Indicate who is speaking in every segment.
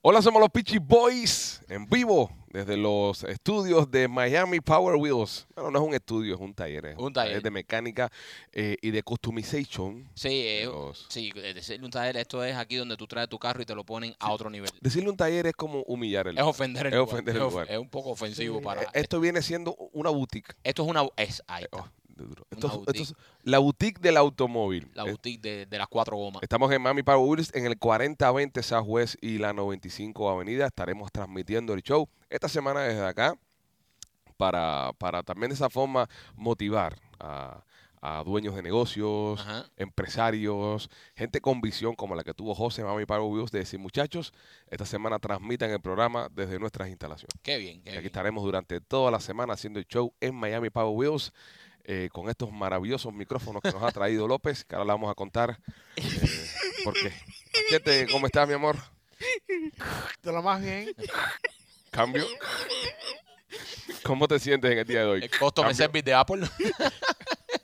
Speaker 1: Hola, somos los Peachy Boys en vivo desde los estudios de Miami Power Wheels. Bueno, no es un estudio, es un taller. Es
Speaker 2: Un taller.
Speaker 1: de mecánica eh, y de customization.
Speaker 2: Sí, eh,
Speaker 1: Dios.
Speaker 2: sí, eh, decirle un taller, esto es aquí donde tú traes tu carro y te lo ponen a otro nivel.
Speaker 1: Decirle un taller es como humillar el
Speaker 2: Es ofender el
Speaker 1: Es
Speaker 2: lugar,
Speaker 1: ofender
Speaker 2: es
Speaker 1: el
Speaker 2: of-
Speaker 1: lugar. Eh,
Speaker 2: Es un poco ofensivo para...
Speaker 1: Esto viene siendo una boutique.
Speaker 2: Esto es una... Es, ahí
Speaker 1: Oh,
Speaker 2: está,
Speaker 1: de duro. Esto es-
Speaker 2: boutique.
Speaker 1: esto es la boutique del automóvil.
Speaker 2: la
Speaker 1: Eh,
Speaker 2: boutique de, de las cuatro gomas.
Speaker 1: Estamos en Miami Power Wheels en el 4020 Southwest y la 95 Avenida. Estaremos transmitiendo el show esta semana desde acá para, para también de esa forma motivar a, a dueños de negocios,
Speaker 2: Ajá.
Speaker 1: empresarios, gente con visión como la que tuvo José en Miami Power Wheels de decir, muchachos, esta semana transmitan el programa desde nuestras instalaciones.
Speaker 2: Qué bien, qué
Speaker 1: Y aquí
Speaker 2: bien.
Speaker 1: estaremos durante toda la semana haciendo el show en Miami Power Wheels eh, con estos maravillosos micrófonos que nos ha traído López, que ahora le vamos a contar eh, por qué. Machete, ¿cómo estás, mi amor?
Speaker 3: De lo más bien.
Speaker 1: ¿Cambio? ¿Cómo te sientes en el día de hoy?
Speaker 2: El costo de
Speaker 1: Cambio.
Speaker 2: service de Apple.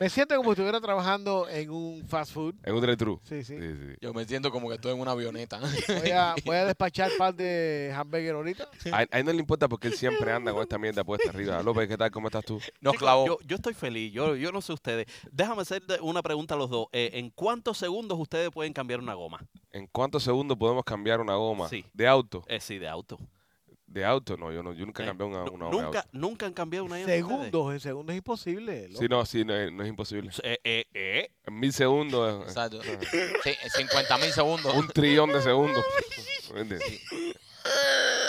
Speaker 3: Me siento como si estuviera trabajando en un fast food.
Speaker 1: ¿En un drive-thru?
Speaker 3: Sí, sí.
Speaker 1: Sí, sí.
Speaker 2: Yo me siento como que estoy en una avioneta.
Speaker 3: Voy a, voy a despachar par de hamburger ahorita.
Speaker 1: A, a él no le importa porque él siempre anda con esta mierda puesta arriba. López, ¿qué tal? ¿Cómo estás tú?
Speaker 2: Nos
Speaker 4: Chicos,
Speaker 2: clavó.
Speaker 4: Yo, yo estoy feliz, yo, yo no sé ustedes. Déjame hacer de- una pregunta a los dos. Eh, ¿En cuántos segundos ustedes pueden cambiar una goma?
Speaker 1: ¿En cuántos segundos podemos cambiar una goma?
Speaker 4: Sí.
Speaker 1: ¿De auto?
Speaker 4: Eh, sí, de auto.
Speaker 1: ¿De auto? No, yo, no, yo nunca he
Speaker 4: Eh,
Speaker 1: cambiado una,
Speaker 4: nu-
Speaker 1: una goma de
Speaker 4: nunca,
Speaker 1: auto.
Speaker 4: nunca han cambiado una llanta ustedes?
Speaker 3: Segundos, en segundos es imposible. loco.
Speaker 1: Sí, no, sí, no, es- no es imposible.
Speaker 4: Eh, eh, eh.
Speaker 1: En mil segundos. eh,
Speaker 2: Exacto. Sí, 50 mil segundos.
Speaker 1: un trillón de segundos. ¿Entiendes?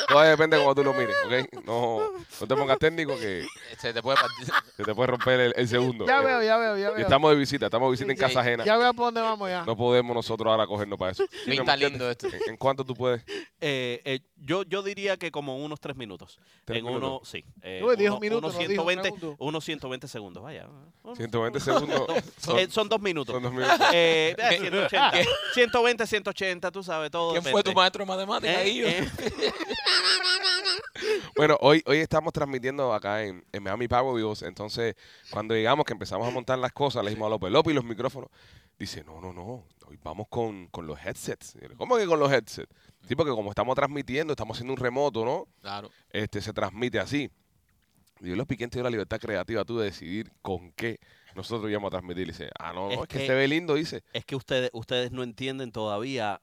Speaker 1: Todo depende de cómo tú lo mires, ¿ok? No, no te pongas técnico que
Speaker 2: Se te puede partir.
Speaker 1: se te puede romper el, el segundo.
Speaker 3: Ya
Speaker 1: ¿ok?
Speaker 3: veo, ya veo, ya
Speaker 1: Y
Speaker 3: veo.
Speaker 1: estamos de visita, estamos de visita en
Speaker 2: Sí, sí.
Speaker 1: casa ajena.
Speaker 3: Ya veo por dónde vamos ya.
Speaker 1: No podemos nosotros ahora cogernos para eso. Sí,
Speaker 2: Pinta
Speaker 1: ¿me entiendes?
Speaker 2: lindo esto.
Speaker 1: ¿En, en cuánto tú puedes?
Speaker 4: Eh, eh, yo, yo diría que como unos tres minutos.
Speaker 1: Tres
Speaker 4: en
Speaker 1: minutos.
Speaker 4: uno, sí. eh,
Speaker 3: Tuve diez
Speaker 4: uno-
Speaker 3: minutos,
Speaker 4: unos
Speaker 3: no dijo
Speaker 4: 120,
Speaker 3: segundos.
Speaker 4: unos 120 segundos, vaya.
Speaker 1: 120 segundos. Son,
Speaker 4: Eh, son dos minutos.
Speaker 1: son dos minutos.
Speaker 4: Eh, eh, 180, 120, 180, tú sabes, todo.
Speaker 2: ¿Quién fue tu
Speaker 4: depende.
Speaker 2: maestro de matemáticas?
Speaker 4: Eh,
Speaker 2: ahí?
Speaker 4: eh.
Speaker 1: Bueno, hoy, hoy estamos transmitiendo acá en, en Miami Power Views. Entonces, cuando llegamos, que empezamos a montar las cosas, le dijimos a López López y los micrófonos. Dice, no, no, no, hoy vamos con, con los headsets. Y yo, ¿Cómo que con los headsets? Sí, porque como estamos transmitiendo, estamos haciendo un remoto, ¿no?
Speaker 2: Claro.
Speaker 1: Este, se transmite así. Y yo, López, ¿quién te dio la libertad creativa tú de decidir con qué nosotros íbamos a transmitir? Y dice, ah, no, no, es,
Speaker 4: Es
Speaker 1: que,
Speaker 4: que-
Speaker 1: se ve lindo, dice.
Speaker 4: Es que ustedes, ustedes no entienden todavía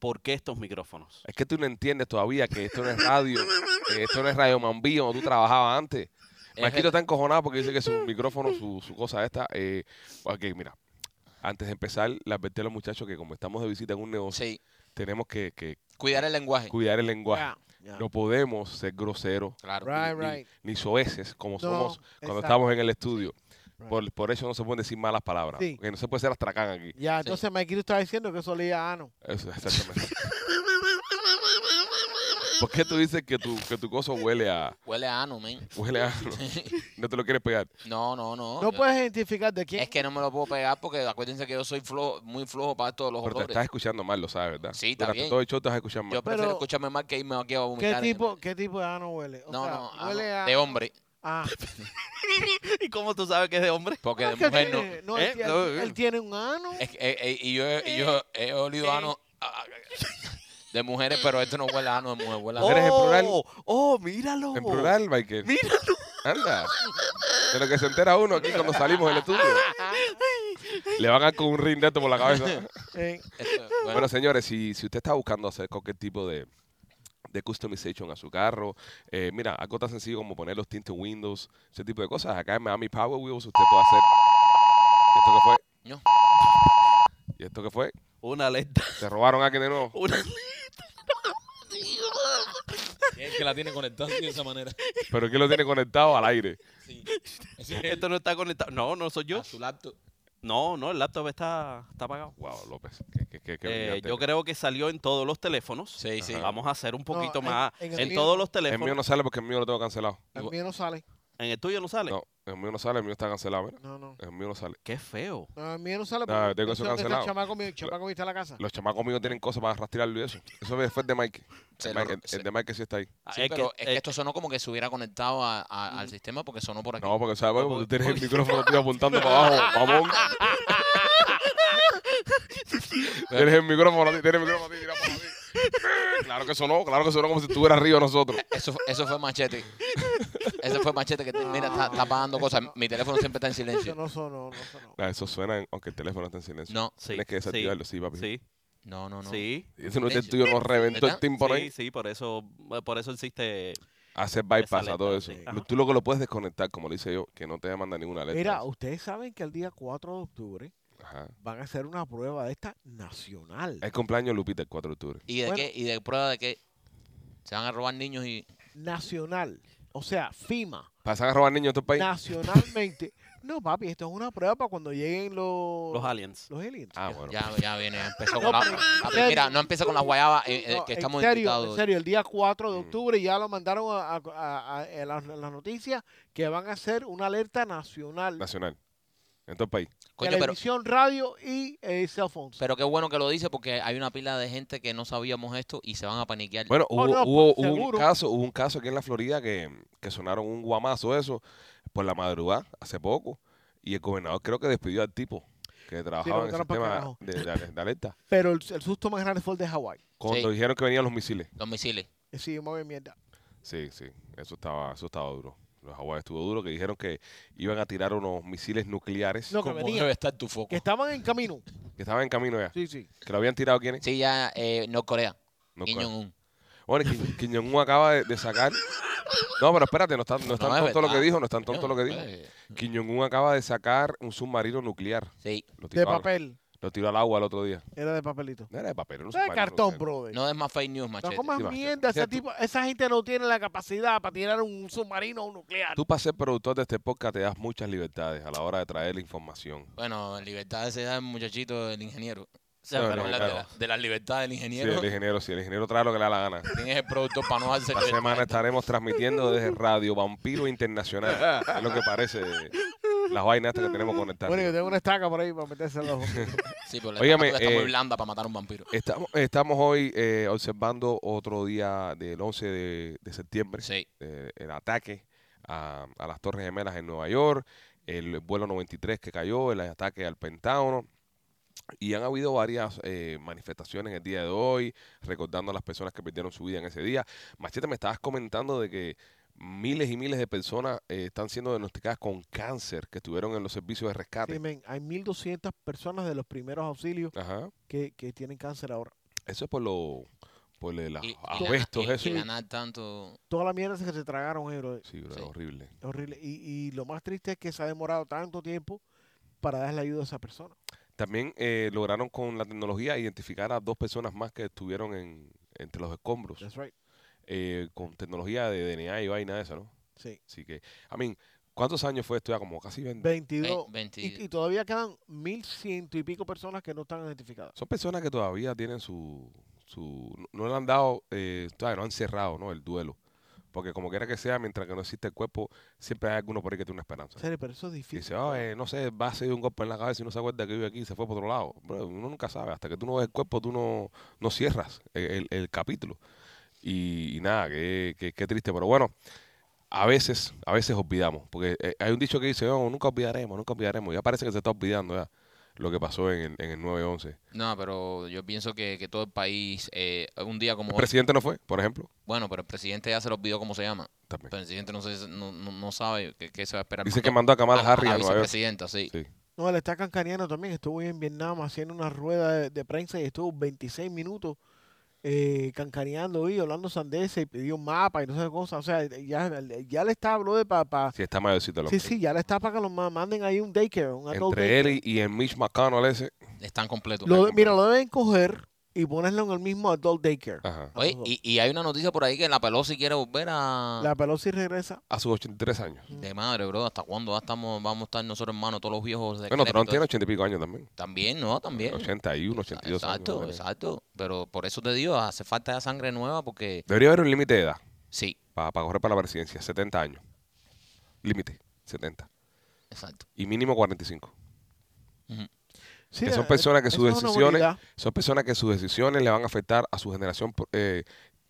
Speaker 4: por qué estos micrófonos.
Speaker 1: Es que tú no entiendes todavía que esto no es radio, que esto no es Radio Mambío donde tú trabajabas antes.
Speaker 2: Es
Speaker 1: Marquito
Speaker 2: el-
Speaker 1: está encojonado porque dice que su micrófono, su, su cosa esta. Eh, ok, mira. Antes de empezar, le advertí a los muchachos que como estamos de visita en un negocio,
Speaker 2: Sí.
Speaker 1: tenemos que, que
Speaker 2: Cuidar el lenguaje.
Speaker 1: cuidar el lenguaje.
Speaker 3: Ya, ya.
Speaker 1: No podemos ser groseros
Speaker 2: Claro.
Speaker 3: Right,
Speaker 1: ni,
Speaker 3: right.
Speaker 1: ni soeces como
Speaker 3: No,
Speaker 1: somos cuando
Speaker 3: exacto.
Speaker 1: estamos en el estudio.
Speaker 3: Right.
Speaker 1: Por, por eso no se pueden decir malas palabras.
Speaker 3: Sí.
Speaker 1: porque no se puede ser astracán aquí.
Speaker 3: Ya, entonces Maikito estaba diciendo que eso leía ano.
Speaker 1: Eso, exactamente. ¿Por qué tú dices que tu, que tu cosa huele a...
Speaker 2: Huele a ano, men.
Speaker 1: Huele a... No, No te lo quieres pegar.
Speaker 2: No, no, no.
Speaker 3: No
Speaker 2: Yo-
Speaker 3: puedes identificar de quién.
Speaker 2: Es que no me lo puedo pegar porque acuérdense que yo soy flojo, muy flojo para todos los
Speaker 1: Pero te
Speaker 2: olores.
Speaker 1: estás escuchando mal, lo sabes, ¿verdad?
Speaker 2: Sí, está
Speaker 1: Durante
Speaker 2: bien.
Speaker 1: todo el show te vas a escuchar mal.
Speaker 2: Yo prefiero
Speaker 3: Pero-
Speaker 2: escucharme mal que irme aquí a
Speaker 3: ¿Qué
Speaker 2: vomitar.
Speaker 3: tipo, ¿Qué tipo de ano huele? O
Speaker 2: No,
Speaker 3: sea,
Speaker 2: no, ano
Speaker 3: huele a...
Speaker 2: de hombre.
Speaker 3: Ah,
Speaker 4: ¿Y cómo tú sabes que es de hombre?
Speaker 2: Porque
Speaker 3: no,
Speaker 2: de
Speaker 3: es que
Speaker 2: mujer no.
Speaker 3: tiene- no, él,
Speaker 4: Eh,
Speaker 3: tiene-
Speaker 4: no,
Speaker 3: él
Speaker 4: eh.
Speaker 3: tiene un ano.
Speaker 2: Es que- eh, eh, y yo, he- y yo he
Speaker 3: eh.
Speaker 2: olido ano ah, de mujeres, pero esto no huele a ano de mujer, huele a
Speaker 1: Oh. eres en plural?
Speaker 4: oh, míralo.
Speaker 1: En plural, Michael. Anda. De lo que se entera uno aquí cuando salimos del estudio. Le van a dar con un ring de esto por la cabeza.
Speaker 3: Eh,
Speaker 2: Esto- bueno,
Speaker 1: Bueno, señores, si, si usted está buscando hacer cualquier tipo de, de customization a su carro, eh, mira, algo tan sencillo como poner los tintes Windows, ese tipo de cosas. Acá en Miami Power Wheels usted puede hacer. ¿Y esto qué fue?
Speaker 2: No.
Speaker 1: ¿Y esto qué fue?
Speaker 4: Una alerta.
Speaker 1: ¿Se robaron a alguien de nuevo?
Speaker 4: Una...
Speaker 5: Es que la tiene conectada así de esa manera.
Speaker 1: ¿Pero quién lo tiene conectado al aire?
Speaker 5: Sí.
Speaker 4: Esto no está conectado. No, no soy yo.
Speaker 1: Ah,
Speaker 5: su laptop.
Speaker 4: No, no, el laptop está, está apagado.
Speaker 1: Wow, López. qué- qué- qué- qué
Speaker 4: Eh,
Speaker 1: brillante.
Speaker 4: yo creo que salió en todos los teléfonos.
Speaker 2: Sí, sí.
Speaker 4: Vamos a hacer un poquito
Speaker 3: en-
Speaker 4: más.
Speaker 3: en
Speaker 4: En,
Speaker 3: el mío-
Speaker 4: todos los
Speaker 1: El mío
Speaker 4: teléfonos.
Speaker 1: no sale porque el mío lo tengo cancelado.
Speaker 3: el mío no sale.
Speaker 4: En el tuyo no sale.
Speaker 1: No, el mío no sale, el mío está cancelado. mira.
Speaker 3: No, no.
Speaker 1: El mío no sale.
Speaker 4: Qué feo.
Speaker 3: No, el mío no sale.
Speaker 1: No,
Speaker 3: porque
Speaker 1: tengo
Speaker 3: yo
Speaker 1: eso
Speaker 3: sé dónde está
Speaker 1: cancelado.
Speaker 3: El chamaco mío, el chamaco mío está en la
Speaker 4: Ah.
Speaker 3: casa.
Speaker 1: Los chamacos míos tienen cosas para rastrearlo y eso. Eso fue el de Mike.
Speaker 2: Se
Speaker 1: el,
Speaker 2: lo-
Speaker 1: Mike- el-
Speaker 2: se-
Speaker 1: el de Mike sí está ahí.
Speaker 4: Ah,
Speaker 2: sí,
Speaker 4: es
Speaker 2: pero
Speaker 4: que-
Speaker 2: es que
Speaker 4: eh,
Speaker 2: esto sonó como que se hubiera conectado a- a-
Speaker 3: Mm.
Speaker 2: al sistema porque sonó por aquí.
Speaker 1: No, porque sabes,
Speaker 4: No,
Speaker 1: porque tú
Speaker 4: porque-
Speaker 1: tienes el micrófono tuyo apuntando para abajo, mamón. tienes el micrófono, tienes el micrófono tirado para ti. Claro que sonó, claro que sonó como si estuviera arriba de nosotros.
Speaker 2: Eso, fu- eso fue machete. Eso fue machete que te- mira, está, está apagando cosas. Mi teléfono siempre está en
Speaker 3: Eso
Speaker 2: silencio.
Speaker 3: no sonó, no sonó.
Speaker 1: Ah, eso suena en- aunque el teléfono esté en silencio.
Speaker 2: No,
Speaker 4: Sí,
Speaker 1: Tienes que
Speaker 4: sí,
Speaker 1: desactivarlo, sí, papi.
Speaker 4: Sí,
Speaker 2: no, no, no.
Speaker 4: sí.
Speaker 1: Ese no es el tuyo, nos reventó el
Speaker 2: ¿Verdad?
Speaker 1: tiempo ahí.
Speaker 4: Sí, sí, por eso, por eso existe.
Speaker 1: Hacer bypass
Speaker 4: Esa
Speaker 1: a todo
Speaker 4: letra,
Speaker 1: eso.
Speaker 4: sí.
Speaker 1: Lo-
Speaker 4: Ajá.
Speaker 1: Tú lo que lo puedes desconectar, como le hice yo, que no te manda ninguna letra.
Speaker 3: Mira, ustedes saben que el día 4 de octubre
Speaker 1: Ajá.
Speaker 3: van a hacer una prueba de esta nacional.
Speaker 1: Es cumpleaños de Lupita el 4 de octubre.
Speaker 2: ¿Y de
Speaker 3: Bueno.
Speaker 2: qué? ¿Y de prueba de qué? Se van a robar niños y.
Speaker 3: Nacional. O sea, FIMA.
Speaker 1: ¿Pasan a robar niños en todo el país?
Speaker 3: Nacionalmente. No, papi, esto es una prueba para cuando lleguen los,
Speaker 4: Los aliens.
Speaker 3: los aliens.
Speaker 1: Ah, bueno.
Speaker 2: Ya, ya viene, ya empezó
Speaker 3: No,
Speaker 2: con la.
Speaker 3: pero- eh,
Speaker 2: Papi, Mira, no empieza con las guayabas eh, eh,
Speaker 3: No,
Speaker 2: que estamos
Speaker 3: en serio, en
Speaker 2: indicados.
Speaker 3: serio, el día 4 de
Speaker 1: Mm.
Speaker 3: octubre ya lo mandaron a, a- a- a- a las, las noticias que van a hacer una alerta nacional.
Speaker 1: Nacional. En todo el país.
Speaker 2: Pues, Coño, pero,
Speaker 3: televisión, radio y eh, cell phones.
Speaker 2: pero qué bueno que lo dice porque hay una pila de gente que no sabíamos esto y se van a paniquear.
Speaker 1: Bueno, hubo,
Speaker 3: Oh, no,
Speaker 1: hubo-
Speaker 3: pues,
Speaker 1: hubo un
Speaker 3: seguro.
Speaker 1: caso, hubo un caso aquí en la Florida que, que sonaron un guamazo eso por la madrugada, hace poco. Y el gobernador creo que despidió al tipo que trabajaba en el
Speaker 3: mandaron pa'l
Speaker 1: sistema
Speaker 3: carajo.
Speaker 1: de, de- de alerta.
Speaker 3: Pero el, el susto más grande fue el de Hawái.
Speaker 1: Cuando
Speaker 2: Sí.
Speaker 1: dijeron que venían los misiles.
Speaker 2: Los misiles.
Speaker 3: Sí, mami, mierda.
Speaker 1: Sí, sí. Eso estaba, eso estaba duro. Los hawaianos estuvo duro que dijeron que iban a tirar unos misiles nucleares
Speaker 3: No, que
Speaker 5: ¿Cómo
Speaker 3: venía.
Speaker 5: debe estar tu foco?
Speaker 3: Que estaban en camino.
Speaker 1: que estaban en camino ya.
Speaker 3: Sí, sí.
Speaker 1: Que lo habían tirado quiénes.
Speaker 2: Sí, ya, eh, North Corea.
Speaker 1: No,
Speaker 2: Kim Jong-un.
Speaker 1: Bueno, Kim, Kim Jong-un acaba de, de sacar. No, pero espérate, no es tan, no es tan
Speaker 2: No, es
Speaker 1: tonto lo que
Speaker 2: verdad.
Speaker 1: dijo, no es tan tonto lo que dijo.
Speaker 2: Eh,
Speaker 1: Kim Jong-un acaba de sacar un submarino nuclear.
Speaker 2: Sí.
Speaker 1: Lo tiró,
Speaker 3: De
Speaker 1: al-
Speaker 3: papel.
Speaker 1: lo tiró al agua el otro día.
Speaker 3: Era de papelito.
Speaker 1: No era de papel, era un
Speaker 3: Era de
Speaker 1: submarino
Speaker 3: cartón,
Speaker 1: nuclear.
Speaker 3: brother.
Speaker 2: No es más fake news,
Speaker 3: No
Speaker 2: machete.
Speaker 3: comas
Speaker 1: sí, machete.
Speaker 3: mierda, ese
Speaker 1: Mira, tú-
Speaker 3: tipo, esa gente no tiene la capacidad para tirar un submarino nuclear.
Speaker 1: Tú para ser productor de este podcast te das muchas libertades a la hora de traer la información.
Speaker 2: Bueno, libertad se da el muchachito del ingeniero.
Speaker 4: sea,
Speaker 1: No,
Speaker 2: Pero
Speaker 1: no,
Speaker 2: la- de,
Speaker 1: claro.
Speaker 2: la, de la libertad del
Speaker 1: Sí,
Speaker 2: ingeniero.
Speaker 1: el ingeniero, sí, el ingeniero trae lo que le da la gana.
Speaker 2: ¿Quién es el productor para no darse
Speaker 1: Esta
Speaker 2: libertad?
Speaker 1: semana estaremos transmitiendo desde Radio Vampiro Internacional. Es lo que parece eh, las vainas estas que tenemos
Speaker 3: bueno, yo
Speaker 1: conectadas.
Speaker 3: tengo una estaca por ahí para meterse en los
Speaker 2: Sí, pero la
Speaker 1: Óigame,
Speaker 2: estatua está
Speaker 1: eh,
Speaker 2: muy blanda para matar a un vampiro.
Speaker 1: Estamos, estamos hoy eh, observando otro día del 11 de, de septiembre,
Speaker 2: Sí.
Speaker 1: eh, el ataque a, a las Torres Gemelas en Nueva York, el vuelo 93 que cayó, el ataque al Pentágono. Y han habido varias eh, manifestaciones el día de hoy, recordando a las personas que perdieron su vida en ese día. Machete, me estabas comentando de que miles y miles de personas eh, están siendo diagnosticadas con cáncer que estuvieron en los servicios de rescate.
Speaker 3: Sí, men, hay 1.200 personas de los primeros auxilios
Speaker 1: Ajá.
Speaker 3: que, que tienen cáncer ahora.
Speaker 1: Eso es por lo por el
Speaker 2: Y- y la-
Speaker 1: asbestos,
Speaker 2: y-
Speaker 1: eso.
Speaker 2: y ganar tanto.
Speaker 3: Toda la mierda que se tragaron, eh, brother.
Speaker 1: Sí, bro,
Speaker 2: Sí.
Speaker 1: horrible.
Speaker 3: horrible. Y, y lo más triste es que se ha demorado tanto tiempo para darle ayuda a esa persona.
Speaker 1: También eh, lograron con la tecnología identificar a dos personas más que estuvieron en, entre los escombros.
Speaker 3: That's right.
Speaker 1: eh, con tecnología de DNA y vaina de esa, ¿no?
Speaker 3: Sí.
Speaker 1: Así que, a mí, ¿cuántos años fue esto ya? Como casi 20.
Speaker 2: ve-
Speaker 3: 22.
Speaker 2: 20
Speaker 3: Y, y todavía quedan 1.100 y pico personas que no están identificadas.
Speaker 1: Son personas que todavía tienen su... su no- no le han dado, eh, todavía no han cerrado, ¿no? El duelo. Porque como quiera que sea, mientras que no existe el cuerpo, siempre hay alguno por ahí que tiene una esperanza.
Speaker 3: En serio, pero eso es
Speaker 1: Y
Speaker 3: difícil.
Speaker 1: dice, "Ah, eh, no sé, va a ser un golpe en la cabeza y no se acuerda que vive aquí y se fue para otro lado. Bro, uno nunca sabe, hasta que tú no ves el cuerpo, tú no, no cierras el, el- el capítulo. Y, y nada, qué, qué- qué triste, pero bueno, a veces, a veces olvidamos, porque eh, hay un dicho que dice, "No, nunca olvidaremos, nunca olvidaremos, ya parece que se está olvidando ya lo que pasó en el, en el 9-11.
Speaker 2: No, pero yo pienso que, que todo el país, eh, un día como
Speaker 1: ¿El
Speaker 2: hoy-
Speaker 1: presidente no fue, por ejemplo?
Speaker 2: bueno, pero el presidente ya se los olvidó cómo se llama. El
Speaker 1: También.
Speaker 2: presidente no, se- no, no- no sabe qué, qué se va a esperar.
Speaker 1: Pues. Dice
Speaker 2: mandó-
Speaker 1: que mandó a Kamala
Speaker 2: a- a
Speaker 1: Harris
Speaker 2: la
Speaker 1: a Nueva York.
Speaker 2: vicepresidenta, sí.
Speaker 1: Sí.
Speaker 3: No, el está cancaniano también. Estuvo hoy en Vietnam haciendo una rueda de, de prensa y estuvo 26 minutos eh, cancaneando y hablando sandés y pidió mapas y no sé qué cosa. O sea, ya, ya le está habló de papá.
Speaker 1: Sí, está mayorcito el
Speaker 3: Sí,
Speaker 1: hombre.
Speaker 3: sí, ya le está para que los ma- manden ahí un daycare, un adult
Speaker 1: Entre él
Speaker 3: daycare.
Speaker 1: y, y el Mitch McConnell ese.
Speaker 2: Están completos.
Speaker 3: Lo de- mira, lo deben coger y ponerlo en el mismo adult daycare.
Speaker 1: Ajá.
Speaker 2: Oye, y, y hay una noticia por ahí que la Pelosi quiere volver a...
Speaker 3: La Pelosi regresa.
Speaker 1: A sus 83 años.
Speaker 2: De madre, bro. ¿Hasta cuándo va- estamos, vamos a estar nosotros hermanos, todos los viejos?
Speaker 1: Bueno,
Speaker 2: decrépitos?
Speaker 1: Trump tiene 80 y pico años también.
Speaker 2: También, ¿no? También.
Speaker 1: 81, 82
Speaker 2: exacto,
Speaker 1: años. ¿no?
Speaker 2: exacto. Pero por eso te digo, hace falta ya sangre nueva porque...
Speaker 1: Debería haber un límite de edad
Speaker 2: Sí,
Speaker 1: para, correr para la presidencia, 70 años. Límite, 70.
Speaker 2: exacto.
Speaker 1: Y mínimo 45.
Speaker 3: Sí,
Speaker 1: que son
Speaker 3: eh,
Speaker 1: personas que
Speaker 3: eso
Speaker 1: sus
Speaker 3: es una
Speaker 1: decisiones,
Speaker 3: bonita.
Speaker 1: son personas que sus decisiones le van a afectar a su generación por- eh,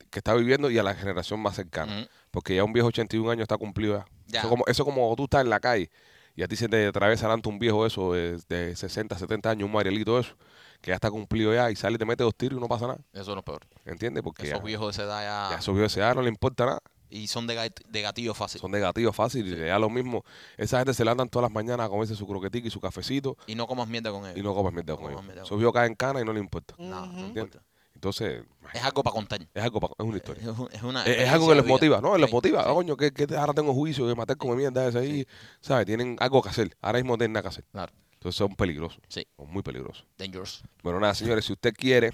Speaker 1: que está viviendo y a la generación más cercana.
Speaker 2: Ujú.
Speaker 1: Porque ya un viejo 81 años está cumplido. ya.
Speaker 2: Ya.
Speaker 1: Eso como, eso como tú estás en la calle y a ti se te atraviesa delante un viejo eso de, de 60, 70 años, un marielito eso, que ya está cumplido ya y sale y te mete dos tiros y no pasa nada.
Speaker 2: Eso es lo peor.
Speaker 1: ¿Entiendes? Porque
Speaker 2: Esos
Speaker 1: ya,
Speaker 2: viejos de esa edad ya.
Speaker 1: ya subió ese no le importa nada.
Speaker 2: y son de, gat- de gatillo fácil.
Speaker 1: Son negativos fácil. Y ya lo mismo. Esa gente se la andan todas las mañanas a comerse su croquetica y su cafecito
Speaker 2: Y no comas mierda con ellos.
Speaker 1: y no comas mierda
Speaker 2: No
Speaker 1: con
Speaker 2: comas
Speaker 1: ellos.
Speaker 2: mierda con
Speaker 1: Eso vio cae en cana y no le importa.
Speaker 2: Nada, no
Speaker 3: Ujú.
Speaker 2: importa.
Speaker 1: Entonces,
Speaker 2: Es algo para contar.
Speaker 1: es algo, pa- es una historia.
Speaker 2: Es, un- Eh. Ah, es una
Speaker 1: Es, es
Speaker 2: experiencia
Speaker 1: algo que
Speaker 2: de
Speaker 1: les
Speaker 2: vida.
Speaker 1: motiva, ¿no? Les
Speaker 2: Sí,
Speaker 1: motiva. "Ah,
Speaker 2: sí.
Speaker 1: Coño, que, que ahora tengo juicio, que matar como mierda esa ahí. ¿Sabes? Tienen algo que hacer. Ahora mismo no tienen nada que hacer.
Speaker 2: Claro.
Speaker 1: Entonces son peligrosos.
Speaker 2: Sí.
Speaker 1: Son muy peligrosos.
Speaker 2: Dangerous.
Speaker 1: Bueno, nada, señores, si usted quiere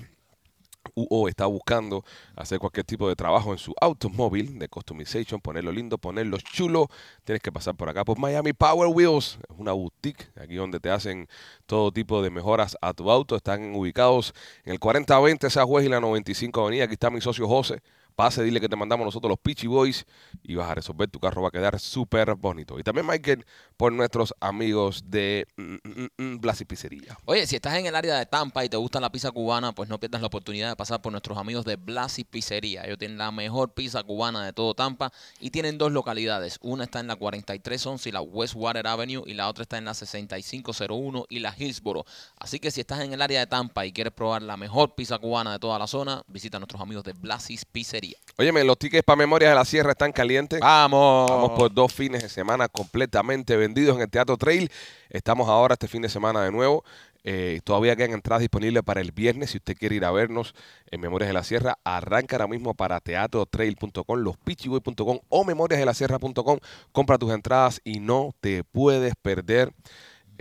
Speaker 1: o está buscando hacer cualquier tipo de trabajo en su automóvil de customization, ponerlo lindo, ponerlo chulo, tienes que pasar por acá por Miami Power Wheels, es una boutique aquí donde te hacen todo tipo de mejoras a tu auto, están ubicados en el 4020 Southwest y la 95 Avenida, aquí está mi socio José, pase, dile que te mandamos nosotros los Peachy Boys y vas a resolver tu carro, va a quedar súper bonito. Y también Michael por nuestros amigos de mm, mm, mm, Blas y Pizzería.
Speaker 2: Oye, si estás en el área de Tampa y te gusta la pizza cubana, pues no pierdas la oportunidad de pasar por nuestros amigos de Blasi Pizzería. Ellos tienen la mejor pizza cubana de todo Tampa y tienen dos localidades. Una está en la 4311 y la Westwater Avenue y la otra está en la 6501 y la Hillsboro. Así que si estás en el área de Tampa y quieres probar la mejor pizza cubana de toda la zona, visita a nuestros amigos de Blasi's Pizzería.
Speaker 1: Óyeme, los tickets para Memorias de la Sierra están calientes.
Speaker 2: ¡Vamos!
Speaker 1: Estamos por dos fines de semana completamente vendidos en el Teatro Trail. Estamos ahora este fin de semana de nuevo. Eh, todavía quedan entradas disponibles para el viernes. Si usted quiere ir a vernos en Memorias de la Sierra, arranca ahora mismo para teatrotrail.com, lospichiboy.com o memoriasdelasierra.com. Compra tus entradas y no te puedes perder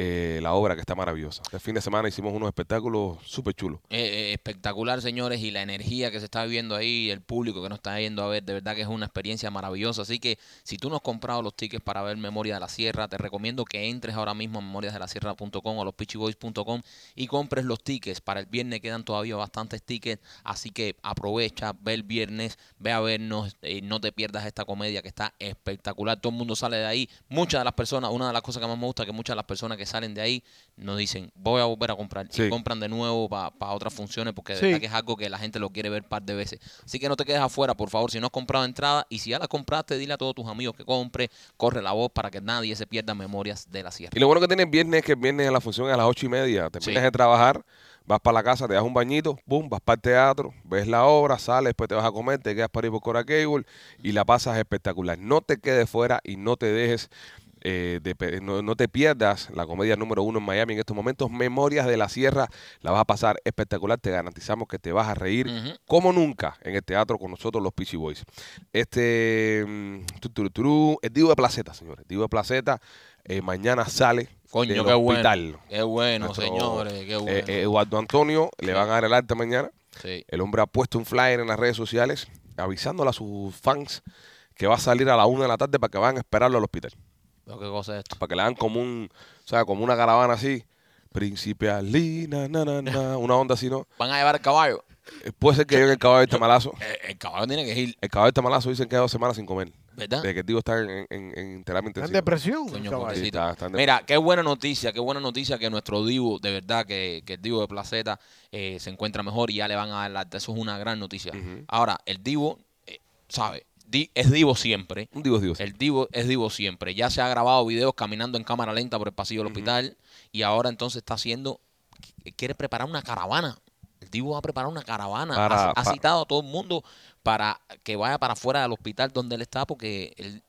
Speaker 1: eh, la obra que está maravillosa. Este fin de semana hicimos unos espectáculos súper chulos.
Speaker 2: Eh, eh, espectacular, señores, y la energía que se está viviendo ahí, el público que nos está yendo a ver, de verdad que es una experiencia maravillosa. Así que si tú no has comprado los tickets para ver Memoria de la Sierra, te recomiendo que entres ahora mismo a memoriasdelasierra.com o lospitchyboys.com y compres los tickets. Para el viernes quedan todavía bastantes tickets, así que aprovecha, ve el viernes, ve a vernos, eh, no te pierdas esta comedia que está espectacular. Todo el mundo sale de ahí. Muchas de las personas, una de las cosas que más me gusta es que muchas de las personas que salen de ahí nos dicen, voy a volver a comprar.
Speaker 1: Sí.
Speaker 2: Y compran de nuevo para otras funciones porque de
Speaker 3: Sí.
Speaker 2: verdad que es algo que la gente lo quiere ver par de veces. Así que no te quedes afuera, por favor, si no has comprado entrada y si ya la compraste, dile a todos tus amigos que compre, corre la voz para que nadie se pierda memorias de la sierra.
Speaker 1: Y lo bueno que tiene el viernes es que el viernes a la función es a las ocho y media. Terminas
Speaker 2: Sí.
Speaker 1: de trabajar, vas para la casa, te das un bañito, boom, vas para el teatro, ves la obra, sales, después te vas a comer, te quedas para ir por Cora Cable y la pasas espectacular. No te quedes fuera y no te dejes. eh, de pe- no, no te pierdas la comedia número uno en Miami en estos momentos, Memorias de la Sierra, la vas a pasar espectacular, te garantizamos que te vas a reír
Speaker 2: Ujú.
Speaker 1: como nunca en el teatro con nosotros los Peachy Boys. Este, mm, tu, tu, tu, tu, el Divo de Placeta, señores, Divo de Placeta, eh, mañana sale
Speaker 2: Coño,
Speaker 1: del
Speaker 2: qué
Speaker 1: hospital.
Speaker 2: bueno. Qué bueno,
Speaker 1: Nuestro,
Speaker 2: señores, qué bueno.
Speaker 1: Eh, eh, Eduardo Antonio le
Speaker 2: Sí.
Speaker 1: van a dar el alta mañana.
Speaker 2: Sí.
Speaker 1: El hombre ha puesto un flyer en las redes sociales avisándole a sus fans que va a salir a la una de la tarde para que vayan a esperarlo al hospital.
Speaker 2: Pero qué cosa es esto.
Speaker 1: Para que le hagan como un, o sea, como una caravana así. Principialina, na, na, na, una onda así, ¿no?
Speaker 2: Van a llevar el caballo.
Speaker 1: Eh, Puede ser que llegue el caballo de tamalazo.
Speaker 2: Eh, El, caballo tiene que ir,
Speaker 1: El caballo de tamalazo dicen que lleva dos semanas sin comer.
Speaker 2: ¿verdad?
Speaker 1: De que el tío está en, en- en terapia
Speaker 3: Está en
Speaker 1: intensiva.
Speaker 3: depresión,
Speaker 2: Coño,
Speaker 3: el caballo.
Speaker 1: Sí,
Speaker 2: pobrecito.
Speaker 1: está- está en dep-
Speaker 2: Mira, qué buena noticia, qué buena noticia que nuestro Divo, de verdad, que, que el Divo de Placeta eh, se encuentra mejor y ya le van a dar la- Eso es una gran noticia.
Speaker 1: Ujú.
Speaker 2: Ahora, el Divo, eh, ¿sabe? Di- es Divo siempre.
Speaker 1: Un divo es divo.
Speaker 2: El Divo es Divo siempre. Ya se ha grabado videos caminando en cámara lenta por el pasillo del hospital y ahora entonces está haciendo, qu- quiere preparar una caravana. El Divo va a preparar una caravana.
Speaker 1: Para-
Speaker 2: ha, ha
Speaker 1: pa-
Speaker 2: citado a todo el mundo para que vaya para afuera del hospital donde él está porque él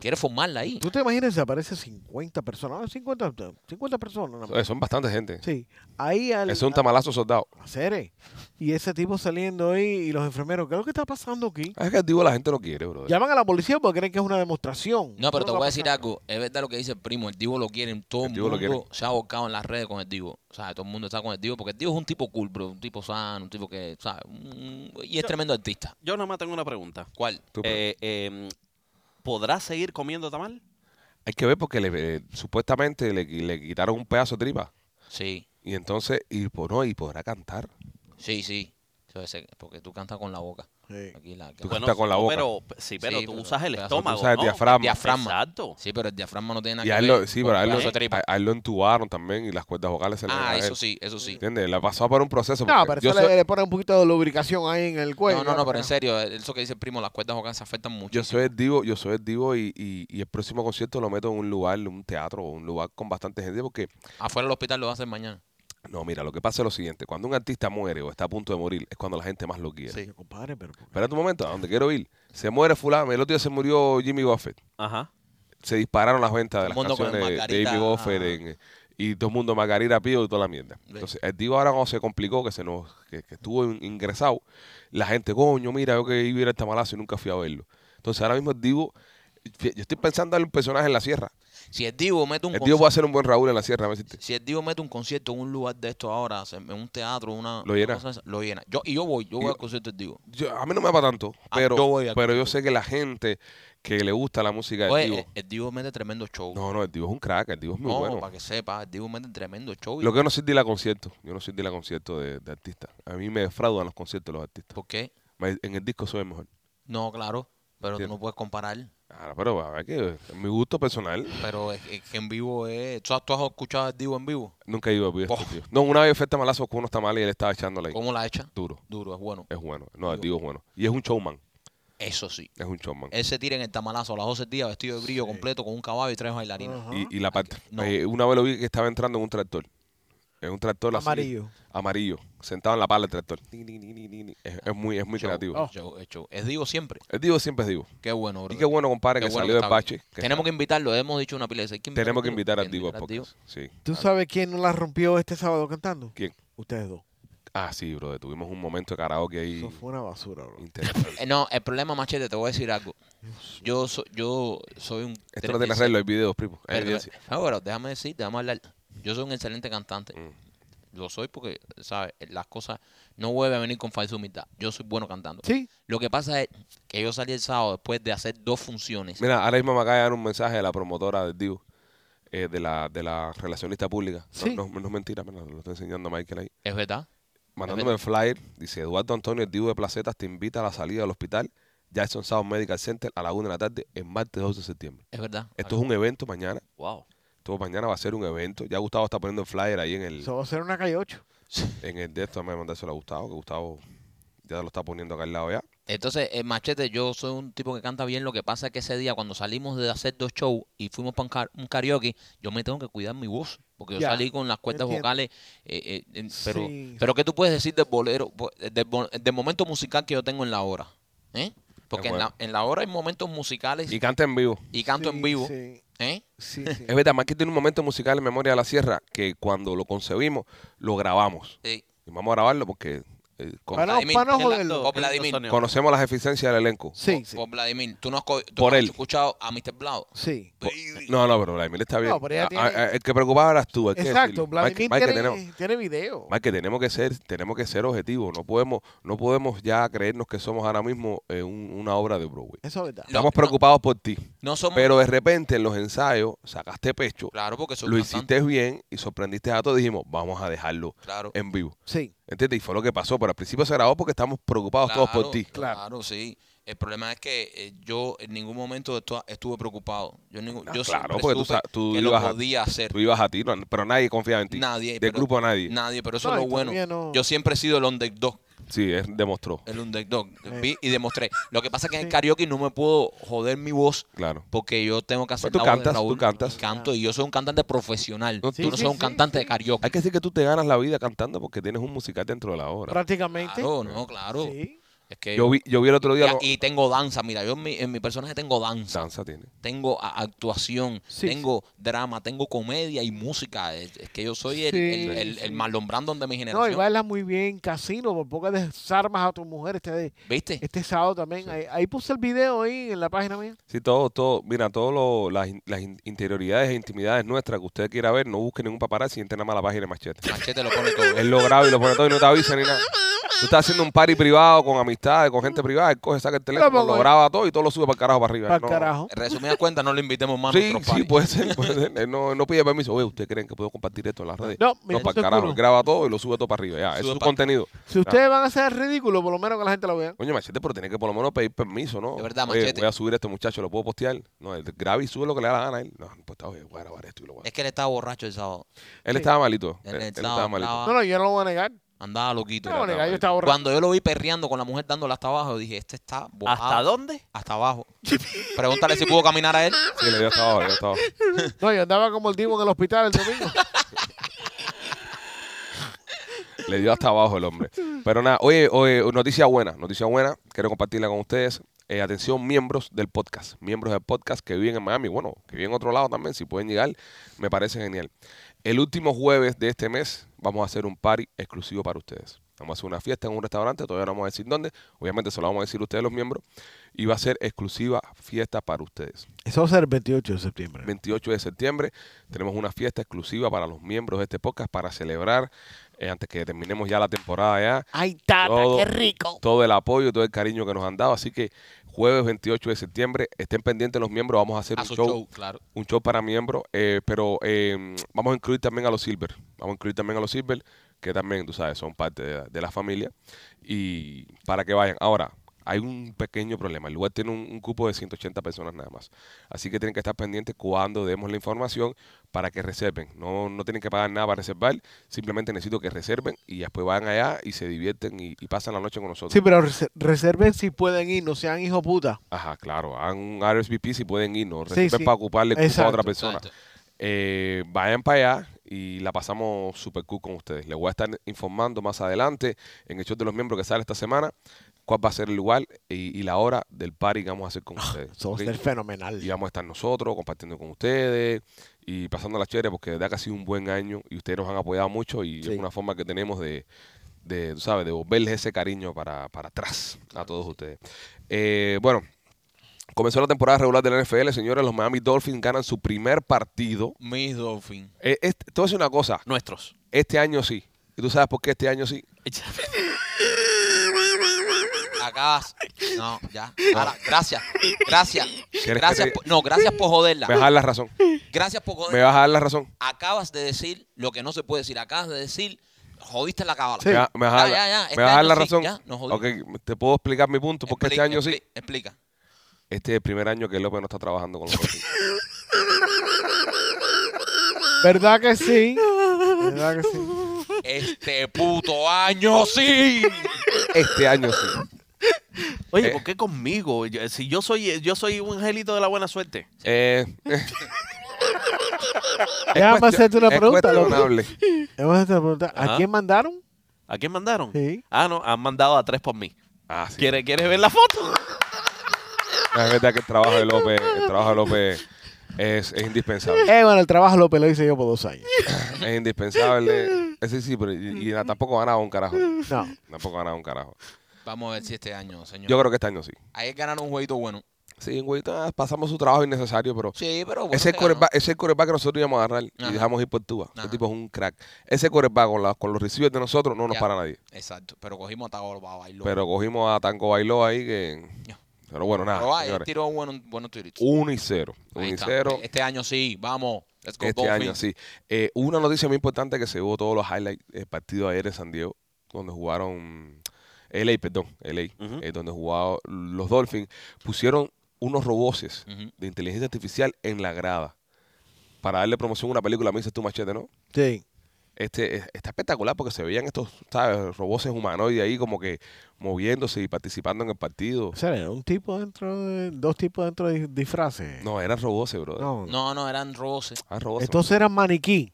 Speaker 2: quiere formarla ahí.
Speaker 3: ¿Tú te imaginas si aparece 50 personas? Ah, 50, 50 personas. nada más.
Speaker 1: Eh, Son bastante gente.
Speaker 3: Sí. Ahí al,
Speaker 1: Es un tamalazo soldado.
Speaker 3: a- a Cere. Y ese tipo saliendo ahí y los enfermeros, ¿qué es lo que está pasando aquí?
Speaker 1: Es que el divo la gente no quiere, bro.
Speaker 3: Llaman a la policía porque creen que es una demostración.
Speaker 2: No, pero
Speaker 3: Eso
Speaker 2: te
Speaker 3: es lo que
Speaker 2: voy
Speaker 3: va
Speaker 2: a decir
Speaker 3: pasar.
Speaker 2: algo. Es verdad lo que dice el primo. El Divo lo quiere. Todo
Speaker 1: El
Speaker 2: el,
Speaker 1: Divo lo
Speaker 2: mundo
Speaker 1: quiere.
Speaker 2: se ha volcado en las redes con el Divo. ¿Sabes? Todo el mundo está con el Divo. Porque el Divo es un tipo cool, bro. Un tipo sano, un tipo que, ¿sabes? Un- Y es tremendo artista.
Speaker 4: Yo nada más tengo una pregunta.
Speaker 2: ¿Cuál?
Speaker 1: Tú, pero-
Speaker 4: Eh, eh, ¿Podrá seguir comiendo tamal?
Speaker 1: Hay que ver porque le- eh, supuestamente le, le quitaron un pedazo de tripa.
Speaker 2: Sí,
Speaker 1: Y entonces, y, por, no, y podrá cantar.
Speaker 2: sí, sí. Eso es, eh, Porque tú cantas con la boca.
Speaker 3: Sí.
Speaker 2: Aquí la-
Speaker 1: Tú cantas con la
Speaker 4: no,
Speaker 1: boca.
Speaker 4: Pero, sí, pero
Speaker 2: Sí,
Speaker 4: tú
Speaker 2: pero-
Speaker 4: usas el
Speaker 2: pero tú
Speaker 4: estómago.
Speaker 1: usas el
Speaker 4: ¿no?
Speaker 1: diafragma.
Speaker 2: Diafragma.
Speaker 4: Exacto.
Speaker 2: Sí, pero el diafragma no tiene nada
Speaker 1: Y
Speaker 2: que
Speaker 1: a él
Speaker 2: ver.
Speaker 1: lo, sí, pero a él,
Speaker 2: con
Speaker 1: lo,
Speaker 2: eso de pues, tripa.
Speaker 1: a- a él lo entubaron también y las cuerdas vocales se le van
Speaker 2: Ah,
Speaker 1: a
Speaker 2: eso
Speaker 1: él.
Speaker 2: sí, eso sí.
Speaker 1: ¿Entiendes? Le ha pasado por un proceso.
Speaker 3: No,
Speaker 1: porque
Speaker 3: pero
Speaker 1: yo
Speaker 3: eso
Speaker 1: soy-
Speaker 3: le, le pone un poquito de lubricación ahí en el cuello.
Speaker 2: No, no, no, pero en
Speaker 3: Para-
Speaker 2: serio, eso que dice el primo, las cuerdas vocales se afectan mucho.
Speaker 1: Yo soy el divo, yo soy el divo y, y- y el próximo concierto lo meto en un lugar, un teatro, un lugar con bastante gente porque
Speaker 2: Afuera del hospital lo va a hacer mañana.
Speaker 1: No, mira, lo que pasa es lo siguiente. Cuando un artista muere o está a punto de morir, es cuando la gente más lo quiere.
Speaker 4: Sí.
Speaker 3: Yo, compadre, pero ¿por qué?
Speaker 1: Espera un momento, a donde quiero ir. Se muere fulano. El otro día se murió Jimmy Buffett.
Speaker 4: Ajá.
Speaker 1: Se dispararon las ventas de
Speaker 2: Todo
Speaker 1: las
Speaker 2: el mundo con el
Speaker 1: canciones de
Speaker 2: Margarita.
Speaker 1: Jimmy Buffett en- eh, y todo el mundo Margarita Pío y toda la mierda. Entonces, el Digo ahora cuando se complicó, que se nos, que, que estuvo in- ingresado, la gente, coño, mira, yo que iba a ir al tamalazo y nunca fui a verlo. Entonces, ahora mismo el Divo, yo estoy pensando en un personaje en la sierra.
Speaker 2: Si el Divo mete un
Speaker 1: El Divo va
Speaker 2: concierto,
Speaker 1: a ser un buen Raúl en la sierra, ¿me deciste?
Speaker 2: si el Divo mete un concierto en un lugar de esto ahora, se- en un teatro, una
Speaker 1: Lo llena.
Speaker 2: una cosa de esa, lo llena. Yo y yo voy, yo voy
Speaker 1: Yo-
Speaker 2: al concierto del Divo.
Speaker 1: Yo- a mí no me va tanto,
Speaker 2: Ah,
Speaker 1: pero,
Speaker 2: yo voy a-
Speaker 1: pero yo sé que la gente que le gusta la música del
Speaker 2: Oye,
Speaker 1: Divo.
Speaker 2: el, Pues, eh, el Divo mete tremendo show.
Speaker 1: No, no, el Divo es un crack, el Divo es muy
Speaker 2: No,
Speaker 1: bueno.
Speaker 2: para que sepa, el Divo mete tremendo show. y-
Speaker 1: Lo que yo no soy de ir a conciertos. Yo no soy de ir a conciertos de, de artistas. A mí me defraudan los conciertos de los artistas.
Speaker 2: ¿Por qué?
Speaker 1: Me- En el disco soy el mejor.
Speaker 2: No, claro, pero tú
Speaker 1: Entiendo.
Speaker 2: no puedes comparar.
Speaker 1: Ahora, Ah, pero a ver que es mi gusto personal.
Speaker 2: Pero es, es que en vivo es... ¿Tú has, tú has escuchado al Divo en vivo?
Speaker 1: Nunca he ido a ver esto, tío. No, una vez fue este Tamalazo con unos tamales y él estaba echándole ahí.
Speaker 2: ¿Cómo la echa?
Speaker 1: Duro.
Speaker 2: Duro, es bueno.
Speaker 1: Es bueno. No, el Divo es bueno. Y es un showman.
Speaker 2: Eso sí.
Speaker 1: Es un showman.
Speaker 2: Él se tira en el tamalazo a las 12 días vestido de brillo completo con un caballo y tres bailarines.
Speaker 3: Ajá.
Speaker 1: Y, y la parte.
Speaker 2: No.
Speaker 1: eh, una vez lo vi que estaba entrando en un tractor. En un tractor así,
Speaker 3: Amarillo.
Speaker 1: amarillo. Sentado en la pala del tractor. Ni, ni, ni, ni, ni, ni. Es, es muy, es muy
Speaker 2: Show,
Speaker 1: creativo.
Speaker 2: show, es show. Es Divo siempre.
Speaker 1: El Divo siempre es Divo.
Speaker 2: Qué bueno,
Speaker 1: Y
Speaker 2: brother.
Speaker 1: qué bueno, compadre,
Speaker 2: Qué
Speaker 1: que
Speaker 2: bueno
Speaker 1: salió
Speaker 2: está
Speaker 1: del
Speaker 2: bien.
Speaker 1: bache.
Speaker 2: Tenemos que invitarlo, hemos dicho una pila de veces. Hay
Speaker 1: Tenemos que invitar a
Speaker 2: Hay que
Speaker 1: Divo al
Speaker 2: invitar
Speaker 1: podcast. Sí.
Speaker 3: ¿Tú sabes quién no la rompió este sábado cantando?
Speaker 1: ¿Quién?
Speaker 3: Ustedes dos.
Speaker 1: Ah, sí, brother. Tuvimos un momento de karaoke ahí
Speaker 3: Eso fue una basura, bro.
Speaker 1: interesante.
Speaker 2: Eh, no, el problema, Machete, te voy a decir algo. Yo, so- yo soy un...
Speaker 1: Esto no tiene arreglo, hay videos, primo. Hay
Speaker 2: Pero,
Speaker 1: evidencia.
Speaker 2: ah, bueno, déjame decir, déjame hablar. Yo soy un excelente cantante.
Speaker 1: Mm.
Speaker 2: Lo soy porque, ¿sabes? Las cosas no vuelven a venir con falsa humildad. Yo soy bueno cantando.
Speaker 3: Sí,
Speaker 2: Lo que pasa es que yo salí el sábado después de hacer dos funciones.
Speaker 1: Mira, ahora mismo me acaba de dar un mensaje de la promotora del Divo, eh, de, la, de la relacionista pública. No-
Speaker 3: Sí.
Speaker 1: No, no es mentira, mira, lo estoy enseñando a Michael ahí.
Speaker 2: Es verdad.
Speaker 1: Mandándome el flyer, dice Eduardo Antonio, el Divo de Placetas, te invita a la salida del hospital Jackson South Medical Center a la 1 de la tarde el martes 12 de septiembre.
Speaker 2: Es verdad.
Speaker 1: Esto es un evento mañana.
Speaker 4: Wow.
Speaker 1: Esto mañana va a ser un evento. Ya Gustavo está poniendo el flyer ahí en el,
Speaker 3: eso va a ser una calle 8.
Speaker 1: en el de esto. Me mandárselo a Gustavo, que Gustavo ya lo está poniendo acá al lado ya.
Speaker 2: Entonces, eh, Machete, yo soy un tipo que canta bien. Lo que pasa es que ese día, cuando salimos de hacer dos shows y fuimos para un, car- un karaoke, yo me tengo que cuidar mi voz. Porque yo
Speaker 3: Ya,
Speaker 2: salí con las cuerdas
Speaker 3: entiendo.
Speaker 2: vocales. eh, eh, en- pero,
Speaker 3: Sí.
Speaker 2: pero, ¿qué tú puedes decir del bolero, bo- del, bo- del momento musical que yo tengo en la hora? ¿Eh? Porque en, la,
Speaker 1: bueno.
Speaker 2: en la hora hay momentos musicales
Speaker 1: Y
Speaker 2: y,
Speaker 1: canta en vivo.
Speaker 2: canto
Speaker 3: Sí,
Speaker 2: en vivo.
Speaker 3: Sí,
Speaker 2: ¿eh?
Speaker 3: sí, sí.
Speaker 1: Es verdad, Maki tiene un momento musical en Memoria de la Sierra que cuando lo concebimos, lo grabamos.
Speaker 2: Sí.
Speaker 1: Y vamos a grabarlo porque eh, con-
Speaker 3: Para no-
Speaker 2: Eh, Vladimir,
Speaker 3: para
Speaker 2: es
Speaker 3: no
Speaker 2: la-
Speaker 3: joderlo.
Speaker 2: o Vladimir,
Speaker 4: Sonido.
Speaker 1: conocemos las eficiencias del elenco.
Speaker 3: Sí,
Speaker 2: por,
Speaker 3: sí.
Speaker 2: por Vladimir. Tú no has, co- tú
Speaker 1: Por
Speaker 2: no has
Speaker 1: él.
Speaker 2: escuchado a Mr. Blau.
Speaker 3: sí.
Speaker 1: Po- No, no, pero Vladimir está bien.
Speaker 3: No, pero ella
Speaker 1: A-
Speaker 3: tiene-
Speaker 1: a- a- el que preocupaba eras tú. hay que
Speaker 3: Exacto,
Speaker 1: decirlo. Mike-
Speaker 3: Vladimir
Speaker 1: Mike,
Speaker 3: tiene,
Speaker 1: tenemos,
Speaker 3: tiene video.
Speaker 1: Mike, tenemos que ser, tenemos que ser objetivos. No podemos, no podemos ya creernos que somos ahora mismo eh, un- una obra de Broadway.
Speaker 3: Eso es verdad.
Speaker 2: Lo-
Speaker 1: Estamos preocupados por ti.
Speaker 2: No somos.
Speaker 1: Pero de repente en los ensayos sacaste pecho,
Speaker 2: claro, porque soy
Speaker 1: lo
Speaker 2: cantante,
Speaker 1: hiciste bien y sorprendiste a todos. Dijimos, vamos a dejarlo
Speaker 2: Claro.
Speaker 1: en vivo.
Speaker 3: Sí,
Speaker 1: ¿Entiendes? Y fue lo que pasó. Pero al principio se grabó porque estamos preocupados todos por ti.
Speaker 2: Claro, sí. El problema es que eh, yo en ningún momento estu- estuve preocupado. Yo, en ningún-
Speaker 1: Ah,
Speaker 2: yo
Speaker 1: claro,
Speaker 2: siempre
Speaker 1: porque tú
Speaker 2: supe
Speaker 1: sa- tú
Speaker 2: que lo
Speaker 1: ibas a-
Speaker 2: podía hacer.
Speaker 1: Tú ibas a ti, no, pero nadie confiaba en ti.
Speaker 2: Nadie.
Speaker 1: Del
Speaker 2: pero-
Speaker 1: grupo nadie.
Speaker 2: Nadie, pero eso
Speaker 3: No,
Speaker 2: es
Speaker 3: y
Speaker 2: lo bueno.
Speaker 3: todavía no-
Speaker 2: Yo siempre he sido el underdog.
Speaker 1: Sí, es- demostró.
Speaker 2: El underdog. Vi y demostré. Lo que pasa es que en el
Speaker 3: Sí.
Speaker 2: karaoke no me puedo joder mi voz
Speaker 1: Claro.
Speaker 2: porque yo tengo que
Speaker 1: Pues
Speaker 2: hacer
Speaker 1: tú
Speaker 2: la voz de
Speaker 1: cantas, tú
Speaker 2: Raúl.
Speaker 1: cantas.
Speaker 2: Y canto y yo soy un cantante profesional.
Speaker 1: No,
Speaker 2: tú
Speaker 1: tú-
Speaker 2: no
Speaker 3: Sí,
Speaker 2: soy
Speaker 3: sí,
Speaker 2: un
Speaker 3: sí,
Speaker 2: cantante de
Speaker 3: sí.
Speaker 2: karaoke.
Speaker 1: Hay que decir que tú te ganas la vida cantando porque tienes un musical dentro de la obra.
Speaker 3: prácticamente.
Speaker 2: Claro, no, claro.
Speaker 3: Sí.
Speaker 2: Es que
Speaker 1: Yo vi, yo vi el otro día.
Speaker 2: y,
Speaker 1: lo-
Speaker 2: y tengo danza. Mira, yo en mi, en mi personaje tengo danza.
Speaker 1: Danza tiene.
Speaker 2: tengo a- actuación,
Speaker 3: Sí,
Speaker 2: tengo drama, tengo comedia y música. Es, es que yo soy el, el,
Speaker 3: Sí,
Speaker 2: el- el
Speaker 3: sí.
Speaker 2: Marlon Brandon de mi
Speaker 3: No, y
Speaker 2: generación.
Speaker 3: baila muy bien casino, por poco desarmas a tu mujer este,
Speaker 1: Eh.
Speaker 3: de-
Speaker 2: ¿Viste?
Speaker 3: este sábado también. Ahí, ahí puse el video ahí en la página mía.
Speaker 1: Sí, todo, todo. Mira, todas las, in- las in- interioridades e intimidades nuestras que usted quiera ver, no busque ningún paparazzi y entre nada más a la página de Machete.
Speaker 2: Machete lo pone todo.
Speaker 1: Él lo graba y lo pone todo y no te avisa ni nada. Tú estás haciendo un party privado con amistades, con gente privada, él coge, saca el teléfono,
Speaker 3: Vamos,
Speaker 1: lo
Speaker 3: güey.
Speaker 1: graba todo y todo lo sube para el carajo para arriba.
Speaker 3: Para
Speaker 1: No. eh,
Speaker 3: carajo.
Speaker 2: En resumidas cuentas, no lo invitemos más a
Speaker 1: Sí,
Speaker 2: nuestros
Speaker 1: sí, pues.
Speaker 2: paris.
Speaker 1: puede ser, puede ser. Él no, no pide permiso. Oye, ¿ustedes creen que puedo compartir esto en las redes?
Speaker 3: No,
Speaker 1: no para
Speaker 3: mira, esto
Speaker 1: el
Speaker 3: es
Speaker 1: carajo.
Speaker 3: culo.
Speaker 1: Él graba todo y lo sube todo para arriba. Ya,
Speaker 2: Sube
Speaker 1: eso es su
Speaker 2: pa-
Speaker 1: contenido.
Speaker 3: Si ustedes van a hacer ridículo, por lo menos que la gente lo vea.
Speaker 1: Coño, machete, pero tiene que por lo menos pedir permiso, ¿no?
Speaker 2: De verdad,
Speaker 1: Oye,
Speaker 2: Machete.
Speaker 1: voy a subir a este muchacho, ¿lo puedo postear? No, él graba y sube lo que le da la gana a él. No, pues está bien, voy a grabar esto y lo voy a...
Speaker 2: Es que él estaba borracho el sábado.
Speaker 1: Él estaba malito.
Speaker 2: Él
Speaker 1: Él, él
Speaker 2: estaba-
Speaker 1: estaba malito.
Speaker 2: estaba-
Speaker 3: No, no, yo no lo voy a negar. No
Speaker 2: Andaba loquito.
Speaker 3: lo voy a negar, yo estaba borrado.
Speaker 2: Cuando yo lo vi perreando con la mujer dándole hasta abajo, dije, este está borrado.
Speaker 4: ¿Hasta dónde?
Speaker 2: Hasta abajo. Pregúntale si pudo caminar a él.
Speaker 1: Sí, le dio hasta abajo, le dio hasta abajo.
Speaker 3: No, yo andaba como el divo en el hospital el domingo.
Speaker 1: Le dio hasta abajo el hombre. Pero nada, oye, oye, noticia buena, noticia buena, quiero compartirla con ustedes. Eh, atención, miembros del podcast, miembros del podcast que viven en Miami, bueno, que viven en otro lado también, si pueden llegar, me parece genial. El último jueves de este mes vamos a hacer un party exclusivo para ustedes. Vamos a hacer una fiesta en un restaurante, todavía no vamos a decir dónde, obviamente se lo vamos a decir a ustedes los miembros, y va a ser exclusiva fiesta para ustedes.
Speaker 3: Eso va a ser el 28 de septiembre.
Speaker 1: 28 de septiembre tenemos una fiesta exclusiva para los miembros de este podcast para celebrar, eh, antes que terminemos ya la temporada ya,
Speaker 3: ¡Ay, tata,
Speaker 1: Todo.
Speaker 3: qué rico!
Speaker 1: todo el apoyo y todo el cariño que nos han dado. Así que jueves 28 de septiembre, estén pendientes los miembros, vamos a hacer
Speaker 2: A
Speaker 1: un
Speaker 2: su
Speaker 1: show,
Speaker 2: show, claro.
Speaker 1: un show para miembros, eh, pero eh, vamos a incluir también a los Silver, vamos a incluir también a los Silver, que también, tú sabes, son parte de, de la familia, y para que vayan. Ahora, hay un pequeño problema, el lugar tiene un, un cupo de 180 personas nada más, así que tienen que estar pendientes cuando demos la información para que reserven, no, no tienen que pagar nada para reservar, simplemente necesito que reserven y después van allá y se divierten y, y pasan la noche con nosotros.
Speaker 3: Sí, pero res- reserven si pueden ir, no sean hijo puta.
Speaker 1: Ajá, claro. Hagan un RSVP si pueden ir, ¿no?
Speaker 3: Sí,
Speaker 1: Reserven
Speaker 3: sí.
Speaker 1: para ocuparle el cupo a otra
Speaker 3: Exacto.
Speaker 1: persona.
Speaker 2: Exacto.
Speaker 1: Eh, vayan para allá y la pasamos super cool con ustedes. Les voy a estar informando más adelante en el show de los miembros que sale esta semana cuál va a ser el lugar y, y la hora del party que vamos a hacer con ustedes.
Speaker 3: Ah, Eso va a
Speaker 1: ¿ok?
Speaker 3: ser fenomenal.
Speaker 1: Y vamos a estar nosotros compartiendo con ustedes y pasando la chévere porque de verdad que ha sido un buen año y ustedes nos han apoyado mucho y
Speaker 3: Sí.
Speaker 1: es una forma que tenemos de, de tú sabes, devolverles ese cariño para, para atrás a todos ustedes. Eh, bueno, comenzó la temporada regular de la NFL, señores, los Miami Dolphins ganan su primer partido.
Speaker 2: Mis Dolphins.
Speaker 1: Eh, este- te voy a decir una cosa,
Speaker 4: Nuestros.
Speaker 1: este año sí. ¿Y tú sabes por qué este año sí?
Speaker 2: Acabas. No, ya. Ahora, gracias. Gracias.
Speaker 1: ¿Quieres
Speaker 2: Gracias.
Speaker 1: que te-
Speaker 2: por- No, gracias por joderla.
Speaker 1: Me vas a dar la razón.
Speaker 2: Gracias por
Speaker 1: Me
Speaker 2: joderla.
Speaker 1: vas a dar la razón.
Speaker 2: Acabas de decir lo que no se puede decir. Acabas de decir. Jodiste la cábala.
Speaker 3: Sí.
Speaker 1: Me, va- me vas a dar
Speaker 2: Ya,
Speaker 1: la-
Speaker 2: ya, ya.
Speaker 1: me
Speaker 2: Este
Speaker 1: vas a dar
Speaker 2: año
Speaker 1: la
Speaker 2: sí,
Speaker 1: razón.
Speaker 2: ya, nos jodimos.
Speaker 1: Ok, te puedo explicar mi punto porque este
Speaker 2: Expli-
Speaker 1: año sí.
Speaker 2: expli- Explica.
Speaker 1: Este es el primer año que López no está trabajando con los Dolphins.
Speaker 3: ¿Verdad que sí? ¿Verdad que sí?
Speaker 2: Este puto año sí.
Speaker 1: Este año sí.
Speaker 4: Oye,
Speaker 1: Eh.
Speaker 4: ¿por qué conmigo? Yo- Si yo soy, yo soy un angelito de la buena suerte.
Speaker 1: Eh, es
Speaker 3: Déjame
Speaker 1: cuestio-
Speaker 3: hacerte una
Speaker 1: es
Speaker 3: pregunta, loco.
Speaker 1: cuestionable.
Speaker 3: Vamos a hacer una pregunta. ¿A
Speaker 4: Ajá.
Speaker 3: quién mandaron?
Speaker 4: ¿A quién mandaron?
Speaker 3: Sí.
Speaker 4: Ah, no, han mandado a tres por mí.
Speaker 1: Ah, sí.
Speaker 4: ¿Quieres, ¿Quieres ver la foto?
Speaker 1: Es verdad que el trabajo de López, el trabajo de López es, es indispensable.
Speaker 3: Eh, bueno, el trabajo López lo hice yo por dos años.
Speaker 1: Es indispensable. Ese sí, pero y, y na- tampoco ganaba un carajo.
Speaker 3: No.
Speaker 1: Tampoco ganaba un carajo.
Speaker 2: Vamos a ver si este año, señor.
Speaker 1: Yo creo que este año sí.
Speaker 2: Ayer ganaron un jueguito bueno.
Speaker 1: Sí, güey, ah, pasamos su trabajo innecesario, pero
Speaker 2: Sí, pero bueno.
Speaker 1: ese
Speaker 2: se
Speaker 1: quarterback, ese quarterback que nosotros íbamos a agarrar
Speaker 2: Ajá.
Speaker 1: y dejamos ir por Tuba. Ese
Speaker 2: Ajá.
Speaker 1: tipo es un crack. Ese quarterback con, la- con los receivers de nosotros no nos
Speaker 2: Ya.
Speaker 1: para nadie.
Speaker 2: ganó. Exacto. Pero cogimos a Tagor para bailar.
Speaker 1: Pero cogimos a Tango Bailó ahí que...
Speaker 2: Ya.
Speaker 1: Pero bueno, nada.
Speaker 2: Pero ah, él
Speaker 1: señores. Uh,
Speaker 2: tiró buenos buenos tiritos.
Speaker 1: 1 y 0. 1
Speaker 2: Ahí
Speaker 1: y
Speaker 2: está.
Speaker 1: 0.
Speaker 2: Este año sí, vamos. Let's go,
Speaker 1: Este
Speaker 2: Dolphins.
Speaker 1: año, sí. Eh, hubo una noticia muy importante que se vio todos los highlights del partido ayer en San Diego, donde jugaron. LA, perdón, LA,
Speaker 4: Ujú.
Speaker 1: eh, donde jugaron los Dolphins, pusieron unos roboces
Speaker 2: Ujú.
Speaker 1: de inteligencia artificial en la grada para darle promoción a una película. Me dices tú, Machete, ¿no?
Speaker 3: Sí.
Speaker 1: Este, es- está espectacular porque se veían estos, ¿sabes? Roboces humanoides ahí como que moviéndose y participando en el partido.
Speaker 3: O sea, era un tipo dentro de. Dos tipos dentro de disfraces.
Speaker 1: No, eran roboces, brother.
Speaker 3: No.
Speaker 2: No, no, eran roboces.
Speaker 1: Eran roboces.
Speaker 3: Entonces eran maniquí.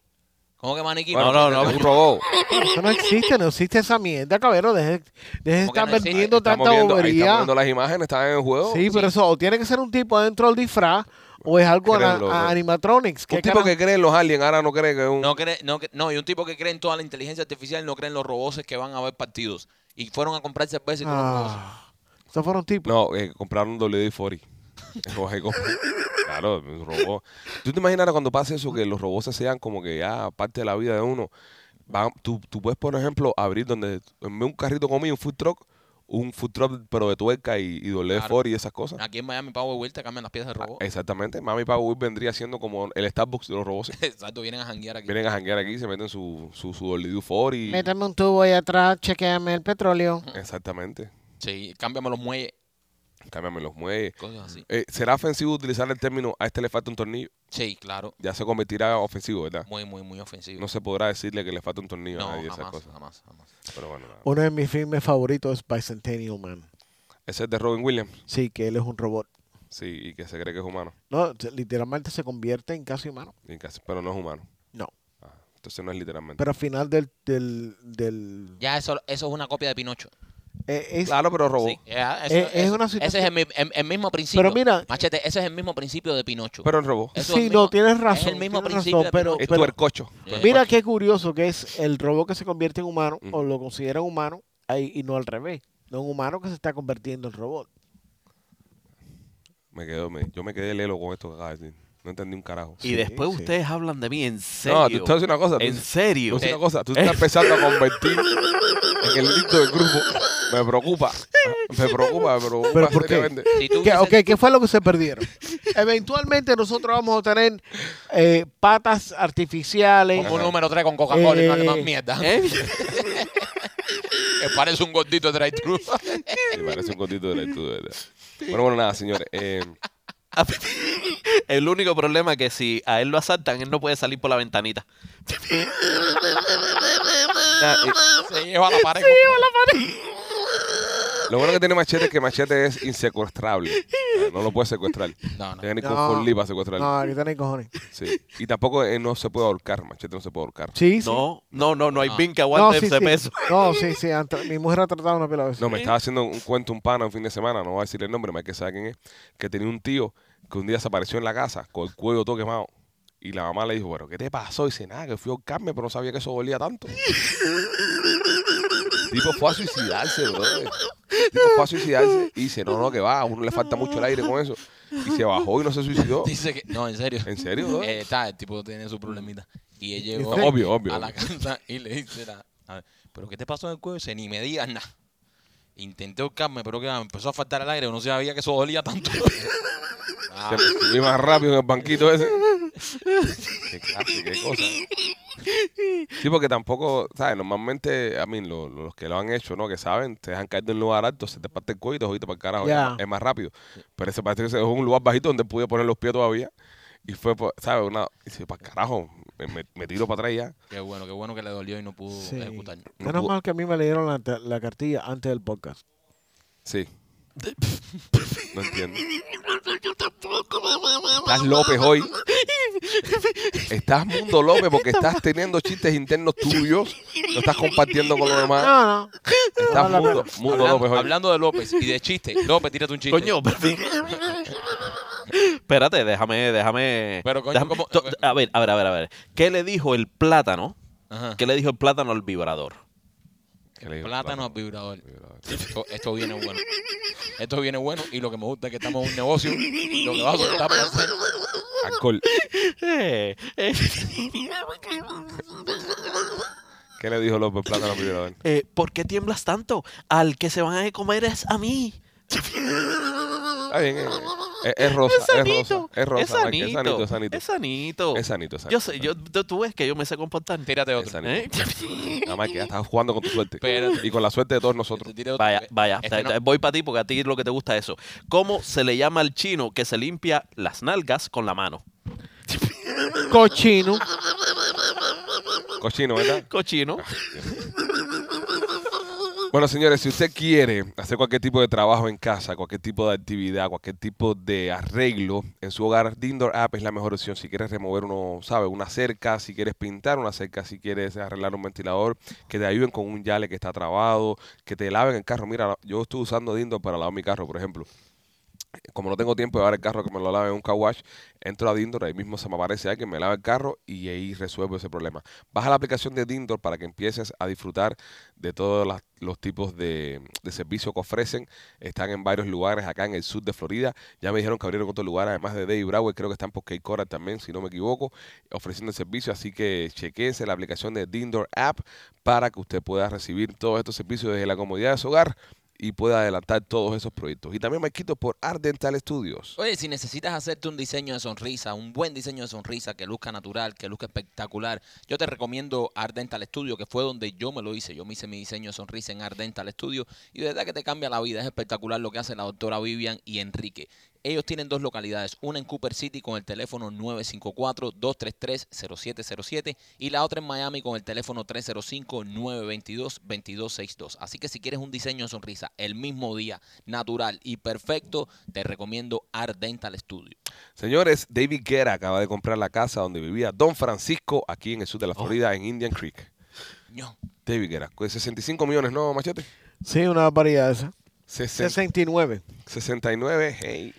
Speaker 2: ¿Cómo que maniquí?
Speaker 1: Bueno,
Speaker 4: No, no, no.
Speaker 1: es un robot.
Speaker 3: Eso no existe, no existe esa mierda, cabrón. Deje, deje de
Speaker 2: ¿Cómo que
Speaker 3: estar
Speaker 2: no existe?
Speaker 3: vendiendo
Speaker 1: Estamos
Speaker 3: tanta
Speaker 1: viendo, ahí estamos
Speaker 3: bobería.
Speaker 1: viendo las imágenes, están en el juego.
Speaker 3: Sí, pero eso o tiene que ser un tipo adentro del disfraz o es algo ana-
Speaker 1: Créanlo,
Speaker 3: a-
Speaker 1: bro.
Speaker 3: animatronics. ¿Qué
Speaker 1: Un tipo
Speaker 3: cara-
Speaker 1: que cree en los aliens ahora no cree que es un...
Speaker 2: No, cree- no, cre- no, y un tipo que cree en toda la inteligencia artificial no cree en los roboces que van a ver partidos. Y fueron a comprar cerveza y todos los roboces.
Speaker 3: Ah, esos fueron tipos.
Speaker 1: No, eh, compraron un WD-40. Coge, coge. claro, un robot. ¿Tú te imaginas ahora cuando pase eso que los robots sean como que ya parte de la vida de uno? Va- tú, tú puedes, por ejemplo, abrir donde... En vez de un carrito conmigo, un food truck, un food truck pero de tuerca y, y WD-40 y esas cosas.
Speaker 2: Aquí en Miami, Power Wheel te cambian las piezas de
Speaker 1: Ah,
Speaker 2: robot.
Speaker 1: Exactamente. Mami Power Whip vendría siendo como el Starbucks de los robots.
Speaker 2: Exacto, vienen a janguear aquí.
Speaker 1: eh. Vienen a janguear aquí, se meten su, su, su WD-40 y...
Speaker 3: Métame un tubo ahí atrás, chequeame el petróleo.
Speaker 1: Exactamente.
Speaker 2: Sí, cámbiame los muelles,
Speaker 1: Cámbiame los muelles.
Speaker 2: cosas así.
Speaker 1: Eh, ¿Será ofensivo utilizar el término a este le falta un tornillo?
Speaker 2: Sí, claro.
Speaker 1: Ya se convertirá ofensivo, ¿verdad?
Speaker 2: Muy, muy, muy ofensivo.
Speaker 1: No se podrá decirle que le falta un tornillo
Speaker 2: No,
Speaker 1: a nadie, esas
Speaker 2: jamás,
Speaker 1: cosas.
Speaker 2: jamás, jamás.
Speaker 1: Pero bueno, nada.
Speaker 3: Uno de mis filmes favoritos es Bicentennial Man.
Speaker 1: ese es de Robin Williams,
Speaker 3: Sí, que él es un robot.
Speaker 1: sí, y que se cree que es humano,
Speaker 3: No, se- literalmente se convierte en casi humano.
Speaker 1: y casi- pero no es humano.
Speaker 3: No.
Speaker 1: Ah, Entonces no es literalmente.
Speaker 3: Pero al final del... del, del
Speaker 2: Ya eso, eso es una copia de Pinocho.
Speaker 3: eh, es-
Speaker 1: claro, pero robó.
Speaker 4: Sí.
Speaker 2: Ya,
Speaker 3: Eh, es
Speaker 2: eso-
Speaker 3: una
Speaker 2: Ese
Speaker 3: situación-
Speaker 2: es el, mi- el- el mismo principio.
Speaker 3: Pero mira-
Speaker 2: Machete, ese es el mismo principio de Pinocho.
Speaker 1: Pero robó.
Speaker 2: Eso
Speaker 3: sí,
Speaker 2: es
Speaker 3: no,
Speaker 2: mismo-
Speaker 3: tienes razón.
Speaker 2: mismo
Speaker 3: tienes
Speaker 2: principio
Speaker 3: razón,
Speaker 2: de
Speaker 3: pero,
Speaker 2: Pinocho.
Speaker 1: Es
Speaker 3: pero
Speaker 1: tuercocho.
Speaker 2: Yeah.
Speaker 3: mira qué curioso que es el robot que se convierte en humano
Speaker 1: Ujú.
Speaker 3: o lo consideran humano ahí, y no al revés. No un humano que se está convirtiendo en robot.
Speaker 1: Me quedo, me- yo me quedé lelo con esto que acabas de decir. No entendí un carajo.
Speaker 4: Y
Speaker 3: Sí,
Speaker 4: después
Speaker 3: sí.
Speaker 4: ustedes hablan de mí en
Speaker 1: No, tú
Speaker 4: serio.
Speaker 1: estás una cosa. tú-
Speaker 4: en serio.
Speaker 1: tú haces
Speaker 4: Eh,
Speaker 1: una cosa. Tú estás empezando a convertir en el lindo del grupo. Me preocupa. Me preocupa, me preocupa. este
Speaker 3: ¿Pero por qué?
Speaker 1: seriamente.
Speaker 2: Si tú
Speaker 3: ¿Qué,
Speaker 2: hubieses-
Speaker 3: ok, ¿qué fue lo que se perdieron? Eventualmente nosotros vamos a tener eh, patas artificiales.
Speaker 2: Como un número 3 con Coca-Cola y no le más
Speaker 3: Eh,
Speaker 2: mierda.
Speaker 4: ¿eh?
Speaker 2: Que parece un gordito de drive-thru.
Speaker 1: Sí, parece un gotito de la actitud, de verdad. Bueno, bueno, nada, señores. eh,
Speaker 4: El único problema es que si a él lo asaltan, él no puede salir por la ventanita.
Speaker 1: nada, eh,
Speaker 2: Se lleva la pared.
Speaker 1: lo bueno que tiene Machete es que Machete es insecuestrable. O sea, No lo puede secuestrar.
Speaker 2: No, no.
Speaker 1: Tiene ni
Speaker 3: No.
Speaker 1: con Forlí para secuestrarlo.
Speaker 3: No, que tenéis cojones.
Speaker 1: Sí. Y tampoco eh, no se puede ahorcar. Machete no se puede ahorcar.
Speaker 3: Sí, sí.
Speaker 4: No, no, no, no hay
Speaker 2: No.
Speaker 4: bin que
Speaker 3: No,
Speaker 4: aguante
Speaker 3: sí,
Speaker 4: ese
Speaker 3: sí.
Speaker 4: peso.
Speaker 3: No, sí, sí. ante- mi mujer ha tratado una pila de veces.
Speaker 1: No, me estaba haciendo un cuento un pana un fin de semana, no voy a decir el nombre, me hay que saber quién es, que tenía un tío que un día desapareció en la casa con el cuello todo quemado. Y la mamá le dijo, pero ¿qué te pasó? dice, nada, que fui a ahorcarme, pero no sabía que eso dolía tanto. El tipo fue a suicidarse, bro. El tipo fue a suicidarse y dice, no, no, que va, a uno le falta mucho el aire con eso. Y se bajó y no se suicidó.
Speaker 2: Dice que. No, en serio.
Speaker 1: ¿En serio, bro?
Speaker 2: Eh, está, el tipo tiene su problemita. Y él llegó
Speaker 1: No, obvio, obvio.
Speaker 2: a la casa y le dice, la- a ver, ¿pero qué te pasó en el cuello? Dice, ni me digas nada. Intenté ahorcarme, pero que me empezó a faltar el aire. No sabía que eso dolía tanto.
Speaker 1: Se me subí más rápido en el banquito ese. qué clase, qué cosa. Sí, porque tampoco, ¿sabes? Normalmente, a mí, lo- lo- los que lo han hecho, ¿no? Que saben, te dejan caer de un lugar alto, se te parte el cuello y te jodiste para el carajo.
Speaker 3: Ya.
Speaker 1: Es, más, es más rápido. Pero ese parece que ese es un lugar bajito donde pude poner los pies todavía. Y fue, por- ¿sabes? Una, y dice, para carajo, me- me, me tiro para atrás y ya.
Speaker 2: Qué bueno, qué bueno que le dolió y no pudo
Speaker 3: Sí.
Speaker 2: ejecutar.
Speaker 3: Menos mal que a mí me leyeron la, ta- la cartilla antes del podcast.
Speaker 1: Sí. No entiendo. Estás López hoy. Estás Mundo López porque estás teniendo chistes internos tuyos. Lo estás compartiendo con los demás.
Speaker 3: No, no.
Speaker 1: Estás
Speaker 3: Habla-
Speaker 1: Mundo, Mundo
Speaker 2: hablando,
Speaker 1: López hoy.
Speaker 2: hablando de López y de chiste. López, tírate un chiste.
Speaker 4: Coño, pero- espérate, déjame, déjame.
Speaker 2: Pero, coño,
Speaker 4: déjame-
Speaker 2: ¿cómo?
Speaker 4: to- a ver, a ver, a ver, a ver. ¿Qué le dijo el plátano?
Speaker 2: Ajá.
Speaker 4: ¿Qué le dijo el plátano al vibrador?
Speaker 1: ¿Qué le digo?
Speaker 2: Plátano al vibrador. Esto, esto viene bueno. Esto viene bueno y lo que me gusta es que estamos en un negocio. Lo que va a pues, soltar para hacer.
Speaker 1: Alcohol.
Speaker 4: Eh, eh,
Speaker 1: ¿Qué le dijo López Plátano al vibrador?
Speaker 4: eh, ¿Por qué tiemblas tanto? Al que se van a comer es a mí.
Speaker 1: Está bien, eh, eh, es, rosa, es, rosa, es rosa,
Speaker 4: Es
Speaker 1: Mike, es sanito,
Speaker 4: sanito.
Speaker 1: es sanito.
Speaker 4: Es sanito.
Speaker 1: Es sanito, es sanito.
Speaker 4: Yo sé, yo, tú tú ves que yo me sé comportar.
Speaker 2: Tírate
Speaker 1: Es
Speaker 2: otro. Este,
Speaker 1: sanito.
Speaker 4: ¿Eh?
Speaker 1: Nada más que ya estás jugando con tu suerte.
Speaker 2: Espérate.
Speaker 1: Y con la suerte de todos nosotros.
Speaker 2: Te tiré otro.
Speaker 4: Vaya, vaya,
Speaker 2: Este
Speaker 4: ta-
Speaker 2: no.
Speaker 4: ta- voy para ti porque a ti lo que te gusta es eso. ¿Cómo se le llama al chino que se limpia las nalgas con la mano?
Speaker 3: Cochino.
Speaker 1: Cochino, ¿verdad?
Speaker 4: Cochino.
Speaker 1: Ah, Bueno, señores, si usted quiere hacer cualquier tipo de trabajo en casa, cualquier tipo de actividad, cualquier tipo de arreglo en su hogar, Dindor App es la mejor opción. Si quieres remover uno, sabe, una cerca, si quieres pintar una cerca, si quieres arreglar un ventilador, que te ayuden con un yale que está trabado, que te laven el carro. Mira, yo estoy usando Dindor para lavar mi carro, por ejemplo. Como no tengo tiempo de lavar el carro, que me lo lave en un car wash, entro a Dindor, ahí mismo se me aparece alguien, me lava el carro y ahí resuelvo ese problema. Baja la aplicación de Dindor para que empieces a disfrutar de todos las- los tipos de, de servicios que ofrecen. Están en varios lugares acá en el sur de Florida. Ya me dijeron que abrieron otro lugar, además de Dave Broward, creo que están por Cape Coral también, si no me equivoco, ofreciendo el servicio. Así que chequense la aplicación de Dindor App para que usted pueda recibir todos estos servicios desde la comodidad de su hogar y pueda adelantar todos esos proyectos. Y también me quito por Art Dental Studios.
Speaker 2: Oye, si necesitas hacerte un diseño de sonrisa, un buen diseño de sonrisa que luzca natural, que luzca espectacular, yo te recomiendo Ardental Studio, que fue donde yo me lo hice. Yo me hice mi diseño de sonrisa en Ardental Studio y de verdad que te cambia la vida. Es espectacular lo que hace la doctora Vivian y Enrique. Ellos tienen dos localidades, una en Cooper City con el teléfono 954-233-0707 y la otra en Miami con el teléfono 305-922-2262. Así que si quieres un diseño de sonrisa el mismo día, natural y perfecto, te recomiendo Art Dental Studio.
Speaker 1: Señores, David Guerra acaba de comprar la casa donde vivía Don Francisco aquí en el sur de la Florida, en Indian Creek.
Speaker 2: Ño.
Speaker 1: David Guerra, pues, con 65 millones, ¿no, Machete?
Speaker 3: Sí, una variedad esa.
Speaker 1: Sesen-
Speaker 3: 69.
Speaker 1: 69, hey.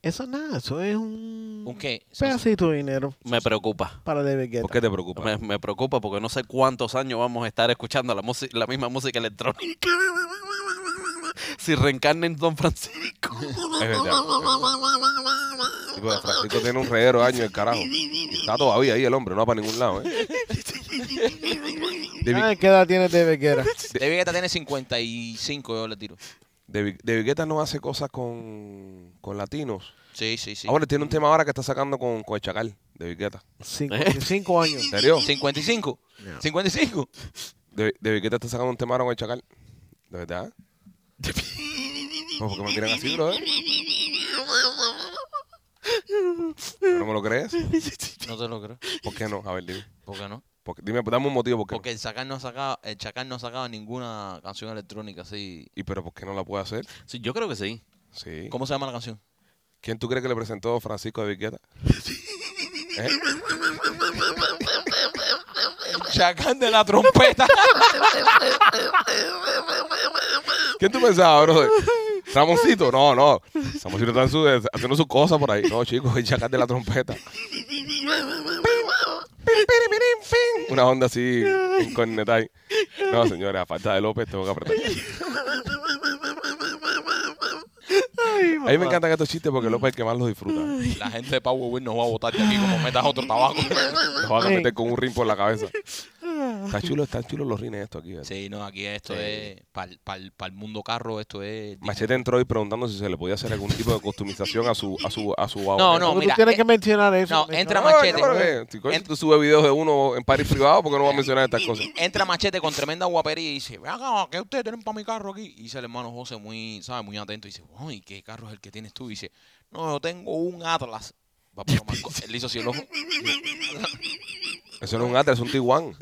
Speaker 3: Eso es nada, eso es un,
Speaker 2: ¿Un qué?
Speaker 3: pedacito de dinero
Speaker 4: Me preocupa.
Speaker 3: para David Guetta.
Speaker 1: ¿Por qué te preocupa?
Speaker 4: Me, me preocupa porque no sé cuántos años vamos a estar escuchando la, musi- la misma música electrónica. Si reencarnen Don Francisco.
Speaker 1: Es verdad. Sí, porque Francisco tiene un reguero de años el carajo. Y está todavía ahí el hombre, no va para ningún lado, ¿eh? David,
Speaker 3: ¿Sabes qué edad tiene David Guetta?
Speaker 2: David Guetta tiene 55, yo le tiro.
Speaker 1: David, David Guetta no hace cosas con, con latinos.
Speaker 2: Sí, sí, sí.
Speaker 1: Ahora tiene un tema ahora que está sacando con, con el Chacal, David Guetta.
Speaker 3: 55 años.
Speaker 1: ¿En serio?
Speaker 2: 55. 55.
Speaker 1: De, de Viqueta está sacando un tema ahora con el chacal. ¿De verdad? No, porque me tiran así, bro. ¿No me lo crees?
Speaker 2: No te lo creo.
Speaker 1: ¿Por qué no? A ver, dime.
Speaker 2: ¿Por qué no?
Speaker 1: ¿Por qué? Dime, dame un motivo por qué. no.
Speaker 2: Porque el Chacal no ha sacado, el Chacal no ha sacado ninguna canción electrónica así.
Speaker 1: ¿Y pero por qué no la puede hacer?
Speaker 4: Sí, yo creo que sí.
Speaker 1: Sí.
Speaker 2: ¿Cómo se llama la canción?
Speaker 1: ¿Quién tú crees que le presentó Francisco de ¿Eh? Viqueta?
Speaker 2: El Chacal de la trompeta.
Speaker 1: ¿Quién tú pensabas, bro? ¿Ramoncito? No, no. Ramoncito está en su- haciendo sus cosas por ahí. No, chicos, el chacal de la trompeta. Una onda así en cornetay. No, señores, a falta de López tengo que apretar. A mí me encantan estos chistes porque López es el que más los disfruta. Los
Speaker 2: la gente de Power Wheel nos va a botar de aquí como metas otro tabaco.
Speaker 1: van a meter con un rin por la cabeza. Están chulos, están chulos los rines estos aquí. ¿verdad?
Speaker 2: sí, no, aquí esto
Speaker 1: Sí.
Speaker 2: es. Para el mundo carro, esto es.
Speaker 1: Machete entró hoy preguntando si se le podía hacer algún tipo de customización a su a su a su
Speaker 2: No, no,
Speaker 3: Tú
Speaker 2: mira.
Speaker 3: tienes
Speaker 2: eh,
Speaker 3: que mencionar eso.
Speaker 2: no,
Speaker 3: mencionar-
Speaker 2: entra
Speaker 1: Ay,
Speaker 2: Machete.
Speaker 1: cabrón, eh, si coño,
Speaker 2: Ent-
Speaker 1: tú subes videos de uno en París privado porque no va a mencionar estas cosas.
Speaker 2: entra Machete con tremenda guapería y dice, "Ven acá, ¿qué ustedes tienen para mi carro aquí? Y dice el hermano José muy, ¿sabes? Muy atento y dice, uy, ¿qué carro es el que tienes tú? Y dice, no, yo tengo un Atlas. Papá, lo marcó. Él hizo así el ojo.
Speaker 1: Eso no es un Atlas, es un Tiguan.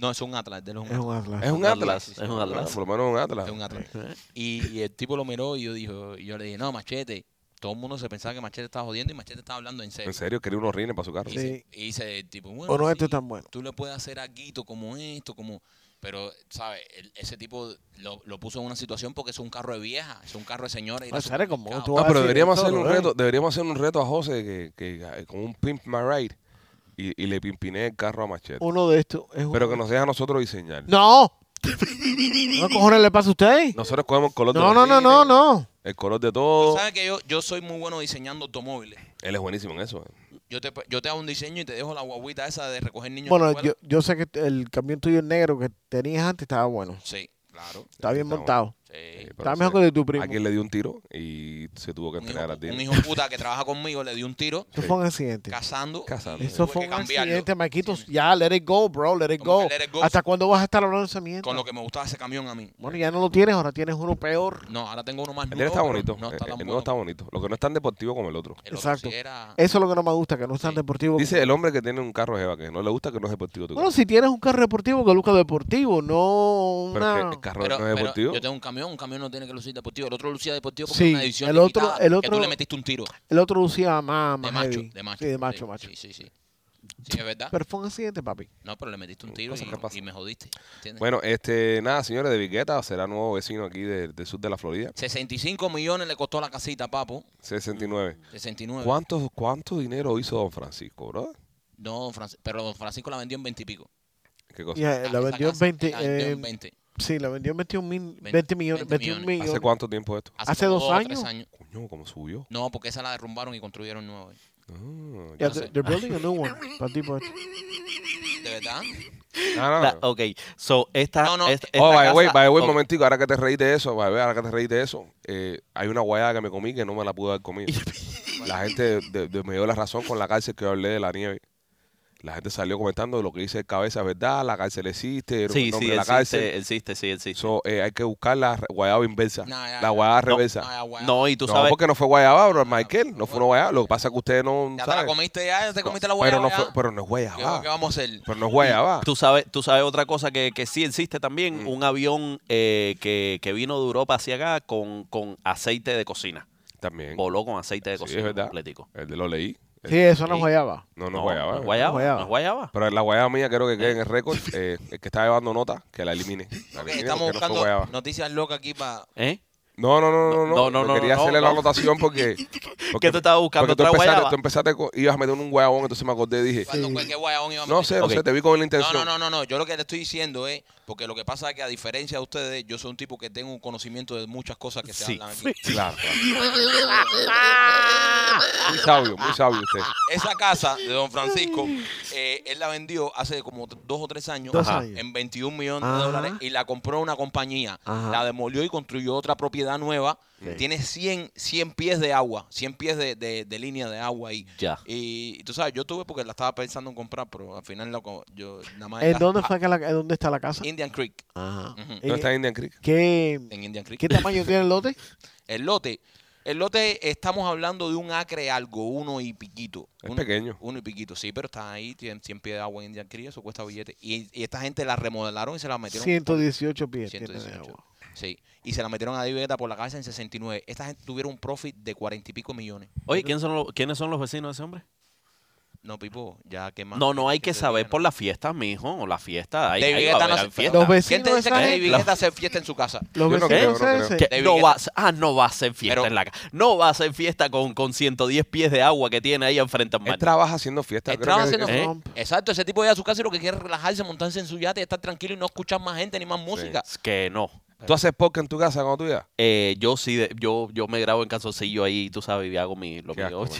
Speaker 2: No, es un Atlas, de los
Speaker 1: Eh,
Speaker 3: Es un Atlas.
Speaker 1: Es un Atlas.
Speaker 4: Es un atlas.
Speaker 1: Por lo menos es un Atlas.
Speaker 2: Es un Atlas. Y, y el tipo lo miró y yo, dijo, y yo le dije, no, Machete. Todo el mundo se pensaba que Machete estaba jodiendo y Machete estaba hablando en serio.
Speaker 1: En serio, quería unos rines para su carro.
Speaker 2: Y,
Speaker 3: Sí.
Speaker 2: dice, y dice el tipo, bueno,
Speaker 3: O no,
Speaker 2: sí,
Speaker 3: esto es tan bueno.
Speaker 2: tú le puedes hacer algo como esto, como... Pero, ¿sabes? El- ese tipo lo, lo puso en una situación porque es un carro de vieja, es un carro de señora. ir
Speaker 3: Ah,
Speaker 2: al
Speaker 3: ¿sabes cómo
Speaker 2: supermercado.
Speaker 3: tú
Speaker 1: No,
Speaker 3: vas a
Speaker 1: pero
Speaker 3: decir
Speaker 1: deberíamos
Speaker 3: esto,
Speaker 1: hacer un
Speaker 3: bro?
Speaker 1: reto, deberíamos hacer un reto a José que, que- eh, con un Pimp My Ride y, y le pimpinee el carro a Machete.
Speaker 3: Uno de estos es un-
Speaker 1: Pero que nos deje a nosotros diseñar.
Speaker 3: ¡No! ¿No cojones le pasa a ustedes?
Speaker 1: Nosotros cogemos el color de
Speaker 3: No,
Speaker 1: los
Speaker 3: no, no, no,
Speaker 1: rines,
Speaker 3: no.
Speaker 1: El color de
Speaker 2: Tú
Speaker 1: todo.
Speaker 2: sabes que yo, yo soy muy bueno diseñando automóviles.
Speaker 1: Él es buenísimo en eso. eh.
Speaker 2: Yo te, yo te hago un diseño y te dejo la guaguita esa de recoger niños. en la
Speaker 3: Bueno, yo,
Speaker 2: escuela.
Speaker 3: yo sé que el camión tuyo el negro que tenías antes estaba bueno.
Speaker 2: Sí, claro.
Speaker 3: Está bien
Speaker 1: Está
Speaker 3: montado.
Speaker 2: Sí.
Speaker 1: Sí, Eh, pero
Speaker 3: Estaba mejor que el
Speaker 1: sí.
Speaker 3: de tu primo.
Speaker 1: Alguien le dio un tiro y se tuvo que
Speaker 2: Un hijo,
Speaker 1: entregar al tiro.
Speaker 2: un hijo puta que trabaja conmigo le dio un tiro
Speaker 3: Eso fue un accidente.
Speaker 2: cazando.
Speaker 1: Este, Cazando.
Speaker 2: y
Speaker 3: Eso
Speaker 2: tuve
Speaker 3: fue
Speaker 2: que
Speaker 3: un
Speaker 2: cambiarlo.
Speaker 3: accidente, Maquitos. Ya, let it go, bro, let it
Speaker 2: ¿Cómo
Speaker 3: go.
Speaker 2: que let it go?
Speaker 3: ¿Hasta cuándo vas a estar hablando de esa mierda?
Speaker 2: Con lo que me gustaba ese camión a mí.
Speaker 3: Bueno, ya no lo tienes, ahora tienes uno peor.
Speaker 2: No, ahora tengo uno más
Speaker 1: El
Speaker 2: nuevo.
Speaker 1: de él está
Speaker 2: pero
Speaker 1: bonito.
Speaker 2: No está
Speaker 1: el
Speaker 2: tan
Speaker 1: el
Speaker 2: bueno.
Speaker 1: nuevo está bonito. Lo que no es tan deportivo como el otro.
Speaker 2: El otro
Speaker 3: Exacto.
Speaker 2: sí era-
Speaker 3: Eso es lo que no me gusta, que no es tan deportivo.
Speaker 1: Dice el hombre que tiene un carro Jeva, que no le gusta que no es deportivo. tu
Speaker 3: Bueno,
Speaker 1: carro.
Speaker 3: si tienes un carro deportivo, que luzca deportivo, no
Speaker 1: Pero es
Speaker 3: una...
Speaker 1: que el carro
Speaker 2: Pero-
Speaker 1: no es
Speaker 2: pero
Speaker 1: deportivo.
Speaker 2: yo tengo un camión, un camión no tiene que lucir deportivo. El otro lucía deportivo porque
Speaker 3: Sí,
Speaker 2: era una edición
Speaker 3: el otro-
Speaker 2: limitada,
Speaker 3: el
Speaker 2: que
Speaker 3: otro-
Speaker 2: tú le metiste un tiro.
Speaker 3: El otro lucía más,
Speaker 2: De
Speaker 3: más
Speaker 2: macho,
Speaker 3: heavy.
Speaker 2: de macho.
Speaker 3: Sí, de macho,
Speaker 2: sí,
Speaker 3: macho.
Speaker 2: Sí, sí, sí. Sí, es verdad.
Speaker 3: Pero fue un accidente, papi.
Speaker 2: No, pero le metiste un tiro
Speaker 1: Cosas que
Speaker 2: y,
Speaker 1: pasan.
Speaker 2: y me jodiste. ¿entiendes?
Speaker 1: Bueno, este, nada, señores, de Vigueta será nuevo vecino aquí de- del sur de la Florida.
Speaker 2: 65 millones le costó la casita, papo.
Speaker 1: 69.
Speaker 2: 69.
Speaker 1: ¿Cuánto, cuánto dinero hizo Don Francisco, bro?
Speaker 2: No, don Franci- pero don Francisco la vendió en 20 y pico.
Speaker 1: ¿Qué cosa?
Speaker 3: Y, eh,
Speaker 2: Esa
Speaker 3: la vendió en
Speaker 2: casa,
Speaker 3: 20...
Speaker 2: la vendió en
Speaker 3: eh,
Speaker 2: 20.
Speaker 3: Sí, la vendió en 21 mil,
Speaker 2: 20,
Speaker 3: 20 millones,
Speaker 2: 20
Speaker 3: 21
Speaker 2: millones.
Speaker 3: millones.
Speaker 1: ¿Hace cuánto tiempo esto?
Speaker 3: hace
Speaker 2: como
Speaker 3: dos
Speaker 2: o tres
Speaker 3: años.
Speaker 1: Coño, ¿cómo subió?
Speaker 2: No, porque esa la derrumbaron y construyeron nueva.
Speaker 1: Ah,
Speaker 3: Yeah,
Speaker 1: ya-
Speaker 2: No
Speaker 3: they're
Speaker 2: sé.
Speaker 3: they're building a new one. para tipo este. esto.
Speaker 2: ¿De verdad?
Speaker 1: Ah, no,
Speaker 4: La-
Speaker 1: no.
Speaker 4: ok, so esta.
Speaker 2: No, no,
Speaker 4: esta-
Speaker 2: eh,
Speaker 4: esta
Speaker 1: Oh, by the way,
Speaker 4: casa-
Speaker 1: by the way, un
Speaker 4: ok,
Speaker 1: momentico, ahora que te reí de eso, by the way, ahora que te reí de eso, eh, hay una guayada que me comí que no me la pude haber comido. la gente de- de- me dio la razón con la cárcel que yo hablé de la nieve. la gente salió comentando lo que dice el cabeza, es ¿verdad? La cárcel existe, era un
Speaker 4: Sí,
Speaker 1: nombre
Speaker 4: sí,
Speaker 1: de la cárcel.
Speaker 4: existe, existe, sí, existe.
Speaker 1: So, eh, hay que buscar la re- guayaba inversa,
Speaker 2: No, ya,
Speaker 1: la
Speaker 2: ya.
Speaker 1: guayaba reversa. No,
Speaker 2: Ay, guau.
Speaker 4: No, y tú
Speaker 1: no,
Speaker 4: sabes.
Speaker 1: porque no fue guayaba, bro, Michael, no fue una guayaba. Lo que pasa es que ustedes no
Speaker 2: Ya te la
Speaker 1: saben.
Speaker 2: comiste ya, ya te comiste la
Speaker 1: pero,
Speaker 2: guayaba.
Speaker 1: no
Speaker 2: ya.
Speaker 1: fue, pero no es guayaba,
Speaker 2: ¿Qué, qué vamos a hacer?
Speaker 1: pero no es guayaba.
Speaker 4: Tú sabes, tú sabes otra cosa que, que sí existe
Speaker 1: Mm.
Speaker 4: también, un avión eh, que, que vino de Europa hacia acá con, con aceite de cocina.
Speaker 1: También,
Speaker 4: Voló con aceite de
Speaker 1: Sí, es
Speaker 4: cocina
Speaker 1: verdad.
Speaker 4: completico.
Speaker 1: el de lo leí. El-
Speaker 3: Sí, eso no
Speaker 4: Sí.
Speaker 3: es guayaba.
Speaker 1: No, no es guayaba.
Speaker 4: No es guayaba.
Speaker 3: guayaba.
Speaker 4: no es guayaba.
Speaker 1: Pero la guayaba mía creo que quede en el récord. eh, el que está llevando nota, que la elimine. La
Speaker 2: Ok,
Speaker 1: elimine
Speaker 2: estamos
Speaker 1: porque no fue
Speaker 2: buscando
Speaker 1: guayaba.
Speaker 2: noticias locas aquí para.
Speaker 4: ¿Eh?
Speaker 1: No, no, no, no, no.
Speaker 4: No, no,
Speaker 1: yo
Speaker 4: no,
Speaker 1: quería
Speaker 4: no,
Speaker 1: hacerle la
Speaker 4: no.
Speaker 1: anotación porque. porque
Speaker 4: ¿Qué tú estabas buscando?
Speaker 1: Porque tú
Speaker 4: ¿Otra
Speaker 1: empezaste,
Speaker 4: guayaba?
Speaker 1: tú empezaste con- ibas a meter un guayabón, entonces me acordé y dije.
Speaker 2: ¿Qué guayabón íbamos a
Speaker 1: No
Speaker 2: meter?
Speaker 1: sé, no
Speaker 4: Ok.
Speaker 1: sé, te vi con la
Speaker 2: No,
Speaker 1: intención.
Speaker 2: no, no, no, no. Yo lo que le estoy diciendo es, porque lo que pasa es que a diferencia de ustedes, yo soy un tipo que tengo un conocimiento de muchas cosas que se
Speaker 4: Sí,
Speaker 2: hablan aquí.
Speaker 1: Claro, claro. Muy sabio, muy sabio usted.
Speaker 2: Esa casa de Don Francisco, eh, él la vendió hace como t- dos o tres años,
Speaker 3: Dos años.
Speaker 2: en 21 millones de
Speaker 3: Ajá.
Speaker 2: dólares y la compró una compañía.
Speaker 3: Ajá.
Speaker 2: La demolió y construyó otra propiedad nueva. Tiene 100, 100 pies de agua, 100 pies de, de- de línea de agua ahí.
Speaker 4: Ya.
Speaker 2: Y, y tú sabes, yo tuve porque la estaba pensando en comprar, pero al final la co- yo nada más...
Speaker 3: ¿En
Speaker 2: está-
Speaker 3: dónde,
Speaker 2: ah,
Speaker 3: fue que la- en dónde está la casa?
Speaker 2: Indian Creek.
Speaker 3: Ajá.
Speaker 2: Ujú.
Speaker 1: ¿Dónde
Speaker 3: Eh,
Speaker 1: está Indian Creek?
Speaker 3: ¿Qué,
Speaker 2: En Indian Creek.
Speaker 3: ¿Qué tamaño tiene el lote?
Speaker 2: El lote, el lote estamos hablando de un acre algo, uno y piquito.
Speaker 1: Es
Speaker 2: Uno-
Speaker 1: pequeño.
Speaker 2: Uno y piquito, sí, pero está ahí, tiene 100 pies de agua en Indian Creek, eso cuesta billete. Y, y esta gente la remodelaron y se la metieron.
Speaker 3: 118 pies tiene de
Speaker 2: 118.
Speaker 3: agua.
Speaker 2: Sí, y se la metieron a Diveta por la casa en 69. Esta gente tuvieron un profit de 40 y pico millones.
Speaker 4: Oye, ¿quiénes son, los, ¿quiénes son los vecinos de ese hombre?
Speaker 2: No, Pipo, ya que más.
Speaker 4: No, no hay que
Speaker 2: te
Speaker 4: saber
Speaker 2: digan?
Speaker 4: por la fiesta, mijo. La fiesta. Hay,
Speaker 2: David
Speaker 4: hay,
Speaker 2: Guetta no se-
Speaker 4: fiesta.
Speaker 3: Los vecinos
Speaker 2: ¿Quién te
Speaker 3: de
Speaker 2: dice
Speaker 3: esa
Speaker 2: que
Speaker 3: gente-
Speaker 2: David Guetta hace fiesta en su casa?
Speaker 3: Los
Speaker 1: Yo no
Speaker 3: vecinos
Speaker 1: creo, no
Speaker 3: de ese-
Speaker 1: creo.
Speaker 4: Que
Speaker 2: David
Speaker 4: no
Speaker 2: Guetta.
Speaker 4: va a ser- ah, no va a ser fiesta
Speaker 2: Pero-
Speaker 4: en la casa. No va a ser fiesta con, con 110 pies de agua que tiene ahí enfrente al
Speaker 1: Él
Speaker 4: mar.
Speaker 1: trabaja haciendo fiestas.
Speaker 2: Él
Speaker 1: creo
Speaker 2: trabaja
Speaker 1: que-
Speaker 2: haciendo-
Speaker 4: ¿Eh?
Speaker 3: Trump.
Speaker 2: Exacto, ese tipo de a su casa y lo que quiere es relajarse, montarse en su yate, estar tranquilo y no escuchar más gente ni más música.
Speaker 4: Es que no.
Speaker 1: ¿Tú haces podcast en tu casa cuando tú ibas?
Speaker 4: Eh, yo sí, de- yo, yo me grabo en calzoncillo ahí, tú sabes, y hago mi, lo
Speaker 1: Qué
Speaker 4: mío.
Speaker 1: asco,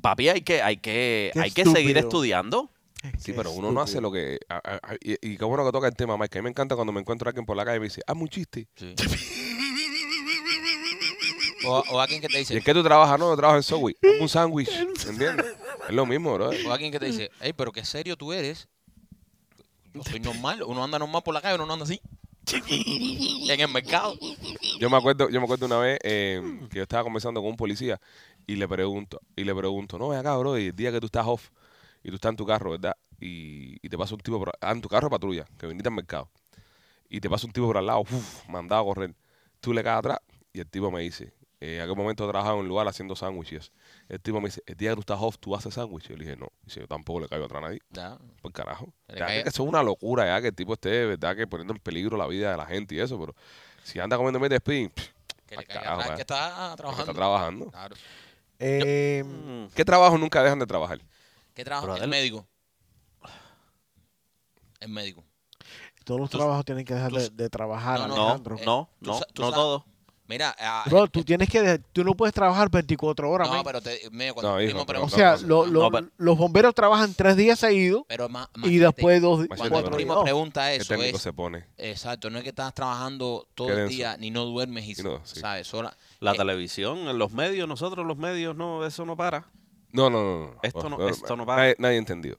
Speaker 4: Papi, hay que, hay que,
Speaker 3: Qué
Speaker 4: hay que
Speaker 3: estúpido.
Speaker 4: seguir estudiando.
Speaker 1: Sí, pero uno no hace lo que. a- a- a- y, y qué bueno que toca el tema, Mike. A mí me encanta cuando me encuentro a alguien por la calle y me dice, hazme un chiste.
Speaker 2: Sí. O, o alguien que te dice,
Speaker 1: ¿Y en qué tú trabajas? No, yo trabajo en Subway. Hazme un sándwich. ¿Entiendes? Es lo mismo, bro.
Speaker 2: O alguien que te dice, hey, pero qué serio tú eres. Yo soy normal. Uno anda normal por la calle, uno no anda así. en el mercado.
Speaker 1: Yo me acuerdo, yo me acuerdo una vez eh, que yo estaba conversando con un policía y le pregunto, y le pregunto, no, ven acá, bro, y el día que tú estás off y tú estás en tu carro, ¿verdad? Y, y te pasa un tipo, por, ah, en tu carro de patrulla, que viniste al mercado, y te pasa un tipo por al lado, uf, mandado a correr, tú le caes atrás y el tipo me dice, eh, en aquel momento yo trabajaba en un lugar haciendo sándwiches, el tipo me dice, el día que tú estás off, ¿tú haces sándwiches? Yo le dije, no, dice, yo tampoco le caigo atrás a nadie.
Speaker 2: Ya.
Speaker 1: Por Pues, carajo.
Speaker 2: Le
Speaker 1: Ya
Speaker 2: cae-
Speaker 1: que eso es una locura, ya que el tipo esté, de verdad, que poniendo en peligro la vida de la gente y eso, pero si anda comiendo meat speed,
Speaker 2: Que
Speaker 1: Ay,
Speaker 2: le caiga
Speaker 1: carajo,
Speaker 2: atrás,
Speaker 1: eh.
Speaker 2: que está
Speaker 1: porque está trabajando.
Speaker 2: trabajando. Claro.
Speaker 3: Eh,
Speaker 4: Mm.
Speaker 1: ¿Qué trabajo nunca dejan de trabajar?
Speaker 2: ¿Qué trabaja?
Speaker 4: Pero
Speaker 2: El
Speaker 4: Adela-
Speaker 2: médico. El médico.
Speaker 3: todos los
Speaker 4: Tú-
Speaker 3: trabajos tienen que dejar
Speaker 4: tú-
Speaker 3: de, de trabajar,
Speaker 2: No, no,
Speaker 4: No,
Speaker 3: Alejandro.
Speaker 4: no,
Speaker 2: eh,
Speaker 4: no,
Speaker 2: tú
Speaker 4: no,
Speaker 2: sa- tú sabes-
Speaker 4: todo.
Speaker 2: Mira, ah,
Speaker 3: Bro, tú tienes que dejar- tú no puedes trabajar 24 horas.
Speaker 2: no,
Speaker 3: man.
Speaker 2: pero te, medio cuando
Speaker 1: No, hijo,
Speaker 2: el primo
Speaker 1: pero-
Speaker 3: o
Speaker 2: preguntó-
Speaker 1: no,
Speaker 3: sea,
Speaker 1: no,
Speaker 3: lo-
Speaker 2: no,
Speaker 3: lo-
Speaker 4: pero-
Speaker 3: los bomberos trabajan tres días seguidos
Speaker 2: pero más, más
Speaker 3: y
Speaker 2: gente,
Speaker 3: después dos,
Speaker 1: Más
Speaker 2: Cuando
Speaker 1: gente,
Speaker 2: el
Speaker 3: cuatro
Speaker 1: pero-
Speaker 2: primo
Speaker 3: días.
Speaker 2: pregunta
Speaker 1: ¿Qué
Speaker 2: eso,
Speaker 1: técnico
Speaker 2: es
Speaker 1: se pone?
Speaker 2: Exacto, no es que estás trabajando todo
Speaker 1: Qué
Speaker 2: el
Speaker 1: denso.
Speaker 2: día ni no duermes y,
Speaker 1: Y no, sí.
Speaker 2: sabes, sola.
Speaker 4: La
Speaker 2: Eh,
Speaker 4: televisión, los medios, nosotros los medios, no, eso no para.
Speaker 1: No, no, no. no.
Speaker 4: Esto no-
Speaker 1: Bueno,
Speaker 4: esto no va.
Speaker 1: nadie, nadie ha entendido.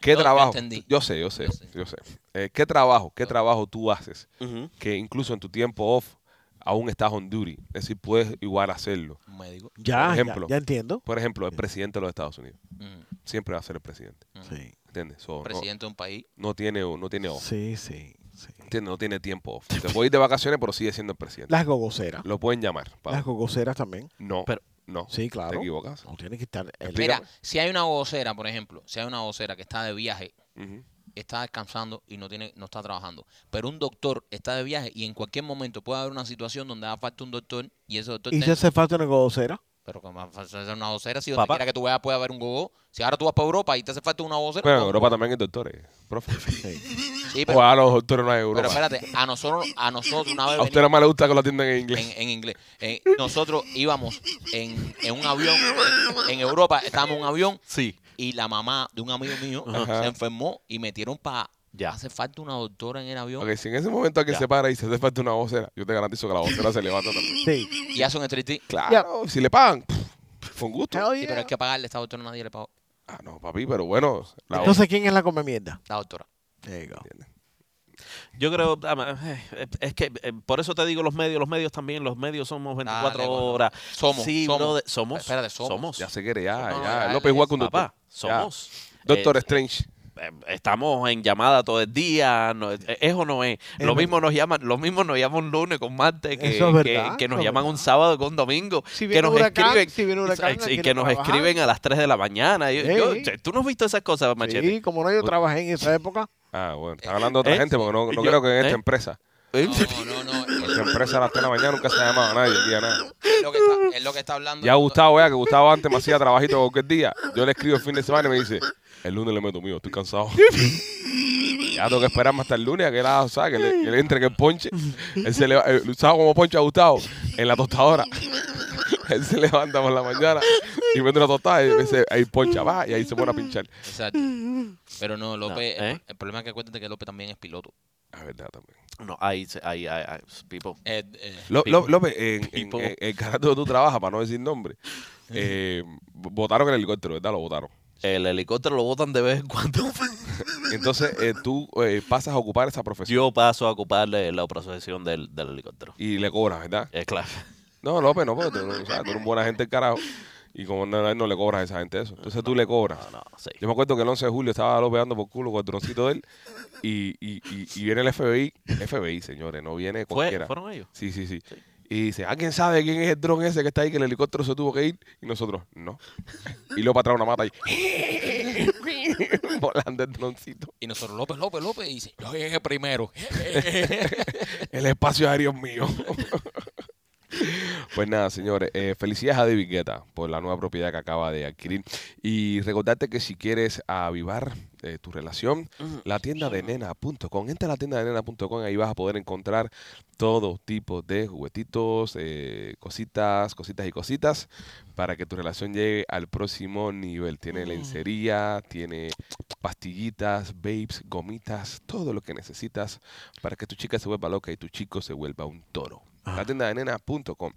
Speaker 1: ¿Qué
Speaker 2: No, yo
Speaker 1: trabajo?
Speaker 2: entendí.
Speaker 1: Yo sé, yo sé,
Speaker 2: Yo sé.
Speaker 1: yo sé. Eh, ¿Qué trabajo, qué trabajo tú haces
Speaker 4: Ujú.
Speaker 1: que incluso en tu tiempo off aún estás on duty? Es decir, puedes igual hacerlo.
Speaker 2: un médico.
Speaker 3: Ya,
Speaker 1: Por
Speaker 3: ya,
Speaker 1: ejemplo.
Speaker 3: ya, entiendo.
Speaker 1: Por ejemplo, el presidente de los Estados Unidos.
Speaker 2: Mm,
Speaker 1: Siempre va a ser el presidente.
Speaker 3: Sí,
Speaker 1: ¿Entiendes? So, no-
Speaker 2: presidente de un país.
Speaker 1: no, tiene, no tiene off.
Speaker 3: sí, sí. sí.
Speaker 1: ¿Entiendes? No tiene tiempo off. Se puede ir de vacaciones, pero sigue siendo el presidente.
Speaker 3: Las gogoceras.
Speaker 1: Lo pueden llamar. Pablo.
Speaker 3: Las gogoceras también.
Speaker 1: No,
Speaker 4: Pero-
Speaker 1: no.
Speaker 3: Sí, claro.
Speaker 1: Te equivocas.
Speaker 3: No tiene que estar. el-
Speaker 1: Explica-
Speaker 2: Mira,
Speaker 1: Dígame.
Speaker 2: si hay una vocera, por ejemplo, si hay una vocera que está de viaje,
Speaker 1: Ujú.
Speaker 2: está descansando y no tiene, no está trabajando, pero un doctor está de viaje y en cualquier momento puede haber una situación donde haga falta un doctor y ese doctor
Speaker 3: ¿Y
Speaker 2: tiene-
Speaker 3: si hace falta una gogocera?
Speaker 2: pero que me hace falta una vocera, si donde
Speaker 4: Papá.
Speaker 2: quiera que tú vayas puede haber un gogo. Si ahora tú vas para Europa y te hace falta una vocera,
Speaker 1: Bueno, en
Speaker 2: no,
Speaker 1: Europa también hay doctores, profe.
Speaker 3: Sí.
Speaker 2: sí,
Speaker 1: O
Speaker 2: pero,
Speaker 1: a los doctores no hay en
Speaker 2: pero
Speaker 1: Europa.
Speaker 2: espérate, a nosotros, a nosotros una vez
Speaker 1: a
Speaker 2: venimos-
Speaker 1: usted nada más le gusta que lo atiendan en inglés.
Speaker 2: en, en inglés. Eh, nosotros íbamos en, en un avión, en Europa, estábamos en un avión
Speaker 4: Sí.
Speaker 2: y la mamá de un amigo mío
Speaker 1: Ajá.
Speaker 2: se enfermó y metieron para...
Speaker 4: Ya.
Speaker 2: Hace falta una doctora en el avión
Speaker 1: Ok, si en ese momento alguien
Speaker 4: Ya.
Speaker 1: se para y se hace falta una vocera, yo te garantizo que la vocera se levanta también.
Speaker 3: Sí.
Speaker 2: y hace un striptease.
Speaker 1: Claro, si le pagan, pff, con gusto.
Speaker 3: Hell
Speaker 2: Sí, pero
Speaker 3: yeah.
Speaker 2: hay que pagarle, esta doctora nadie le pagó.
Speaker 1: Ah, no, papi, pero bueno. la otra-
Speaker 3: Entonces, ¿quién es la come mierda?
Speaker 2: La doctora.
Speaker 3: There you go.
Speaker 4: Yo creo, ama, eh, eh, es que eh, por eso te digo los medios, los medios también, los medios somos 24
Speaker 2: Dale, bueno.
Speaker 4: horas.
Speaker 2: Somos,
Speaker 4: Sí,
Speaker 2: somos.
Speaker 4: brother, somos.
Speaker 2: Espérate, somos.
Speaker 1: ya se quiere, ya,
Speaker 2: No,
Speaker 1: ya.
Speaker 2: ya,
Speaker 1: López
Speaker 2: es-
Speaker 1: Juan
Speaker 4: Papá, somos.
Speaker 1: Doctor
Speaker 4: Eh,
Speaker 1: Strange.
Speaker 4: eh, estamos en llamada todo el día, no, eh, es o no es.
Speaker 3: Es
Speaker 4: Lo mismo nos llaman, lo mismo nos llaman un lunes con martes que,
Speaker 3: Eso es
Speaker 4: que-
Speaker 3: verdad,
Speaker 4: que nos
Speaker 3: eso es
Speaker 4: llaman
Speaker 3: verdad.
Speaker 4: un sábado con un domingo,
Speaker 3: Si
Speaker 4: que
Speaker 3: viene
Speaker 4: nos
Speaker 3: huracán,
Speaker 4: escriben
Speaker 3: si viene huracán,
Speaker 4: y- y- y
Speaker 3: aquí
Speaker 4: que
Speaker 3: no
Speaker 4: nos
Speaker 3: trabajan.
Speaker 4: escriben a las 3 de la mañana. Yo- yo-
Speaker 3: Ey.
Speaker 4: tú no has visto esas cosas, machete.
Speaker 3: Sí, como no, yo trabajé en esa época.
Speaker 1: Ah, bueno, están hablando de otra
Speaker 4: eh,
Speaker 1: gente porque no, no
Speaker 4: yo-
Speaker 1: creo que en esta
Speaker 4: eh.
Speaker 1: empresa.
Speaker 4: ¿Eh?
Speaker 2: No, no, no.
Speaker 1: Esta empresa a las 3 de la mañana nunca se ha llamado a nadie el día nada.
Speaker 2: Es lo que está, es lo que está hablando.
Speaker 1: Ya Gustavo, vea que Gustavo antes me hacía trabajito cualquier día. Yo le escribo el fin de semana y me dice, el lunes le meto mío, estoy cansado. ya tengo que esperarme hasta el lunes a que él haga, ¿sabes? Que le, que le entre que el ponche. Él se leva- eh, ¿Sabes cómo ponche a Gustavo? En la tostadora. él se levanta por la mañana y mete una tostada y dice, ahí poncha, va, y ahí se pone a pinchar.
Speaker 2: Exacto. Pero no, López,
Speaker 4: No, ¿eh?
Speaker 2: el, el problema es que acuérdate que López también es piloto.
Speaker 1: La verdad también.
Speaker 4: No, ahí, se- ahí, ahí, ahí, people.
Speaker 2: Eh, eh,
Speaker 1: Lo-
Speaker 4: People.
Speaker 1: Lo- López, en, en-
Speaker 4: People.
Speaker 1: en el canal donde tú trabajas, para no decir nombre, eh, votaron el helicóptero, ¿verdad? Lo votaron.
Speaker 4: El helicóptero lo botan de vez en cuando.
Speaker 1: Entonces eh, tú eh, pasas a ocupar esa profesión
Speaker 4: Yo paso a ocuparle la procesión del, del helicóptero.
Speaker 1: y le cobras, ¿verdad?
Speaker 4: Es claro.
Speaker 1: No, López, no, porque tú, no- o sea, tú eres buena gente, el carajo. Y como no, no le cobras a esa gente eso. Entonces tú le cobras.
Speaker 4: No, no, sí.
Speaker 1: Yo me acuerdo que el 11 de julio estaba López dando por culo con el droncito de él. Y, y, y, y viene el FBI. FBI, señores, no viene
Speaker 4: Fue,
Speaker 1: cualquiera.
Speaker 4: fueron ellos.
Speaker 1: Sí, sí, sí. Y dice, ¿alguien sabe quién es el dron ese que está ahí, que el helicóptero se tuvo que ir? Y nosotros, no. Y luego para atrás una mata y... Volando el droncito.
Speaker 2: y nosotros, López, López, López, y dice, yo llegué primero.
Speaker 1: El espacio aéreo es mío. Pues nada, señores, eh, felicidades a David Guetta por la nueva propiedad que acaba de adquirir. Y recordarte que si quieres avivar eh, tu relación, la tienda de nena.com, entra a la tienda de nena.com, ahí vas a poder encontrar todo tipo de juguetitos, eh, cositas, cositas y cositas, para que tu relación llegue al próximo nivel. Tiene lencería, tiene pastillitas, babes, gomitas, todo lo que necesitas para que tu chica se vuelva loca y tu chico se vuelva un toro.
Speaker 3: Ah.
Speaker 1: La tienda de nena.com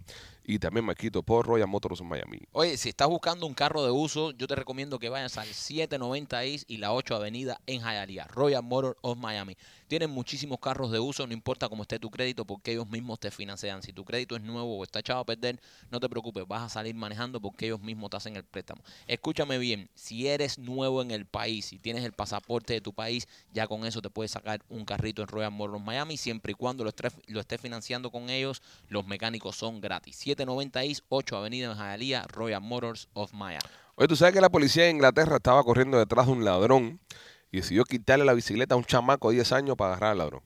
Speaker 1: y también me quito por Royal Motors Miami.
Speaker 2: Oye, si estás buscando un carro de uso, yo te recomiendo que vayas al 790 East y la 8 Avenida en Hialeah, Royal Motor of Miami. Tienen muchísimos carros de uso, no importa cómo esté tu crédito, porque ellos mismos te financian. Si tu crédito es nuevo o está echado a perder, no te preocupes, vas a salir manejando porque ellos mismos te hacen el préstamo. Escúchame bien, si eres nuevo en el país, si tienes el pasaporte de tu país, ya con eso te puedes sacar un carrito en Royal Motor of Miami, siempre y cuando lo estés, lo estés financiando con ellos, los mecánicos son gratis. 790 East, 8 Avenida en Hialeah, Royal Motors of Miami.
Speaker 1: Oye, tú sabes que la policía de Inglaterra estaba corriendo detrás de un ladrón y decidió quitarle la bicicleta a un chamaco de 10 años para agarrar al ladrón.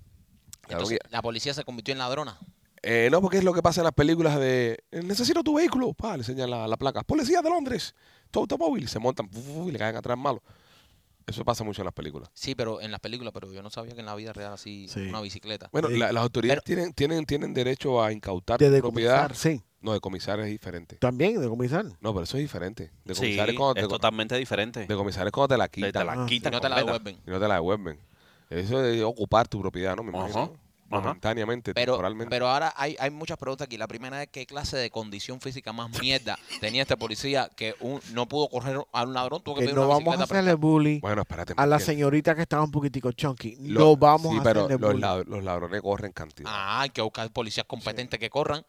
Speaker 1: Ladrón
Speaker 2: Entonces, la policía se convirtió en ladrona.
Speaker 1: Eh, no, porque es lo que pasa en las películas de eh, necesito tu vehículo, pa, le señala la placa. Policía de Londres, tu automóvil, y se montan fu, fu, fu, y le caen atrás malo. Eso pasa mucho en las películas.
Speaker 2: Sí, pero en las películas, pero yo no sabía que en la vida real así
Speaker 3: Sí.
Speaker 2: una bicicleta.
Speaker 1: Bueno, la- las autoridades tienen, tienen, tienen derecho a incautar
Speaker 3: De
Speaker 1: propiedad.
Speaker 3: decomisar, sí.
Speaker 1: No, decomisar es diferente.
Speaker 3: También decomisar.
Speaker 1: No, pero eso es diferente.
Speaker 4: Sí,
Speaker 1: Decomisar es cuando te,
Speaker 4: es totalmente diferente.
Speaker 1: decomisar es cuando te la
Speaker 4: Te,
Speaker 1: quitan
Speaker 4: te la
Speaker 3: Ah,
Speaker 4: quitan.
Speaker 2: Y no te la
Speaker 4: completa.
Speaker 2: devuelven.
Speaker 1: y no te la devuelven. Eso es ocupar tu propiedad, ¿no? Me imagino.
Speaker 4: Ajá,
Speaker 1: ¿no?
Speaker 4: ajá.
Speaker 1: Momentáneamente,
Speaker 2: Pero,
Speaker 1: temporalmente.
Speaker 2: pero ahora hay, hay muchas preguntas aquí. La primera es qué clase de condición física más mierda tenía este policía que un- no pudo correr a un ladrón, tuvo que
Speaker 3: Que
Speaker 2: pedir
Speaker 3: no
Speaker 2: una
Speaker 3: vamos a
Speaker 2: bicicleta.
Speaker 3: hacerle bully
Speaker 1: bueno, espérate.
Speaker 3: a la
Speaker 1: Martín.
Speaker 3: señorita que estaba un poquitico chunky.
Speaker 1: Lo-
Speaker 3: No vamos
Speaker 1: sí,
Speaker 3: a
Speaker 1: pero
Speaker 3: hacerle
Speaker 1: los,
Speaker 3: bully.
Speaker 1: lad- los ladrones corren cantidad.
Speaker 2: Ah, hay que buscar policías competentes que corran.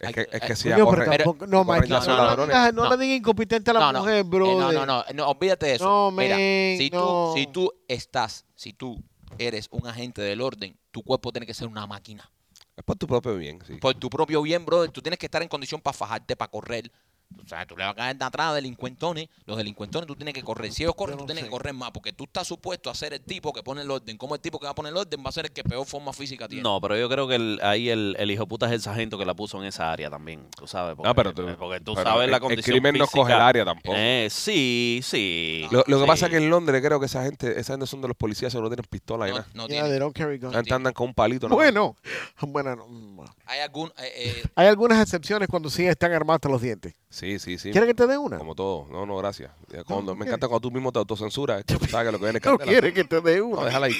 Speaker 1: es
Speaker 2: hay-
Speaker 1: que, es que
Speaker 2: eh,
Speaker 1: si
Speaker 3: Coño,
Speaker 1: ya
Speaker 3: pero
Speaker 1: corren,
Speaker 3: tampoco- no,
Speaker 1: corren
Speaker 3: Mike,
Speaker 1: ya
Speaker 3: no,
Speaker 1: son
Speaker 2: no, no,
Speaker 1: ladrones.
Speaker 3: digas- no
Speaker 2: no.
Speaker 3: le digas incompetente a la
Speaker 2: no,
Speaker 3: mujer,
Speaker 2: no,
Speaker 3: bro.
Speaker 2: eh, no, no, no, no, olvídate de eso.
Speaker 3: No,
Speaker 2: Mira,
Speaker 3: men,
Speaker 2: si,
Speaker 3: no.
Speaker 2: tú, si tú estás, si tú eres un agente del orden, tu cuerpo tiene que ser una máquina.
Speaker 1: Es por tu propio bien, sí.
Speaker 2: Por tu propio bien, brother, tú tienes que estar en condición para fajarte, para correr. O sea, tú le vas a caer de atrás a delincuentones. Los delincuentones tú tienes que correr. Si ellos corren,
Speaker 3: Yo no
Speaker 2: tú tienes
Speaker 3: sé.
Speaker 2: que correr más. Porque tú estás supuesto a ser el tipo que pone el orden. Como el tipo que va a poner el orden va a ser el que peor forma física tiene.
Speaker 4: No, pero yo creo que el- ahí el, el hijo puta es el sargento que la puso en esa área también, tú sabes. Porque, eh,
Speaker 1: Ah, pero tú-
Speaker 4: porque tú
Speaker 1: pero
Speaker 4: sabes
Speaker 1: el-
Speaker 4: la
Speaker 1: el
Speaker 4: condición
Speaker 1: crimen no
Speaker 4: física.
Speaker 1: coge el área tampoco.
Speaker 4: Eh, sí, sí.
Speaker 1: Lo, lo que
Speaker 4: sí.
Speaker 1: pasa es que en Londres creo que esa gente, esa gente son de los policías, solo tienen pistola y
Speaker 2: no,
Speaker 1: nada.
Speaker 2: no
Speaker 3: Yeah,
Speaker 2: tiene.
Speaker 3: they don't carry guns.
Speaker 1: Antes andan con un palito. nada más.
Speaker 3: Bueno, bueno, no, mm,
Speaker 2: Hay algún. eh, eh,
Speaker 3: hay algunas excepciones cuando sí están armados hasta los dientes.
Speaker 1: Sí, sí, sí.
Speaker 3: ¿Quieres que te dé una?
Speaker 1: Como todo. No, no, gracias. Ya Cuando,
Speaker 3: no
Speaker 1: me
Speaker 3: quiere.
Speaker 1: encanta cuando tú mismo te autocensuras. que tú sabes que lo que viene es
Speaker 3: No
Speaker 1: candela.
Speaker 3: quiere que te dé
Speaker 1: No,
Speaker 3: una.
Speaker 1: déjala ahí.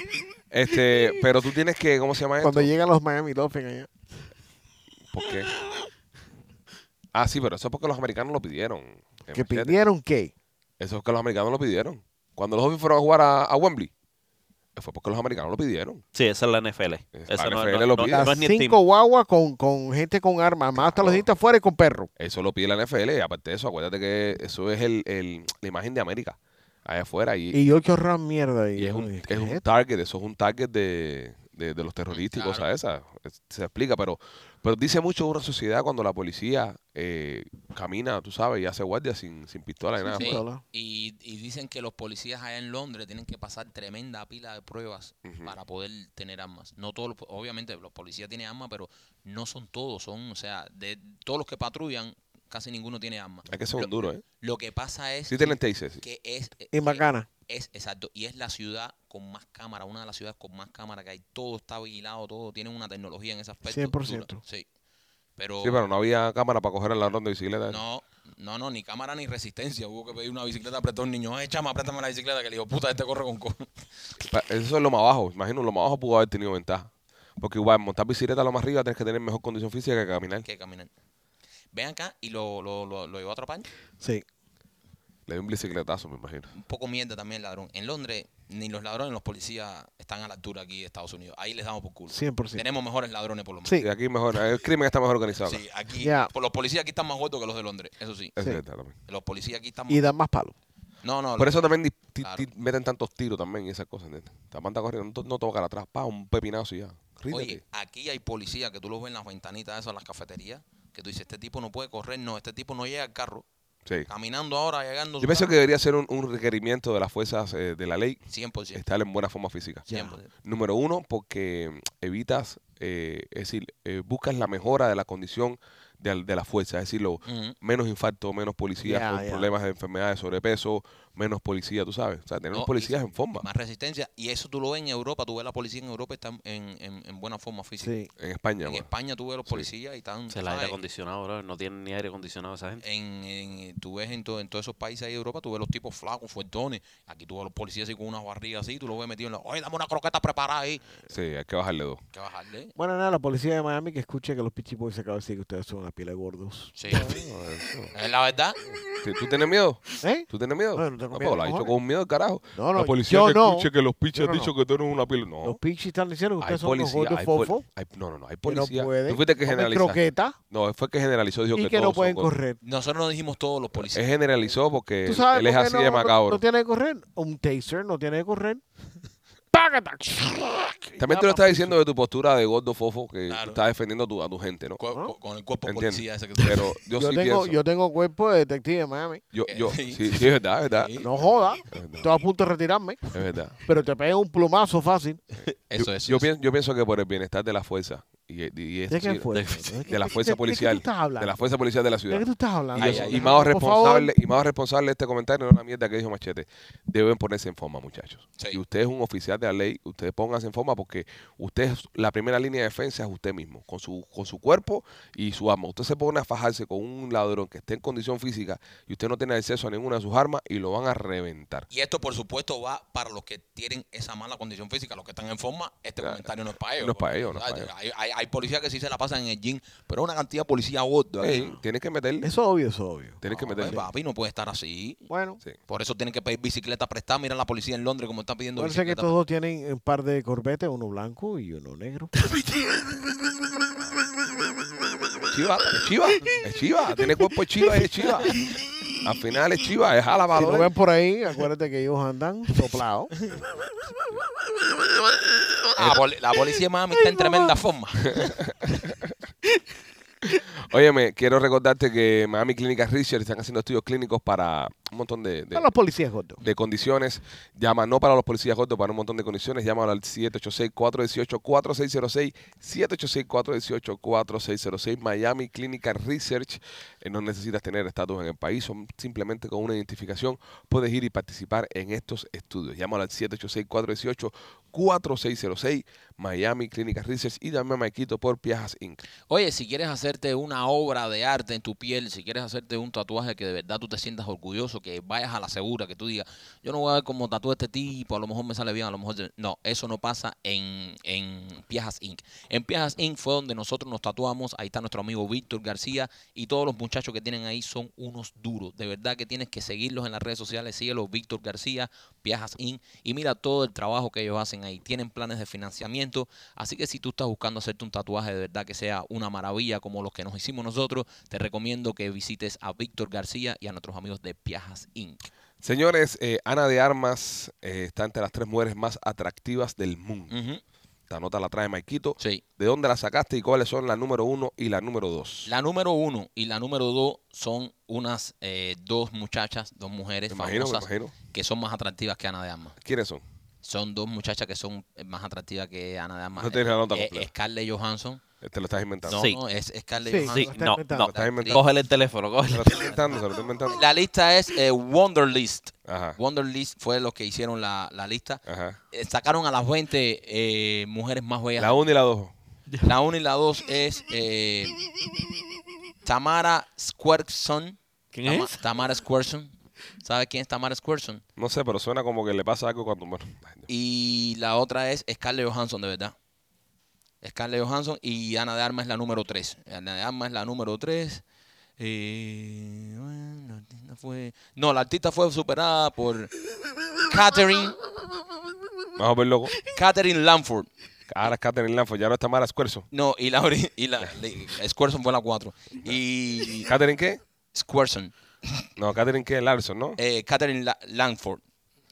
Speaker 1: Este, pero tú tienes que, ¿cómo se llama
Speaker 3: Cuando
Speaker 1: esto?
Speaker 3: llegan los Miami Dolphins allá.
Speaker 1: ¿Por qué? Ah, sí, pero eso es porque los americanos lo pidieron.
Speaker 3: ¿Que
Speaker 1: Imagínate.
Speaker 3: pidieron qué?
Speaker 1: Eso es que los americanos lo pidieron. Cuando los Dolphins fueron a jugar a, a Wembley, eh, fue porque los americanos lo pidieron.
Speaker 4: Sí, esa es la NFL.
Speaker 1: Es
Speaker 4: Esa
Speaker 1: la
Speaker 4: no,
Speaker 1: NFL
Speaker 4: no-
Speaker 1: lo
Speaker 4: no-
Speaker 1: pide.
Speaker 4: no
Speaker 3: Las
Speaker 4: es ni el team.
Speaker 3: cinco guaguas con, con gente con armas, más hasta los
Speaker 1: Claro.
Speaker 3: dientes afuera y con perro.
Speaker 1: Eso lo pide la NFL. Y aparte de eso, acuérdate que eso es el, el- la imagen de América allá afuera. Y,
Speaker 3: Y yo chorro mierda. ahí.
Speaker 1: y es un,
Speaker 3: Oye,
Speaker 1: es
Speaker 3: ¿qué
Speaker 1: un
Speaker 3: esto?
Speaker 1: target. Eso es un target de, de- de los terroristas y
Speaker 2: Claro.
Speaker 1: cosas esas. Es- Se explica, pero, pero dice mucho de una sociedad cuando la policía eh, camina, tú sabes, y hace guardia sin, sin pistola y nada.
Speaker 2: Sí,
Speaker 1: pues.
Speaker 3: Ojalá.
Speaker 2: y, y dicen que los policías allá en Londres tienen que pasar tremenda pila de pruebas
Speaker 1: Ujú.
Speaker 2: para poder tener armas. No todos, los po- obviamente los policías tienen armas, pero no son todos, son, o sea, de todos los que patrullan, casi ninguno tiene armas.
Speaker 1: Hay que ser un
Speaker 2: Lo-
Speaker 1: duro, ¿eh?
Speaker 2: Lo que pasa es
Speaker 1: Sí, te lenteices. sí.
Speaker 2: que es, eh,
Speaker 3: Y bacana.
Speaker 2: es exacto, y es la ciudad con más cámara, una de las ciudades con más cámara que hay, todo está vigilado, todo tiene una tecnología en ese aspecto. dura.
Speaker 3: 100%.
Speaker 2: Sí. Pero,
Speaker 1: Sí, pero no había cámara para coger el ladrón de bicicleta.
Speaker 2: no, no, no, ni cámara ni resistencia. Hubo que pedir una bicicleta, apretó un niño, eh, chama, aprétame la bicicleta, que le dijo, puta, este corre con co.
Speaker 1: Pa- Eso es lo más bajo. Imagino, lo más bajo pudo haber tenido ventaja. Porque igual, montar bicicleta a lo más arriba tienes que tener mejor condición física que caminar.
Speaker 2: que caminar. Ven acá y lo, lo, lo, lo llevó a atrapar.
Speaker 3: Sí.
Speaker 1: Le dio un bicicletazo, me imagino.
Speaker 2: Un poco mierda también el ladrón. En Londres, ni los ladrones ni los policías están a la altura aquí de Estados Unidos. Ahí les damos por culo.
Speaker 3: 100%.
Speaker 2: Tenemos mejores ladrones por lo menos.
Speaker 3: Sí.
Speaker 1: Y aquí mejor, el crimen está mejor organizado.
Speaker 2: Sí, aquí,
Speaker 3: Ya.
Speaker 2: por los policías aquí están más gordos que los de Londres, eso sí.
Speaker 1: Es
Speaker 3: Sí.
Speaker 1: verdad también.
Speaker 2: Los policías aquí están más...
Speaker 3: Y dan más palo.
Speaker 2: No, no,
Speaker 1: Por
Speaker 2: los-
Speaker 1: eso también di- ti-
Speaker 2: Claro.
Speaker 1: ti- meten tantos tiros también y esas cosas, ¿entiendes? Te manda corriendo, no, to- no tocar atrás, pa, un pepinazo y ya. Ríndete.
Speaker 2: Oye, aquí hay policías que tú los ves en las ventanitas esas, en las cafeterías, que tú dices, este tipo no puede correr, no, este tipo no llega al carro.
Speaker 1: Sí.
Speaker 2: Caminando ahora, llegando... a
Speaker 1: Yo
Speaker 2: su
Speaker 1: pienso que
Speaker 2: casa,
Speaker 1: debería ser un, un requerimiento de las fuerzas eh, de la ley
Speaker 2: 100%.
Speaker 1: estar en buena forma física.
Speaker 3: Ya.
Speaker 2: 100%.
Speaker 1: Número uno, porque mm, evitas, eh, es decir, eh, buscas la mejora de la condición de, al- de la fuerza, es decir, lo,
Speaker 2: Ujú.
Speaker 1: menos infarto, menos policías
Speaker 3: Ya,
Speaker 1: con
Speaker 3: ya.
Speaker 1: problemas de enfermedades, sobrepeso, menos policía, tú sabes. O sea, tenemos
Speaker 2: No, y-
Speaker 1: policías en forma.
Speaker 2: Más resistencia. Y eso tú lo ves en Europa, tú ves la policía en Europa, están en, en, en buena forma física.
Speaker 3: Sí.
Speaker 1: En España,
Speaker 2: En
Speaker 1: bro.
Speaker 2: España tú ves los
Speaker 1: Sí.
Speaker 2: policías y están...
Speaker 4: O sea, el aire
Speaker 2: ¿sabes?
Speaker 4: acondicionado, bro. No tienen ni aire acondicionado esa gente.
Speaker 2: en, en- eh, tú ves en, to- en todos esos países ahí de Europa, tú ves los tipos flacos, fuertones. Aquí tú ves a los policías así con unas barrigas así, tú los ves metidos en la. Oye, dame una croqueta preparada ahí.
Speaker 1: Sí, hay que bajarle dos.
Speaker 2: Que bajarle.
Speaker 3: Bueno, nada, la policía de Miami que escuche que los Pitchy Boys acaba de decir que ustedes son una pila de gordos.
Speaker 2: Sí.
Speaker 1: No, eso.
Speaker 2: es la verdad.
Speaker 1: Sí, ¿Tú tienes miedo?
Speaker 3: ¿Eh?
Speaker 1: ¿Tú tienes miedo?
Speaker 3: No, no tengo
Speaker 1: Ah,
Speaker 3: miedo,
Speaker 1: pero la ha dicho
Speaker 3: cojones.
Speaker 1: con un miedo, del carajo.
Speaker 3: No, no,
Speaker 1: la policía
Speaker 3: yo
Speaker 1: que
Speaker 3: no.
Speaker 1: escuche que los piches
Speaker 3: Yo no,
Speaker 1: han dicho que tú eres una pila.
Speaker 3: Los
Speaker 1: No,
Speaker 3: Pitchy están diciendo que
Speaker 1: hay
Speaker 3: ustedes son unos
Speaker 1: policía.
Speaker 3: gordos
Speaker 1: Hay pol-
Speaker 3: fofos.
Speaker 1: hay- no, no, no, hay
Speaker 3: Que no
Speaker 1: policía.
Speaker 3: pueden.
Speaker 1: tú fuiste que
Speaker 3: comen
Speaker 1: generalizó.
Speaker 3: croqueta
Speaker 1: No, fue que generalizó, dijo
Speaker 3: y
Speaker 1: que,
Speaker 3: que no
Speaker 1: todos son
Speaker 3: pueden
Speaker 1: gordos.
Speaker 3: correr.
Speaker 2: Nosotros no dijimos todos los
Speaker 1: Él
Speaker 2: policías.
Speaker 1: generalizó porque
Speaker 3: ¿Tú
Speaker 1: él
Speaker 3: sabes
Speaker 1: es
Speaker 3: por qué
Speaker 1: así
Speaker 3: no,
Speaker 1: de
Speaker 3: no-
Speaker 1: macabro.
Speaker 3: No tiene que correr. Un taser no tiene que correr. ¡Págata!
Speaker 1: También tú lo estás diciendo de tu postura de gordo fofo que tú
Speaker 2: Claro.
Speaker 1: estás defendiendo tu- a tu gente, ¿no?
Speaker 2: Cu- cu- Con el cuerpo
Speaker 1: Entiendo.
Speaker 2: policía ese que tú
Speaker 1: Pero yo,
Speaker 3: Yo,
Speaker 1: sí
Speaker 3: tengo,
Speaker 1: pienso.
Speaker 3: yo tengo cuerpo de detective, mami.
Speaker 1: Yo,
Speaker 2: Eh,
Speaker 1: yo, sí,
Speaker 2: sí.
Speaker 1: sí, es verdad, es verdad.
Speaker 2: Sí.
Speaker 3: No joda.
Speaker 1: Es verdad,
Speaker 3: Estoy a punto de retirarme.
Speaker 1: es verdad.
Speaker 3: Pero te pegué un plumazo fácil.
Speaker 2: Eso
Speaker 1: yo,
Speaker 2: es.
Speaker 1: yo pienso, yo pienso que por el bienestar de la fuerza y, y- y es
Speaker 3: ¿De qué
Speaker 1: decir,
Speaker 3: fue?
Speaker 1: de la fuerza
Speaker 3: ¿De
Speaker 1: policial,
Speaker 3: qué tú estás hablando?
Speaker 1: de la fuerza policial de la
Speaker 3: ¿De
Speaker 1: ciudad.
Speaker 3: qué tú estás
Speaker 1: Y,
Speaker 3: hablando?
Speaker 2: Ay,
Speaker 1: yo-
Speaker 2: ay,
Speaker 1: y
Speaker 2: ay.
Speaker 1: más
Speaker 3: Ah, Por favor.
Speaker 1: responsable, y más responsable de este comentario no es la mierda que dijo Machete. Deben ponerse en forma, muchachos.
Speaker 2: Sí.
Speaker 1: Y usted es un oficial de la ley, ustedes pónganse en forma porque usted es la primera línea de defensa es usted mismo, con su, con su cuerpo y su arma. Usted se pone a fajarse con un ladrón que esté en condición física y usted no tiene acceso a ninguna de sus armas y lo van a reventar.
Speaker 2: Y esto, por supuesto, va para los que tienen esa mala condición física, los que están en forma. Este
Speaker 1: Claro.
Speaker 2: comentario no es para ellos.
Speaker 1: No es para
Speaker 2: porque,
Speaker 1: ellos, no es
Speaker 2: ¿sabes?
Speaker 1: para
Speaker 2: hay, hay- hay policías que sí se la pasan en el gym, pero una cantidad de policías gordos aquí.
Speaker 1: Ey, tienes que meterle,
Speaker 3: Eso es obvio, eso es obvio.
Speaker 1: tienes que
Speaker 2: No,
Speaker 1: meterle.
Speaker 2: papi, no puede estar así.
Speaker 3: Bueno,
Speaker 1: Sí.
Speaker 2: Por eso tienen que pedir bicicleta prestada. Mira la policía en Londres como están pidiendo
Speaker 3: parece que
Speaker 2: bicicleta.
Speaker 3: todos tienen un par de corbetes, uno blanco y uno negro.
Speaker 1: Chiva, es chiva, es chiva, tiene cuerpo de chiva, es chiva. Al final es chiva, es jala
Speaker 3: Si lo
Speaker 1: valor.
Speaker 3: ven por ahí, acuérdate que ellos andan soplados.
Speaker 2: Ah, poli- la policía de Miami está en tremenda forma.
Speaker 1: Óyeme, quiero recordarte que Miami Clínicas Research están haciendo estudios clínicos para un montón de, de-
Speaker 3: Son los policías gordos.
Speaker 1: de condiciones. Llama, no para los policías cortos, para un montón de condiciones. Llámalo al 786-418-4606, 786-418-4606. Miami Clinical Research. Eh, no necesitas tener estatus en el país, son simplemente con una identificación puedes ir y participar en estos estudios. Llámalo al 786-418-4606, Miami Clinical Research y dame a Maikito por Piajas Inc.
Speaker 2: Oye, si quieres hacerte una obra de arte en tu piel, si quieres hacerte un tatuaje que de verdad tú te sientas orgulloso, eso, que vayas a la segura, que tú digas, yo no voy a ver cómo tatúa este tipo, a lo mejor me sale bien, a lo mejor... se- No, eso no pasa en, en Piajas Inc. En Piajas Inc. fue donde nosotros nos tatuamos, ahí está nuestro amigo Víctor García y todos los muchachos que tienen ahí son unos duros. De verdad que tienes que seguirlos en las redes sociales, síguelos Víctor García, Piajas Inc. y mira todo el trabajo que ellos hacen ahí. Tienen planes de financiamiento, así que si tú estás buscando hacerte un tatuaje de verdad que sea una maravilla como los que nos hicimos nosotros, te recomiendo que visites a Víctor García y a nuestros amigos de Piajas Inc.
Speaker 1: Señores, eh, Ana de Armas eh, está entre las tres mujeres más atractivas del mundo.
Speaker 2: Ujú,
Speaker 1: Esta nota la trae Maikito.
Speaker 2: Sí.
Speaker 1: ¿De dónde la sacaste y cuáles son la número uno y la número dos?
Speaker 2: La número uno y la número dos son unas eh, dos muchachas, dos mujeres
Speaker 1: me imagino, me
Speaker 2: famosas
Speaker 1: imagino.
Speaker 2: que son más atractivas que Ana de Armas.
Speaker 1: ¿Quiénes son?
Speaker 2: Son dos muchachas que son eh, más atractivas que Ana de Armas.
Speaker 1: No tienes la nota
Speaker 2: Eh,
Speaker 1: completa. Ah,
Speaker 2: Scarlett Johansson.
Speaker 1: Te Este, lo estás inventando.
Speaker 2: No,
Speaker 4: Sí.
Speaker 2: no, es Scarlett
Speaker 3: Sí,
Speaker 4: Sí,
Speaker 2: Johansson.
Speaker 3: está
Speaker 4: no,
Speaker 3: inventando.
Speaker 4: no.
Speaker 1: Lo estás inventando.
Speaker 4: Cógele el teléfono,
Speaker 1: Se
Speaker 4: cógele.
Speaker 1: lo estás inventando, se lo estás inventando.
Speaker 2: La lista es eh, Wonderlist.
Speaker 1: Ajá,
Speaker 2: Wonderlist fue los que hicieron la, la lista.
Speaker 1: ajá.
Speaker 2: Eh, sacaron a las 20 eh, mujeres más bellas.
Speaker 1: La una y la dos.
Speaker 2: La 1 y la 2 es eh, Tamara Squarson.
Speaker 4: ¿Quién
Speaker 2: Tama-
Speaker 4: es?
Speaker 2: Tamara Squarson. ¿Sabe quién es Tamara Squarson?
Speaker 1: No sé, pero suena como que le pasa algo cuando... Bueno, ay, Dios.
Speaker 2: Y la otra es Scarlett Johansson, de verdad. Scarlett Johansson y Ana de Armas es la número 3. Ana de Armas es la número 3. la artista fue... No, la artista fue superada por Catherine,
Speaker 1: Vamos a ver, loco.
Speaker 2: Catherine Lamford.
Speaker 1: Ahora es Catherine Lanford, ya no está Mara Squerzo.
Speaker 2: No, y la... ori- Y la le- Squarson fue la 4. Y
Speaker 1: ¿Catherine qué?
Speaker 2: Squarson.
Speaker 1: No, Catherine qué, Larson, ¿no?
Speaker 2: eh, Catherine La- Langford.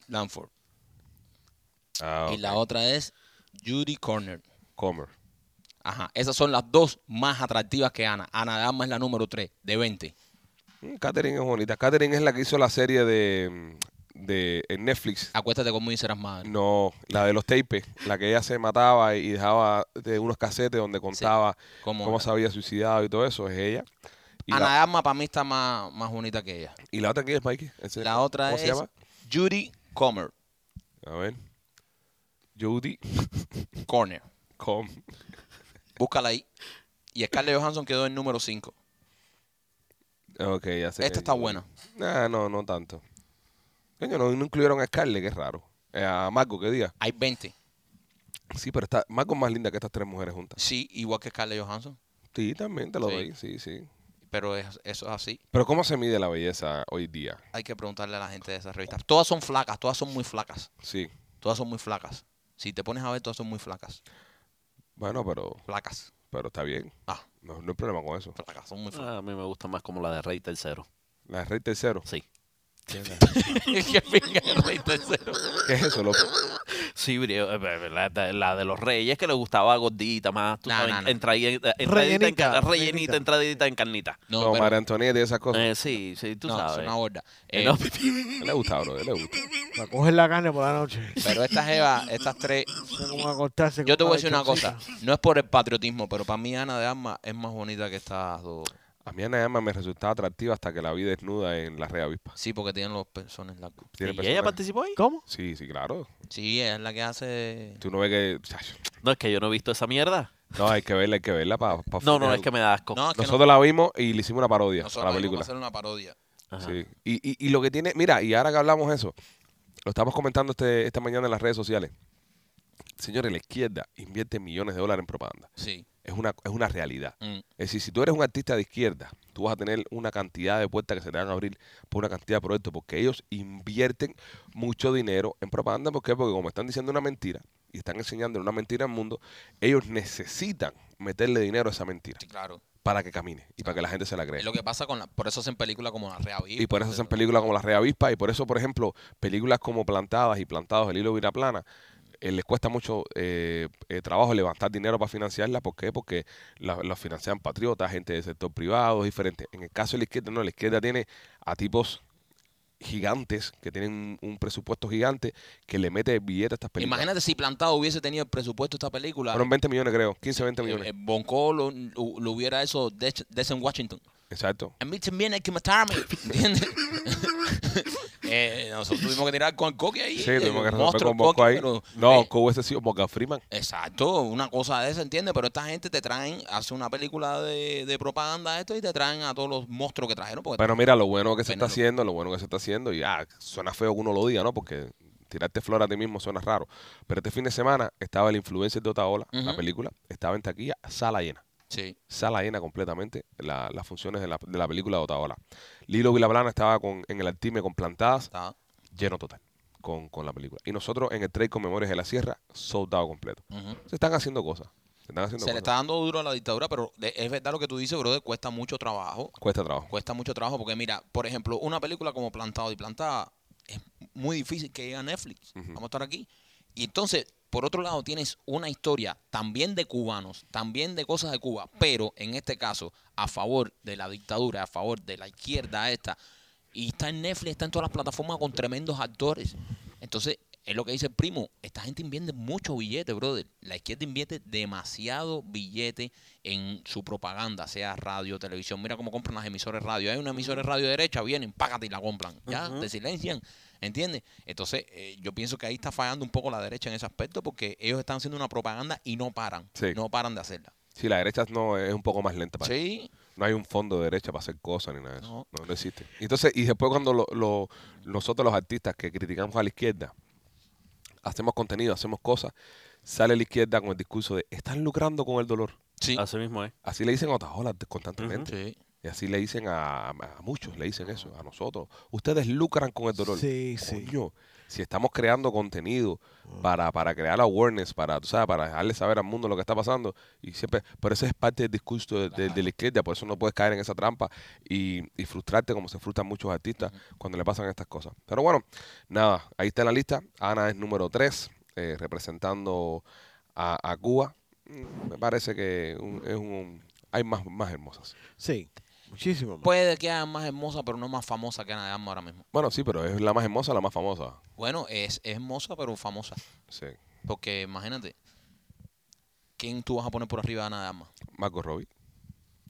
Speaker 2: Langford.
Speaker 1: Ah,
Speaker 2: Y la otra es Judy Corner.
Speaker 1: Comer.
Speaker 2: Ajá, esas son las dos más atractivas que Ana. Ana de Armas es la número 3, de 20.
Speaker 1: Mm, Catherine es bonita. Catherine es la que hizo la serie de, de en Netflix.
Speaker 2: Acuéstate conmigo y serás madre.
Speaker 1: No, la de los tapes, la que ella se mataba y dejaba de unos casetes donde contaba
Speaker 2: ¿Cómo
Speaker 1: cómo
Speaker 2: era?
Speaker 1: se había suicidado y todo eso, es ella. Y,
Speaker 2: Ana
Speaker 1: la,
Speaker 2: de Armas para mí está más, más bonita que ella.
Speaker 1: y la otra quién es, Mikey? Ese-
Speaker 2: La otra
Speaker 1: ¿Cómo
Speaker 2: es
Speaker 1: se llama?
Speaker 2: Judy Comer.
Speaker 1: A ver. Judy
Speaker 2: Corner.
Speaker 1: Com.
Speaker 2: Búscala ahí. Y Scarlett Johansson quedó en número 5.
Speaker 1: Ok, ya sé.
Speaker 2: Esta está buena.
Speaker 1: Nah, no, no tanto. Coño, no, no incluyeron a Scarlett, que es raro. Eh, a Marco, que diga.
Speaker 2: Hay 20.
Speaker 1: Sí, pero está Marco es más linda que estas tres mujeres juntas.
Speaker 2: Sí, igual que Scarlett Johansson.
Speaker 1: Sí, también te lo
Speaker 2: Sí.
Speaker 1: doy, sí, sí.
Speaker 2: Pero es- eso es así.
Speaker 1: Pero ¿cómo se mide la belleza hoy día?
Speaker 2: Hay que preguntarle a la gente de esas revistas. Todas son flacas, todas son muy flacas.
Speaker 1: Sí.
Speaker 2: Todas son muy flacas. Si te pones a ver, todas son muy flacas.
Speaker 1: Bueno, pero,
Speaker 2: Flacas.
Speaker 1: pero está bien.
Speaker 2: Ah,
Speaker 1: No, no hay problema con eso.
Speaker 2: flacas, son muy flacas.
Speaker 4: Ah, a mí me gusta más como la de Rey Tercero.
Speaker 1: La rey tercero.
Speaker 4: Sí.
Speaker 2: Qué pinga el rey tercero.
Speaker 1: ¿Qué es eso, loco?
Speaker 4: Sí, brío, eh, eh, la, de- la de los reyes que le gustaba gordita más, tú
Speaker 2: No,
Speaker 4: sabes,
Speaker 2: no, no.
Speaker 4: entradi- eh, entradita, en
Speaker 3: Rellenita,
Speaker 4: ca- rellenita,
Speaker 3: rellenita.
Speaker 4: entradita en carnita.
Speaker 1: No,
Speaker 2: No, pero-
Speaker 1: María Antonieta y esas cosas.
Speaker 4: Eh, sí, sí, tú
Speaker 2: no, es
Speaker 4: sabes.
Speaker 2: una gorda.
Speaker 4: Eh,
Speaker 2: Eh,
Speaker 4: no,
Speaker 1: Le gusta, bro, le gusta.
Speaker 3: Para coger la carne por la noche.
Speaker 2: pero estas Eva, estas tres,
Speaker 3: Tengo que acostarse
Speaker 2: yo te
Speaker 3: con
Speaker 2: voy a decir una
Speaker 3: lechoncita.
Speaker 2: cosa. No es por el patriotismo, pero para mí Ana de Armas es más bonita que estas dos.
Speaker 1: A mí Ana Emma me resultaba atractiva hasta que la vi desnuda en la Rea Avispa.
Speaker 2: Sí, porque tienen los pezones largos.
Speaker 1: Tiene
Speaker 4: ¿Y ella
Speaker 1: personaje.
Speaker 4: participó ahí?
Speaker 3: ¿Cómo?
Speaker 1: Sí, sí, claro.
Speaker 2: Sí, ella es la que hace.
Speaker 1: Tú no ves que... chacho.
Speaker 4: No, es que yo no he visto esa mierda.
Speaker 1: No, hay que verla, hay que verla para...
Speaker 4: No, no, es que me da asco.
Speaker 2: No, es que
Speaker 1: Nosotros la vimos y le hicimos una parodia a
Speaker 2: no,
Speaker 1: la
Speaker 2: nosotros vamos a
Speaker 1: película.
Speaker 2: hacer una parodia.
Speaker 4: Ajá.
Speaker 1: Sí. Y, y, y lo que tiene, mira, y ahora que hablamos eso, lo estamos comentando este, esta mañana en las redes sociales. Señores, la izquierda invierte millones de dólares en propaganda.
Speaker 2: Sí.
Speaker 1: Es una, es una realidad.
Speaker 2: Mm.
Speaker 1: Es decir, si tú eres un artista de izquierda, tú vas a tener una cantidad de puertas que se te van a abrir por una cantidad de proyectos, porque ellos invierten mucho dinero en propaganda. ¿Por qué? Porque como están diciendo una mentira y están enseñando una mentira al mundo, ellos necesitan meterle dinero a esa mentira
Speaker 2: Sí, claro.
Speaker 1: para que camine y para que la gente se la crea.
Speaker 2: Es lo que pasa con la. Por eso hacen películas como La Rea Viva.
Speaker 1: Y por eso hacen películas como La Rea Avispa y por eso, por ejemplo, películas como Plantadas y Plantados, El Hilo Vira Plana, eh, les cuesta mucho eh, eh, trabajo levantar dinero para financiarlas. ¿Por qué? Porque la- las financian patriotas, gente del sector privado, es diferente. En el caso de la izquierda, no, la izquierda tiene a tipos gigantes que tienen un presupuesto gigante que le mete billetes a estas películas.
Speaker 2: Imagínate si Plantado hubiese tenido el presupuesto de esta película.
Speaker 1: Fueron 20 millones, creo, 15, 20
Speaker 2: Eh,
Speaker 1: millones.
Speaker 2: eh, Bonco lo, lo- lo hubiera eso de, de en Washington.
Speaker 1: Exacto.
Speaker 2: A mí también hay que matarme. ¿Entiendes? Eh, nosotros tuvimos que tirar con el coque ahí.
Speaker 1: Sí,
Speaker 2: eh,
Speaker 1: tuvimos que
Speaker 2: el
Speaker 1: romper
Speaker 2: monstruo
Speaker 1: con Bosco
Speaker 2: Coqui,
Speaker 1: ahí.
Speaker 2: pero,
Speaker 1: No,
Speaker 2: eh,
Speaker 1: que hubiese sido Morgan Freeman.
Speaker 2: Exacto, una cosa de esa, ¿entiendes? Pero esta gente te traen, hace una película de, de propaganda de esto y te traen a todos los monstruos que trajeron. Porque
Speaker 1: Pero mira, lo bueno que se
Speaker 2: Bueno,
Speaker 1: está
Speaker 2: lo-
Speaker 1: haciendo, lo bueno que se está haciendo, y ah, suena feo que uno lo diga, ¿no? Porque tirarte flor a ti mismo suena raro. Pero este fin de semana estaba el influencer de Otaola, la
Speaker 2: Ujú.
Speaker 1: película, estaba en taquilla, sala llena.
Speaker 2: sí,
Speaker 1: Sala llena completamente la- las funciones de la, de la película de Otaola. Lilo Vilablana estaba con, en el altime con plantadas,
Speaker 2: está.
Speaker 1: lleno total con, con la película. Y nosotros en el trade con Memorias de la Sierra, soldado completo.
Speaker 2: ujú.
Speaker 1: Se están haciendo cosas. Se están haciendo
Speaker 2: Se le
Speaker 1: cosas.
Speaker 2: está dando duro a la dictadura, pero de- es verdad lo que tú dices, brother, cuesta mucho trabajo.
Speaker 1: Cuesta trabajo.
Speaker 2: Cuesta mucho trabajo porque, mira, por ejemplo, una película como Plantado y Plantada es muy difícil que llegue a Netflix.
Speaker 1: Ujú.
Speaker 2: Vamos a estar aquí. Y entonces, por otro lado, tienes una historia también de cubanos, también de cosas de Cuba, pero en este caso, a favor de la dictadura, a favor de la izquierda esta. Y está en Netflix, está en todas las plataformas con tremendos actores. Entonces, es lo que dice el primo, esta gente invierte mucho billete, brother. La izquierda invierte demasiado billete en su propaganda, sea radio, televisión. Mira cómo compran las emisoras de radio. Hay una emisora de radio derecha, vienen, págate y la compran. Ya, te silencian. ¿Entiendes? Entonces, eh, yo pienso que ahí está fallando un poco la derecha en ese aspecto porque ellos están haciendo una propaganda y no paran.
Speaker 1: Sí.
Speaker 2: No paran de hacerla.
Speaker 1: Sí, la derecha no es un poco más lenta para
Speaker 2: Sí.
Speaker 1: No hay un fondo de derecha para hacer cosas ni nada de eso. No,
Speaker 2: No.
Speaker 1: no existe. Y Entonces, y después cuando lo- lo- nosotros los artistas que criticamos a la izquierda, hacemos contenido, hacemos cosas, sale la izquierda con el discurso de están lucrando con el dolor.
Speaker 2: Sí.
Speaker 4: Así mismo es.
Speaker 1: Así le dicen a Otajola constantemente.
Speaker 2: Sí.
Speaker 1: Y así le dicen a, a muchos, le dicen eso, a nosotros. Ustedes lucran con el dolor.
Speaker 3: Sí, sí.
Speaker 1: Coño, si estamos creando contenido para, para crear awareness, para, tú sabes, para dejarle saber al mundo lo que está pasando, y siempre, pero ese es parte del discurso de, de- de la izquierda, por eso no puedes caer en esa trampa y, y frustrarte como se frustran muchos artistas cuando le pasan estas cosas. Pero bueno, nada, ahí está la lista. Ana es número 3, representando a, a Cuba. Mm, Me parece que un- es un, hay más, más hermosas.
Speaker 3: Sí, muchísimo más.
Speaker 2: Puede que haya más hermosa, pero no más famosa que Ana de Armas ahora mismo.
Speaker 1: Bueno, sí, pero es la más hermosa, la más famosa.
Speaker 2: Bueno, es, es hermosa, pero famosa.
Speaker 1: Sí.
Speaker 2: Porque imagínate, ¿quién tú vas a poner por arriba de Ana de Armas?
Speaker 1: Marco Robbie.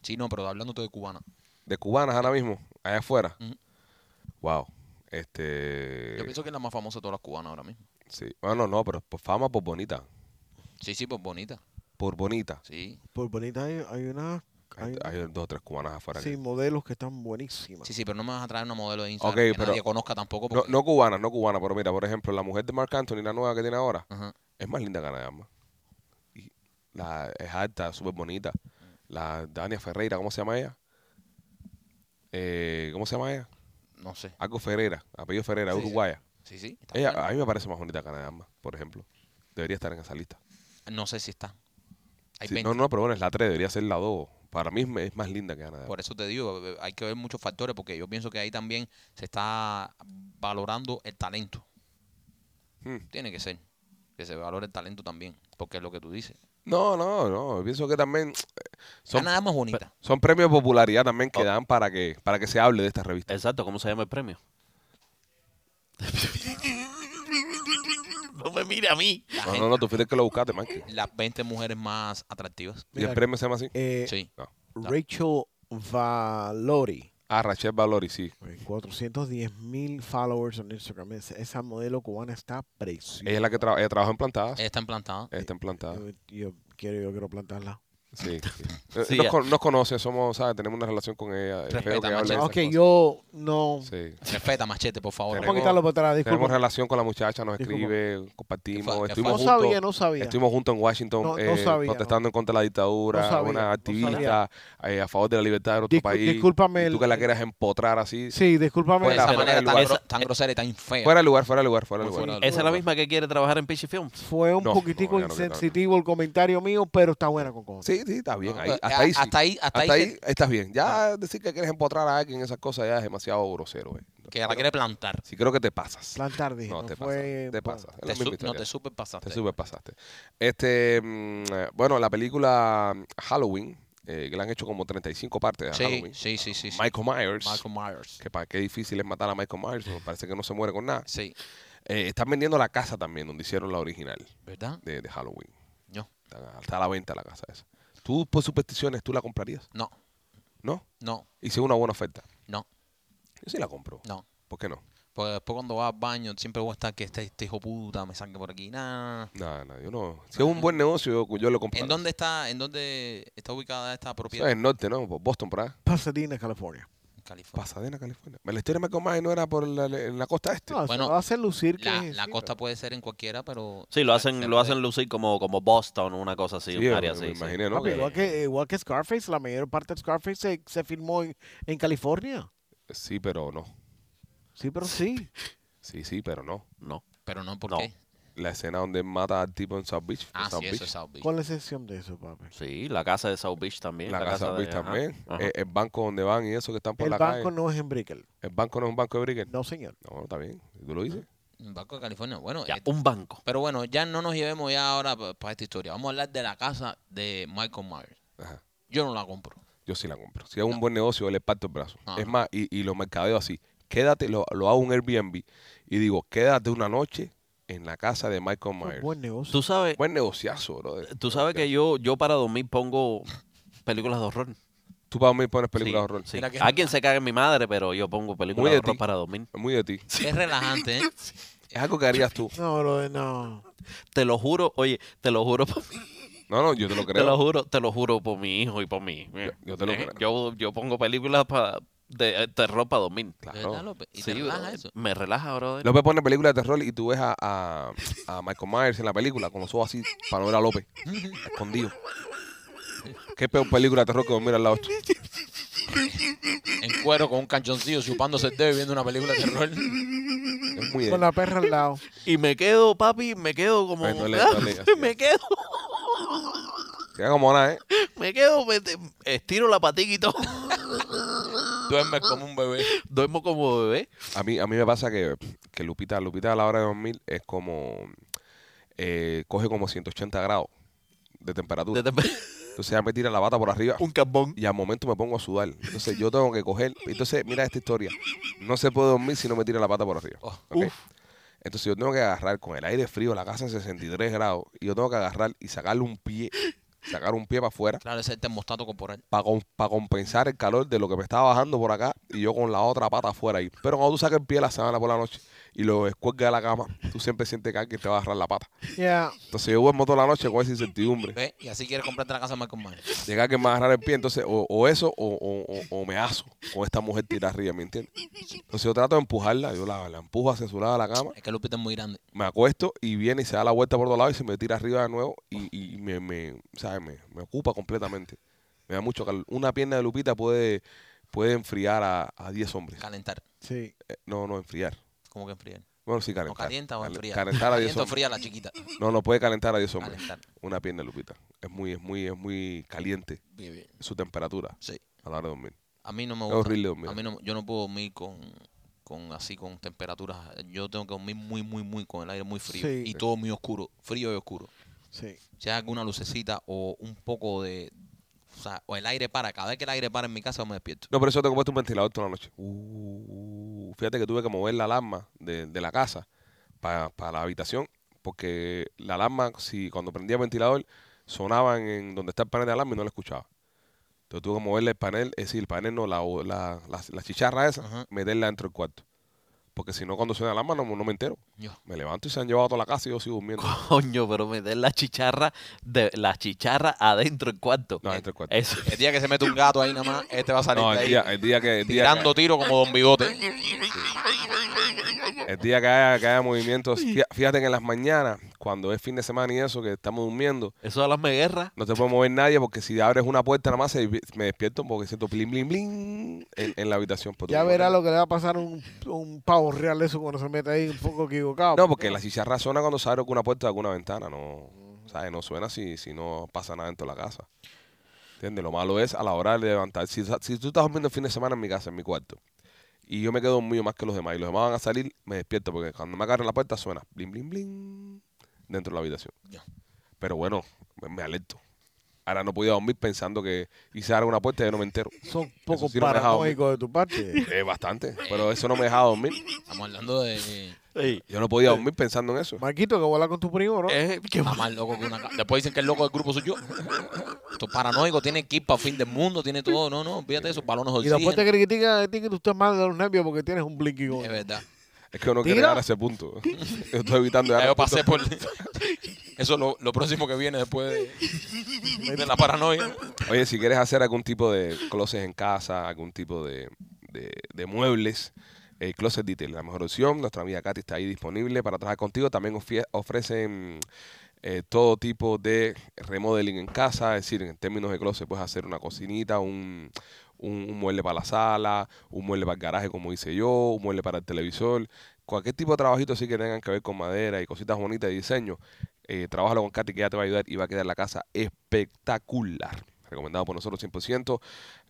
Speaker 2: Sí, no, pero hablándote de cubana.
Speaker 1: de cubanas ahora mismo, allá afuera.
Speaker 2: Ujú.
Speaker 1: Wow. Este.
Speaker 2: Yo pienso que es la más famosa de todas las cubanas ahora mismo.
Speaker 1: Sí. Bueno, no, pero por fama por bonita.
Speaker 2: Sí, sí, pues bonita.
Speaker 1: Por bonita.
Speaker 2: Sí.
Speaker 3: Por bonita Pues hay, hay unas hay
Speaker 1: Hay,
Speaker 3: unas-
Speaker 1: hay dos o tres cubanas afuera.
Speaker 3: sí,
Speaker 1: que-
Speaker 3: modelos que están buenísimas.
Speaker 2: Sí, sí, pero no me vas a traer una modelo de Instagram
Speaker 1: Ok,
Speaker 2: que
Speaker 1: pero-
Speaker 2: nadie conozca tampoco.
Speaker 1: No,
Speaker 2: Porque...
Speaker 1: no cubanas, no cubanas, pero mira, por ejemplo, la mujer de Mark Anthony, la nueva que tiene ahora,
Speaker 2: Ajá.
Speaker 1: es más linda que Ana de Armas. Y la, es alta, súper bonita. La Dania Ferreira, ¿cómo se llama ella? Eh, ¿Cómo se llama ella?
Speaker 2: No sé.
Speaker 1: Algo Ferreira, apellido Ferreira,
Speaker 2: Sí, sí.
Speaker 1: uruguaya.
Speaker 2: Sí, sí. está
Speaker 1: Ella,
Speaker 2: buena.
Speaker 1: a mí me parece más bonita que Ana de Armas, por ejemplo. Debería estar en esa lista.
Speaker 2: No sé si está. Hay
Speaker 1: Sí,
Speaker 2: 20.
Speaker 1: no, no, pero bueno, es la 3, debería ser la 2. Para mí es me- es más linda que Ana de
Speaker 2: Por eso te digo, eh, hay que ver muchos factores porque yo pienso que ahí también se está valorando el talento.
Speaker 1: Hmm.
Speaker 2: Tiene que ser. Que se valore el talento también. Porque es lo que tú dices.
Speaker 1: No, no, no. Pienso que también eh, son,
Speaker 2: Ana de Armas es bonita.
Speaker 1: son premios de popularidad también
Speaker 2: Oh.
Speaker 1: que dan para que, para que se hable de esta revista.
Speaker 4: Exacto, ¿cómo se llama el premio? no me mire a mí.
Speaker 2: La
Speaker 1: No,
Speaker 2: gente-
Speaker 1: no, no, tú fuiste el que lo buscaste, Mike.
Speaker 2: las 20 mujeres más atractivas.
Speaker 1: Y el
Speaker 3: Mira,
Speaker 1: premio se llama así.
Speaker 3: Eh,
Speaker 2: Sí.
Speaker 1: No.
Speaker 3: Rachel Valori.
Speaker 1: Ah, Rachel Valori, sí.
Speaker 3: 410 mil followers en Instagram. Es- esa modelo cubana está preciosa.
Speaker 1: Ella es la que traba- ella trabaja en plantadas.
Speaker 2: Ella está implantada.
Speaker 1: Ella Está en plantadas.
Speaker 3: Yo, yo quiero, yo quiero plantarla.
Speaker 1: Sí. sí. Eh,
Speaker 4: Sí,
Speaker 1: nos,
Speaker 4: ya.
Speaker 1: con- nos conoce, somos, ¿sabes? Tenemos una relación con ella. Espero que
Speaker 2: Respeta,
Speaker 1: hable de
Speaker 2: Machete.
Speaker 1: esas
Speaker 3: Ok,
Speaker 1: cosas.
Speaker 3: yo no.
Speaker 1: Sí.
Speaker 2: Respeta, machete, por favor.
Speaker 3: Vamos a
Speaker 1: Tenemos-
Speaker 3: quitarlo para atrás,
Speaker 1: Tenemos
Speaker 3: disculpa.
Speaker 1: relación con la muchacha, nos
Speaker 3: Disculpa.
Speaker 1: escribe,
Speaker 2: ¿Qué
Speaker 1: compartimos,
Speaker 2: fue? ¿Qué
Speaker 1: estuvimos
Speaker 3: No
Speaker 1: juntos.
Speaker 3: sabía, no sabía.
Speaker 1: Estuvimos juntos en Washington
Speaker 3: No, no
Speaker 1: eh,
Speaker 3: sabía, no.
Speaker 1: protestando en contra de la dictadura,
Speaker 3: No sabía,
Speaker 1: una
Speaker 3: no
Speaker 1: activista eh, a favor de la libertad de otro
Speaker 3: Discul-
Speaker 1: país.
Speaker 3: discúlpame
Speaker 1: y tú
Speaker 3: el-
Speaker 1: que la
Speaker 3: el-
Speaker 1: quieras empotrar así.
Speaker 3: Sí, discúlpame.
Speaker 2: de
Speaker 1: Fuera,
Speaker 2: esa
Speaker 1: fuera
Speaker 2: manera
Speaker 1: del
Speaker 2: tan,
Speaker 1: lugar.
Speaker 2: gro- tan grosera y tan fea.
Speaker 1: Fuera de lugar, fuera de lugar, fuera de
Speaker 2: Muy
Speaker 1: lugar.
Speaker 2: fuera de
Speaker 4: Esa es la misma que quiere trabajar en Pichi Films.
Speaker 3: Fue un
Speaker 1: No,
Speaker 3: poquitico
Speaker 1: no, ya no, ya no.
Speaker 3: insensitivo el comentario mío, pero está buena con cojones.
Speaker 1: Sí, sí, está bien.
Speaker 2: No,
Speaker 1: ahí,
Speaker 2: pero,
Speaker 1: hasta
Speaker 2: eh,
Speaker 1: ahí, sí.
Speaker 2: hasta ahí- Ah. hasta ahí
Speaker 1: estás bien. Ya decir que quieres empotrar a alguien, esas cosas ya es demasiado grosero. eh.
Speaker 2: Que la quiere plantar.
Speaker 1: Sí, creo que te pasas.
Speaker 3: Plantar, dije.
Speaker 1: no, te
Speaker 3: fue-
Speaker 1: pasas. Te pasas. Es la
Speaker 2: Te
Speaker 1: misma
Speaker 2: su- no
Speaker 1: historia.
Speaker 2: te superpasaste.
Speaker 1: Te superpasaste. Este, mm, eh, bueno, la película mm, Halloween, eh, que la han hecho como 35 partes de
Speaker 2: sí,
Speaker 1: Halloween.
Speaker 2: sí, sí, sí, sí.
Speaker 1: Michael Myers.
Speaker 2: Michael Myers.
Speaker 1: Que para qué difícil es matar a Michael Myers, porque parece que no se muere con nada.
Speaker 2: Sí.
Speaker 1: Eh, están vendiendo la casa también, donde hicieron la original
Speaker 2: ¿Verdad?
Speaker 1: de, de Halloween.
Speaker 2: No.
Speaker 1: Está, está a la venta la casa esa. ¿Tú por supersticiones, tú la comprarías?
Speaker 2: No.
Speaker 1: ¿No?
Speaker 2: No,
Speaker 1: Hice una buena oferta.
Speaker 2: no,
Speaker 1: Yo sí la compro.
Speaker 2: no.
Speaker 1: ¿Por qué no?
Speaker 2: Porque Pues después cuando vas al baño siempre voy a estar que este, este hijo puta me saque por aquí. Nah.
Speaker 1: Nada, nada. Yo no. Si es un buen negocio, yo, yo lo compro.
Speaker 2: ¿En dónde está, en dónde está ubicada esta
Speaker 1: Eso es
Speaker 2: propiedad?
Speaker 1: el norte, ¿no? Por Boston, por allá.
Speaker 3: Pasadena, California.
Speaker 2: En California.
Speaker 1: Pasadena, California. La historia me más no era por la, en la costa este.
Speaker 3: No,
Speaker 2: Bueno,
Speaker 3: se va a hacer lucir que
Speaker 2: La,
Speaker 3: es
Speaker 2: la
Speaker 3: encima.
Speaker 2: costa puede ser en cualquiera, pero
Speaker 4: Sí, lo
Speaker 2: se
Speaker 4: hacen, lo
Speaker 2: puede-
Speaker 4: hacen lucir como, como Boston, una cosa así,
Speaker 1: Sí,
Speaker 4: un
Speaker 1: yo
Speaker 4: área
Speaker 1: me
Speaker 4: así. sí.
Speaker 1: imaginé, ¿no?
Speaker 3: Papi,
Speaker 1: Que-
Speaker 3: igual, que, igual que Scarface, la mayor parte de Scarface se, se filmó en, en California.
Speaker 1: Sí, pero no.
Speaker 3: Sí, pero sí.
Speaker 1: Sí, sí, pero no.
Speaker 4: No.
Speaker 2: Pero no, ¿por
Speaker 4: No.
Speaker 2: qué?
Speaker 1: La escena donde mata al tipo en South Beach. en
Speaker 2: Ah,
Speaker 1: South
Speaker 2: sí,
Speaker 1: Beach.
Speaker 2: eso es South Beach.
Speaker 3: Con la excepción de eso, papi.
Speaker 4: Sí, la casa de South Beach también.
Speaker 1: La, casa de Beach
Speaker 4: ajá,
Speaker 1: también. Eh,
Speaker 4: ajá.
Speaker 1: El, el banco donde van y eso que están por
Speaker 3: El
Speaker 1: la
Speaker 3: banco
Speaker 1: calle.
Speaker 3: no es en Brickell.
Speaker 1: El banco no es un banco de Brickell.
Speaker 3: No, señor.
Speaker 1: No, está bien. ¿Tú lo dices?
Speaker 2: Un Banco de California, bueno.
Speaker 4: Ya,
Speaker 2: eh,
Speaker 4: un banco.
Speaker 2: pero bueno, ya no nos llevemos ya ahora para esta historia. Vamos a hablar de la casa de Michael Myers.
Speaker 1: Ajá.
Speaker 2: Yo no la compro.
Speaker 1: Yo sí la compro. Si es un buen negocio, yo le parto el brazo.
Speaker 2: No,
Speaker 1: es
Speaker 2: no.
Speaker 1: más, y, y lo mercadeo así. Quédate, lo, lo hago un Airbnb y digo, quédate una noche en la casa de Michael
Speaker 3: Es un
Speaker 1: Myers.
Speaker 3: buen negocio.
Speaker 4: Tú sabes,
Speaker 1: Buen negociazo, bro.
Speaker 4: tú sabes que yo, yo para dormir pongo películas de horror.
Speaker 1: Tú para mí pones películas
Speaker 4: Sí,
Speaker 1: de horror.
Speaker 4: sí.
Speaker 2: Mira que-
Speaker 4: Alguien se caga en mi madre, pero yo pongo películas
Speaker 1: Muy
Speaker 4: de
Speaker 1: de
Speaker 4: horror
Speaker 1: ti.
Speaker 4: para dormir.
Speaker 1: Es muy de ti.
Speaker 2: Es relajante, ¿eh?
Speaker 1: Es algo que harías tú.
Speaker 3: No, brother, no.
Speaker 4: Te lo juro, oye, te lo juro por mí.
Speaker 1: No, no, yo te lo
Speaker 4: Te
Speaker 1: creo.
Speaker 4: lo juro, te lo juro por mi hijo y por mí. Eh,
Speaker 1: yo te lo creo.
Speaker 4: Yo, yo pongo películas pa- de eh, terror para dormir.
Speaker 2: De verdad,
Speaker 1: Claro.
Speaker 2: López. Y
Speaker 4: Sí,
Speaker 2: te relaja
Speaker 4: brother.
Speaker 2: eso.
Speaker 4: Me relaja, brother.
Speaker 1: López pone películas de terror y tú ves a, a, a Michael Myers en la película con los ojos así para no ver a López. escondido. Qué peor película de terror que dormir al lado.
Speaker 2: En cuero con un canchoncillo, chupándose el dedo y viendo una película de terror.
Speaker 1: Es muy de
Speaker 3: Con la perra al lado.
Speaker 4: Y me quedo, papi, me quedo como.
Speaker 1: Ay, no le- no le digas eso.
Speaker 4: me quedo,
Speaker 1: Queda como nada, ¿eh?
Speaker 4: me quedo, me te- estiro la patita y todo.
Speaker 2: Duermes como un bebé.
Speaker 4: Duermo como bebé.
Speaker 1: A mí, a mí me pasa que, que Lupita, Lupita a la hora de dormir es como. eh, coge como 180 grados de temperatura.
Speaker 4: De tempe-
Speaker 1: Entonces ya me tira la bata por arriba
Speaker 4: Un carbón.
Speaker 1: y al momento me pongo a sudar. Entonces yo tengo que coger. Entonces, mira esta historia. No se puede dormir si no me tira la pata por arriba.
Speaker 2: Oh,
Speaker 1: ¿ok? Entonces yo tengo que agarrar con el aire frío, la casa en 63 grados, y yo tengo que agarrar y sacarle un pie, sacar un pie para afuera
Speaker 2: Claro, ese es el termostato corporal.
Speaker 1: para compensar el calor de lo que me estaba bajando por acá y yo con la otra pata afuera ahí. Pero cuando tú sacas el pie de la sábana por la noche y lo escuelgas de la cama, tú siempre sientes que alguien te va a agarrar la pata.
Speaker 3: Ya.
Speaker 1: Entonces yo duermo toda la noche con esa incertidumbre.
Speaker 2: ¿Ves? Y así quieres comprarte la casa de Michael Myers.
Speaker 1: Llega que me va a agarrar el pie, entonces o, o eso o, o- o- o me aso con esta mujer tirada arriba, ¿me entiendes? Entonces yo trato de empujarla, yo la, la empujo hacia su lado de la cama
Speaker 2: Es que Lupita es muy grande.
Speaker 1: me acuesto y viene y se da la vuelta por todos lados y se me tira arriba de nuevo y, y me, me, ¿sabes? Me, me ocupa completamente. Me da mucho calor. Una pierna de Lupita puede, puede enfriar a, a 10 hombres.
Speaker 2: Calentar.
Speaker 3: Sí.
Speaker 1: Eh, no, no, enfriar.
Speaker 2: Como que enfriar.
Speaker 1: Bueno, sí,
Speaker 2: ¿O
Speaker 1: calentar.
Speaker 2: calienta o
Speaker 1: Calen-
Speaker 2: enfría?
Speaker 1: Calentar a 10
Speaker 2: Calienta o
Speaker 1: hombres.
Speaker 2: fría la chiquita.
Speaker 1: No, no, puede calentar a 10 hombres.
Speaker 2: Calentar.
Speaker 1: Una pierna de Lupita. Es muy, es muy, es muy caliente
Speaker 2: Bien, bien.
Speaker 1: su temperatura
Speaker 2: Sí.
Speaker 1: a la hora de dormir.
Speaker 2: A mí no me
Speaker 1: Es
Speaker 2: gusta.
Speaker 1: horrible dormir.
Speaker 2: A mí no, yo no puedo dormir con, con así, con temperaturas. Yo tengo que dormir muy, muy, muy con el aire muy frío.
Speaker 3: Sí.
Speaker 2: Y todo muy oscuro. Frío y oscuro.
Speaker 3: Sí.
Speaker 1: Pues
Speaker 2: Si hay alguna lucecita o un poco de... O sea, o el aire para. Cada vez que el aire para en mi casa me despierto.
Speaker 1: No, pero eso tengo puesto un ventilador toda la noche. Uh, fíjate que tuve que mover la alarma de, de la casa para la habitación, porque la alarma, si cuando prendía el ventilador, sonaba en, en donde está el panel de alarma y no la escuchaba. Entonces tuve que moverle el panel, es decir, el panel no, la, o- la, la- la chicharra esa,
Speaker 2: Ajá.
Speaker 1: meterla dentro del cuarto. Porque si no, cuando suena la alarma no, no me entero.
Speaker 2: Yo.
Speaker 1: Me levanto y se han llevado toda la casa y yo sigo durmiendo.
Speaker 4: Coño, pero me den la chicharra, de, la chicharra adentro del cuarto.
Speaker 1: No, adentro del cuarto.
Speaker 4: Eso.
Speaker 2: El día que se mete un gato ahí nada más, este va a salir
Speaker 1: No,
Speaker 2: de
Speaker 1: el
Speaker 2: ahí
Speaker 1: día, el día que... El día que-
Speaker 2: tirando tiro como Don Bigote.
Speaker 1: El día que haya, que haya movimientos, fía- fíjate que en las mañanas, cuando es fin de semana y eso, que estamos durmiendo,
Speaker 4: Eso a las guerra.
Speaker 1: no te puede mover nadie porque si abres una puerta nada más se desvi- me despierto porque siento blin, blin, blin en, en la habitación. Pero
Speaker 3: Ya
Speaker 1: tú-
Speaker 3: verá lo que le va a pasar a un, un pavo real eso cuando se mete ahí un poco equivocado.
Speaker 1: No, porque la chicharra suena cuando se abre alguna puerta de alguna ventana, no, ¿sabes? No suena si, si no pasa nada dentro de la casa. ¿Entiendes? Lo malo es a la hora de levantar. Si, si tú estás durmiendo el fin de semana en mi casa, en mi cuarto, y yo me quedo dormido más que los demás, y los demás van a salir, me despierto, porque cuando me agarran la puerta suena blin, blin, blin dentro de la habitación.
Speaker 2: Ya.
Speaker 1: Pero bueno, me, me alerto. Ahora no podía dormir pensando que hice abre una puerta y yo no me entero.
Speaker 3: Son poco
Speaker 1: sí no me deja dormir.
Speaker 3: paranoicos de tu parte.
Speaker 1: Es bastante, pero eso no me deja dormir.
Speaker 2: Estamos hablando de,
Speaker 4: Sí.
Speaker 1: Yo no podía dormir pensando en eso.
Speaker 3: Marquito, que vuela con tu primo, ¿no?
Speaker 4: Eh, qué
Speaker 2: Está más loco que una ca- Después dicen que el loco del grupo soy yo. Esto es paranoico, tiene que ir para fin del mundo, tiene todo. No, no, fíjate esos balones de
Speaker 3: y después
Speaker 2: oxígeno.
Speaker 3: te critican a ti que tú estás mal de los nervios porque tienes un blinky
Speaker 1: Eh,
Speaker 3: con.
Speaker 2: Es verdad.
Speaker 1: Es que uno quiere
Speaker 3: Tira.
Speaker 1: llegar a ese punto. Yo estoy evitando
Speaker 2: Ya
Speaker 1: llegar
Speaker 2: yo
Speaker 1: al punto.
Speaker 2: pasé por. Eso es lo, lo próximo que viene después de, de la paranoia.
Speaker 1: Oye, si quieres hacer algún tipo de closets en casa, algún tipo de, de- de muebles, eh, Closet Detail, la mejor opción. Nuestra amiga Katy está ahí disponible para trabajar contigo. También ofie- ofrecen eh, todo tipo de remodeling en casa. Es decir, en términos de closet puedes hacer una cocinita, un, un- un mueble para la sala, un mueble para el garaje, como hice yo, un mueble para el televisor. Cualquier tipo de trabajito así que tengan que ver con madera y cositas bonitas de diseño, eh, trabájalo con Katy que ya te va a ayudar y va a quedar la casa espectacular. Recomendado por nosotros 100%.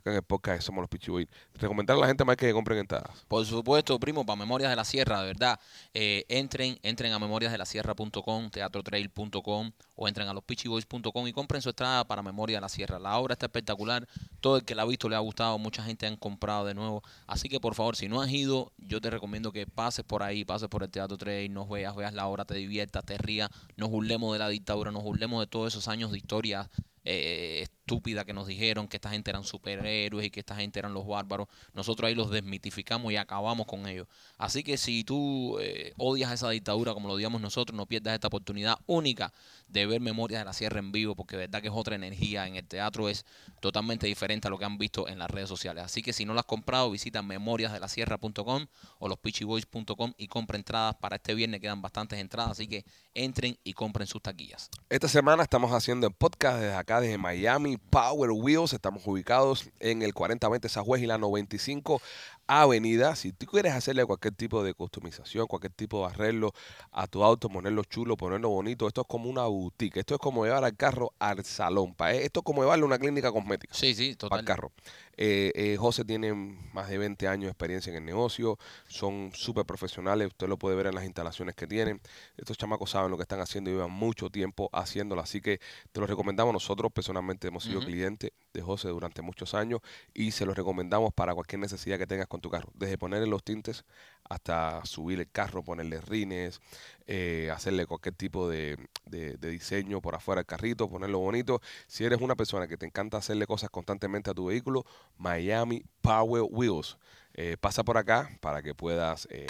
Speaker 1: Acá en el podcast somos los Pichiboy. Recomendar a la gente más que compren entradas.
Speaker 2: Por supuesto, primo, para Memorias de la Sierra, de verdad. eh, entren, entren a memoriasdelasierra.com, teatrotrail.com o entren a lospichiboys.com y compren su entrada para Memorias de la Sierra. La obra está espectacular, todo el que la ha visto le ha gustado, mucha gente han comprado de nuevo. Así que por favor, si no has ido, yo te recomiendo que pases por ahí, pases por el Teatro Trail, nos veas, veas la obra, te diviertas, te rías, nos burlemos de la dictadura, nos burlemos de todos esos años de historia eh, estúpida que nos dijeron que esta gente eran superhéroes y que esta gente eran los bárbaros. Nosotros ahí los desmitificamos y acabamos con ellos. Así que si tú eh, odias esa dictadura como lo odiamos nosotros, no pierdas esta oportunidad única de ver Memorias de la Sierra en vivo, porque de verdad que es otra energía. En el teatro es totalmente diferente a lo que han visto en las redes sociales. Así que si no las has comprado, visita memoriasdelasierra.com o lospitchyboys.com y compra entradas. Para este viernes quedan bastantes entradas, así que entren y compren sus taquillas.
Speaker 1: Esta semana estamos haciendo el podcast desde acá, desde Miami, Power Wheels. Estamos ubicados en el 4020 Sajuez y la 95 Avenida. Si tú quieres hacerle cualquier tipo de customización, cualquier tipo de arreglo a tu auto, ponerlo chulo, ponerlo bonito, esto es como una boutique. Esto es como llevar al carro al salón. pa- Esto es como llevarle a una clínica cosmética.
Speaker 2: Sí, sí,
Speaker 1: para el
Speaker 2: total.
Speaker 1: carro. Eh, eh, José tiene más de 20 años de experiencia en el negocio, son súper profesionales, usted lo puede ver en las instalaciones que tienen. Estos chamacos saben lo que están haciendo y llevan mucho tiempo haciéndolo, así que te los recomendamos. Nosotros personalmente hemos sido
Speaker 2: Ujú.
Speaker 1: clientes de José durante muchos años y se los recomendamos para cualquier necesidad que tengas con tu carro, desde ponerle los tintes hasta subir el carro, ponerle rines, eh, hacerle cualquier tipo de, de- de diseño por afuera del carrito, ponerlo bonito. Si eres una persona que te encanta hacerle cosas constantemente a tu vehículo, Miami Power Wheels. Eh, pasa por acá para que puedas... eh,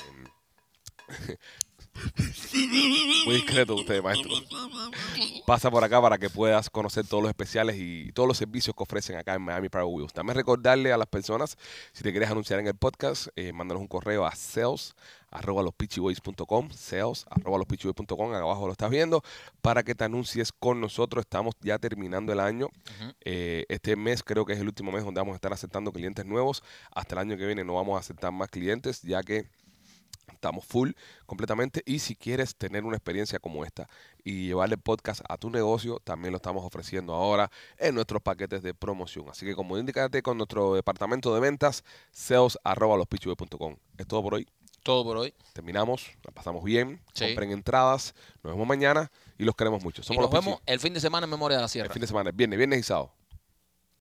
Speaker 1: Muy discreto usted, maestro. Pasa por acá para que puedas conocer todos los especiales y todos los servicios que ofrecen acá en Miami Power Wheels. También recordarle a las personas, si te quieres anunciar en el podcast, eh, mándanos un correo a sales arroba lospitchyboys.com, sales arroba lospitchyboys.com, acá abajo lo estás viendo, para que te anuncies con nosotros. Estamos ya terminando el año.
Speaker 2: Ujú.
Speaker 1: Eh, este mes creo que es el último mes donde vamos a estar aceptando clientes nuevos. Hasta el año que viene no vamos a aceptar más clientes, ya que Estamos full completamente y si quieres tener una experiencia como esta y llevarle el podcast a tu negocio, también lo estamos ofreciendo ahora en nuestros paquetes de promoción. Así que comunícate con nuestro departamento de ventas, sales arroba lospitchyboy.com. Es todo por hoy.
Speaker 2: Todo por hoy.
Speaker 1: Terminamos, la pasamos bien,
Speaker 2: Sí.
Speaker 1: compren entradas, nos vemos mañana y los queremos mucho.
Speaker 2: Y
Speaker 1: Somos
Speaker 2: nos
Speaker 1: los
Speaker 2: vemos el fin de semana en Memoria de la
Speaker 1: Pichi. El
Speaker 2: Sierra.
Speaker 1: fin de semana, viernes, viernes y sábado.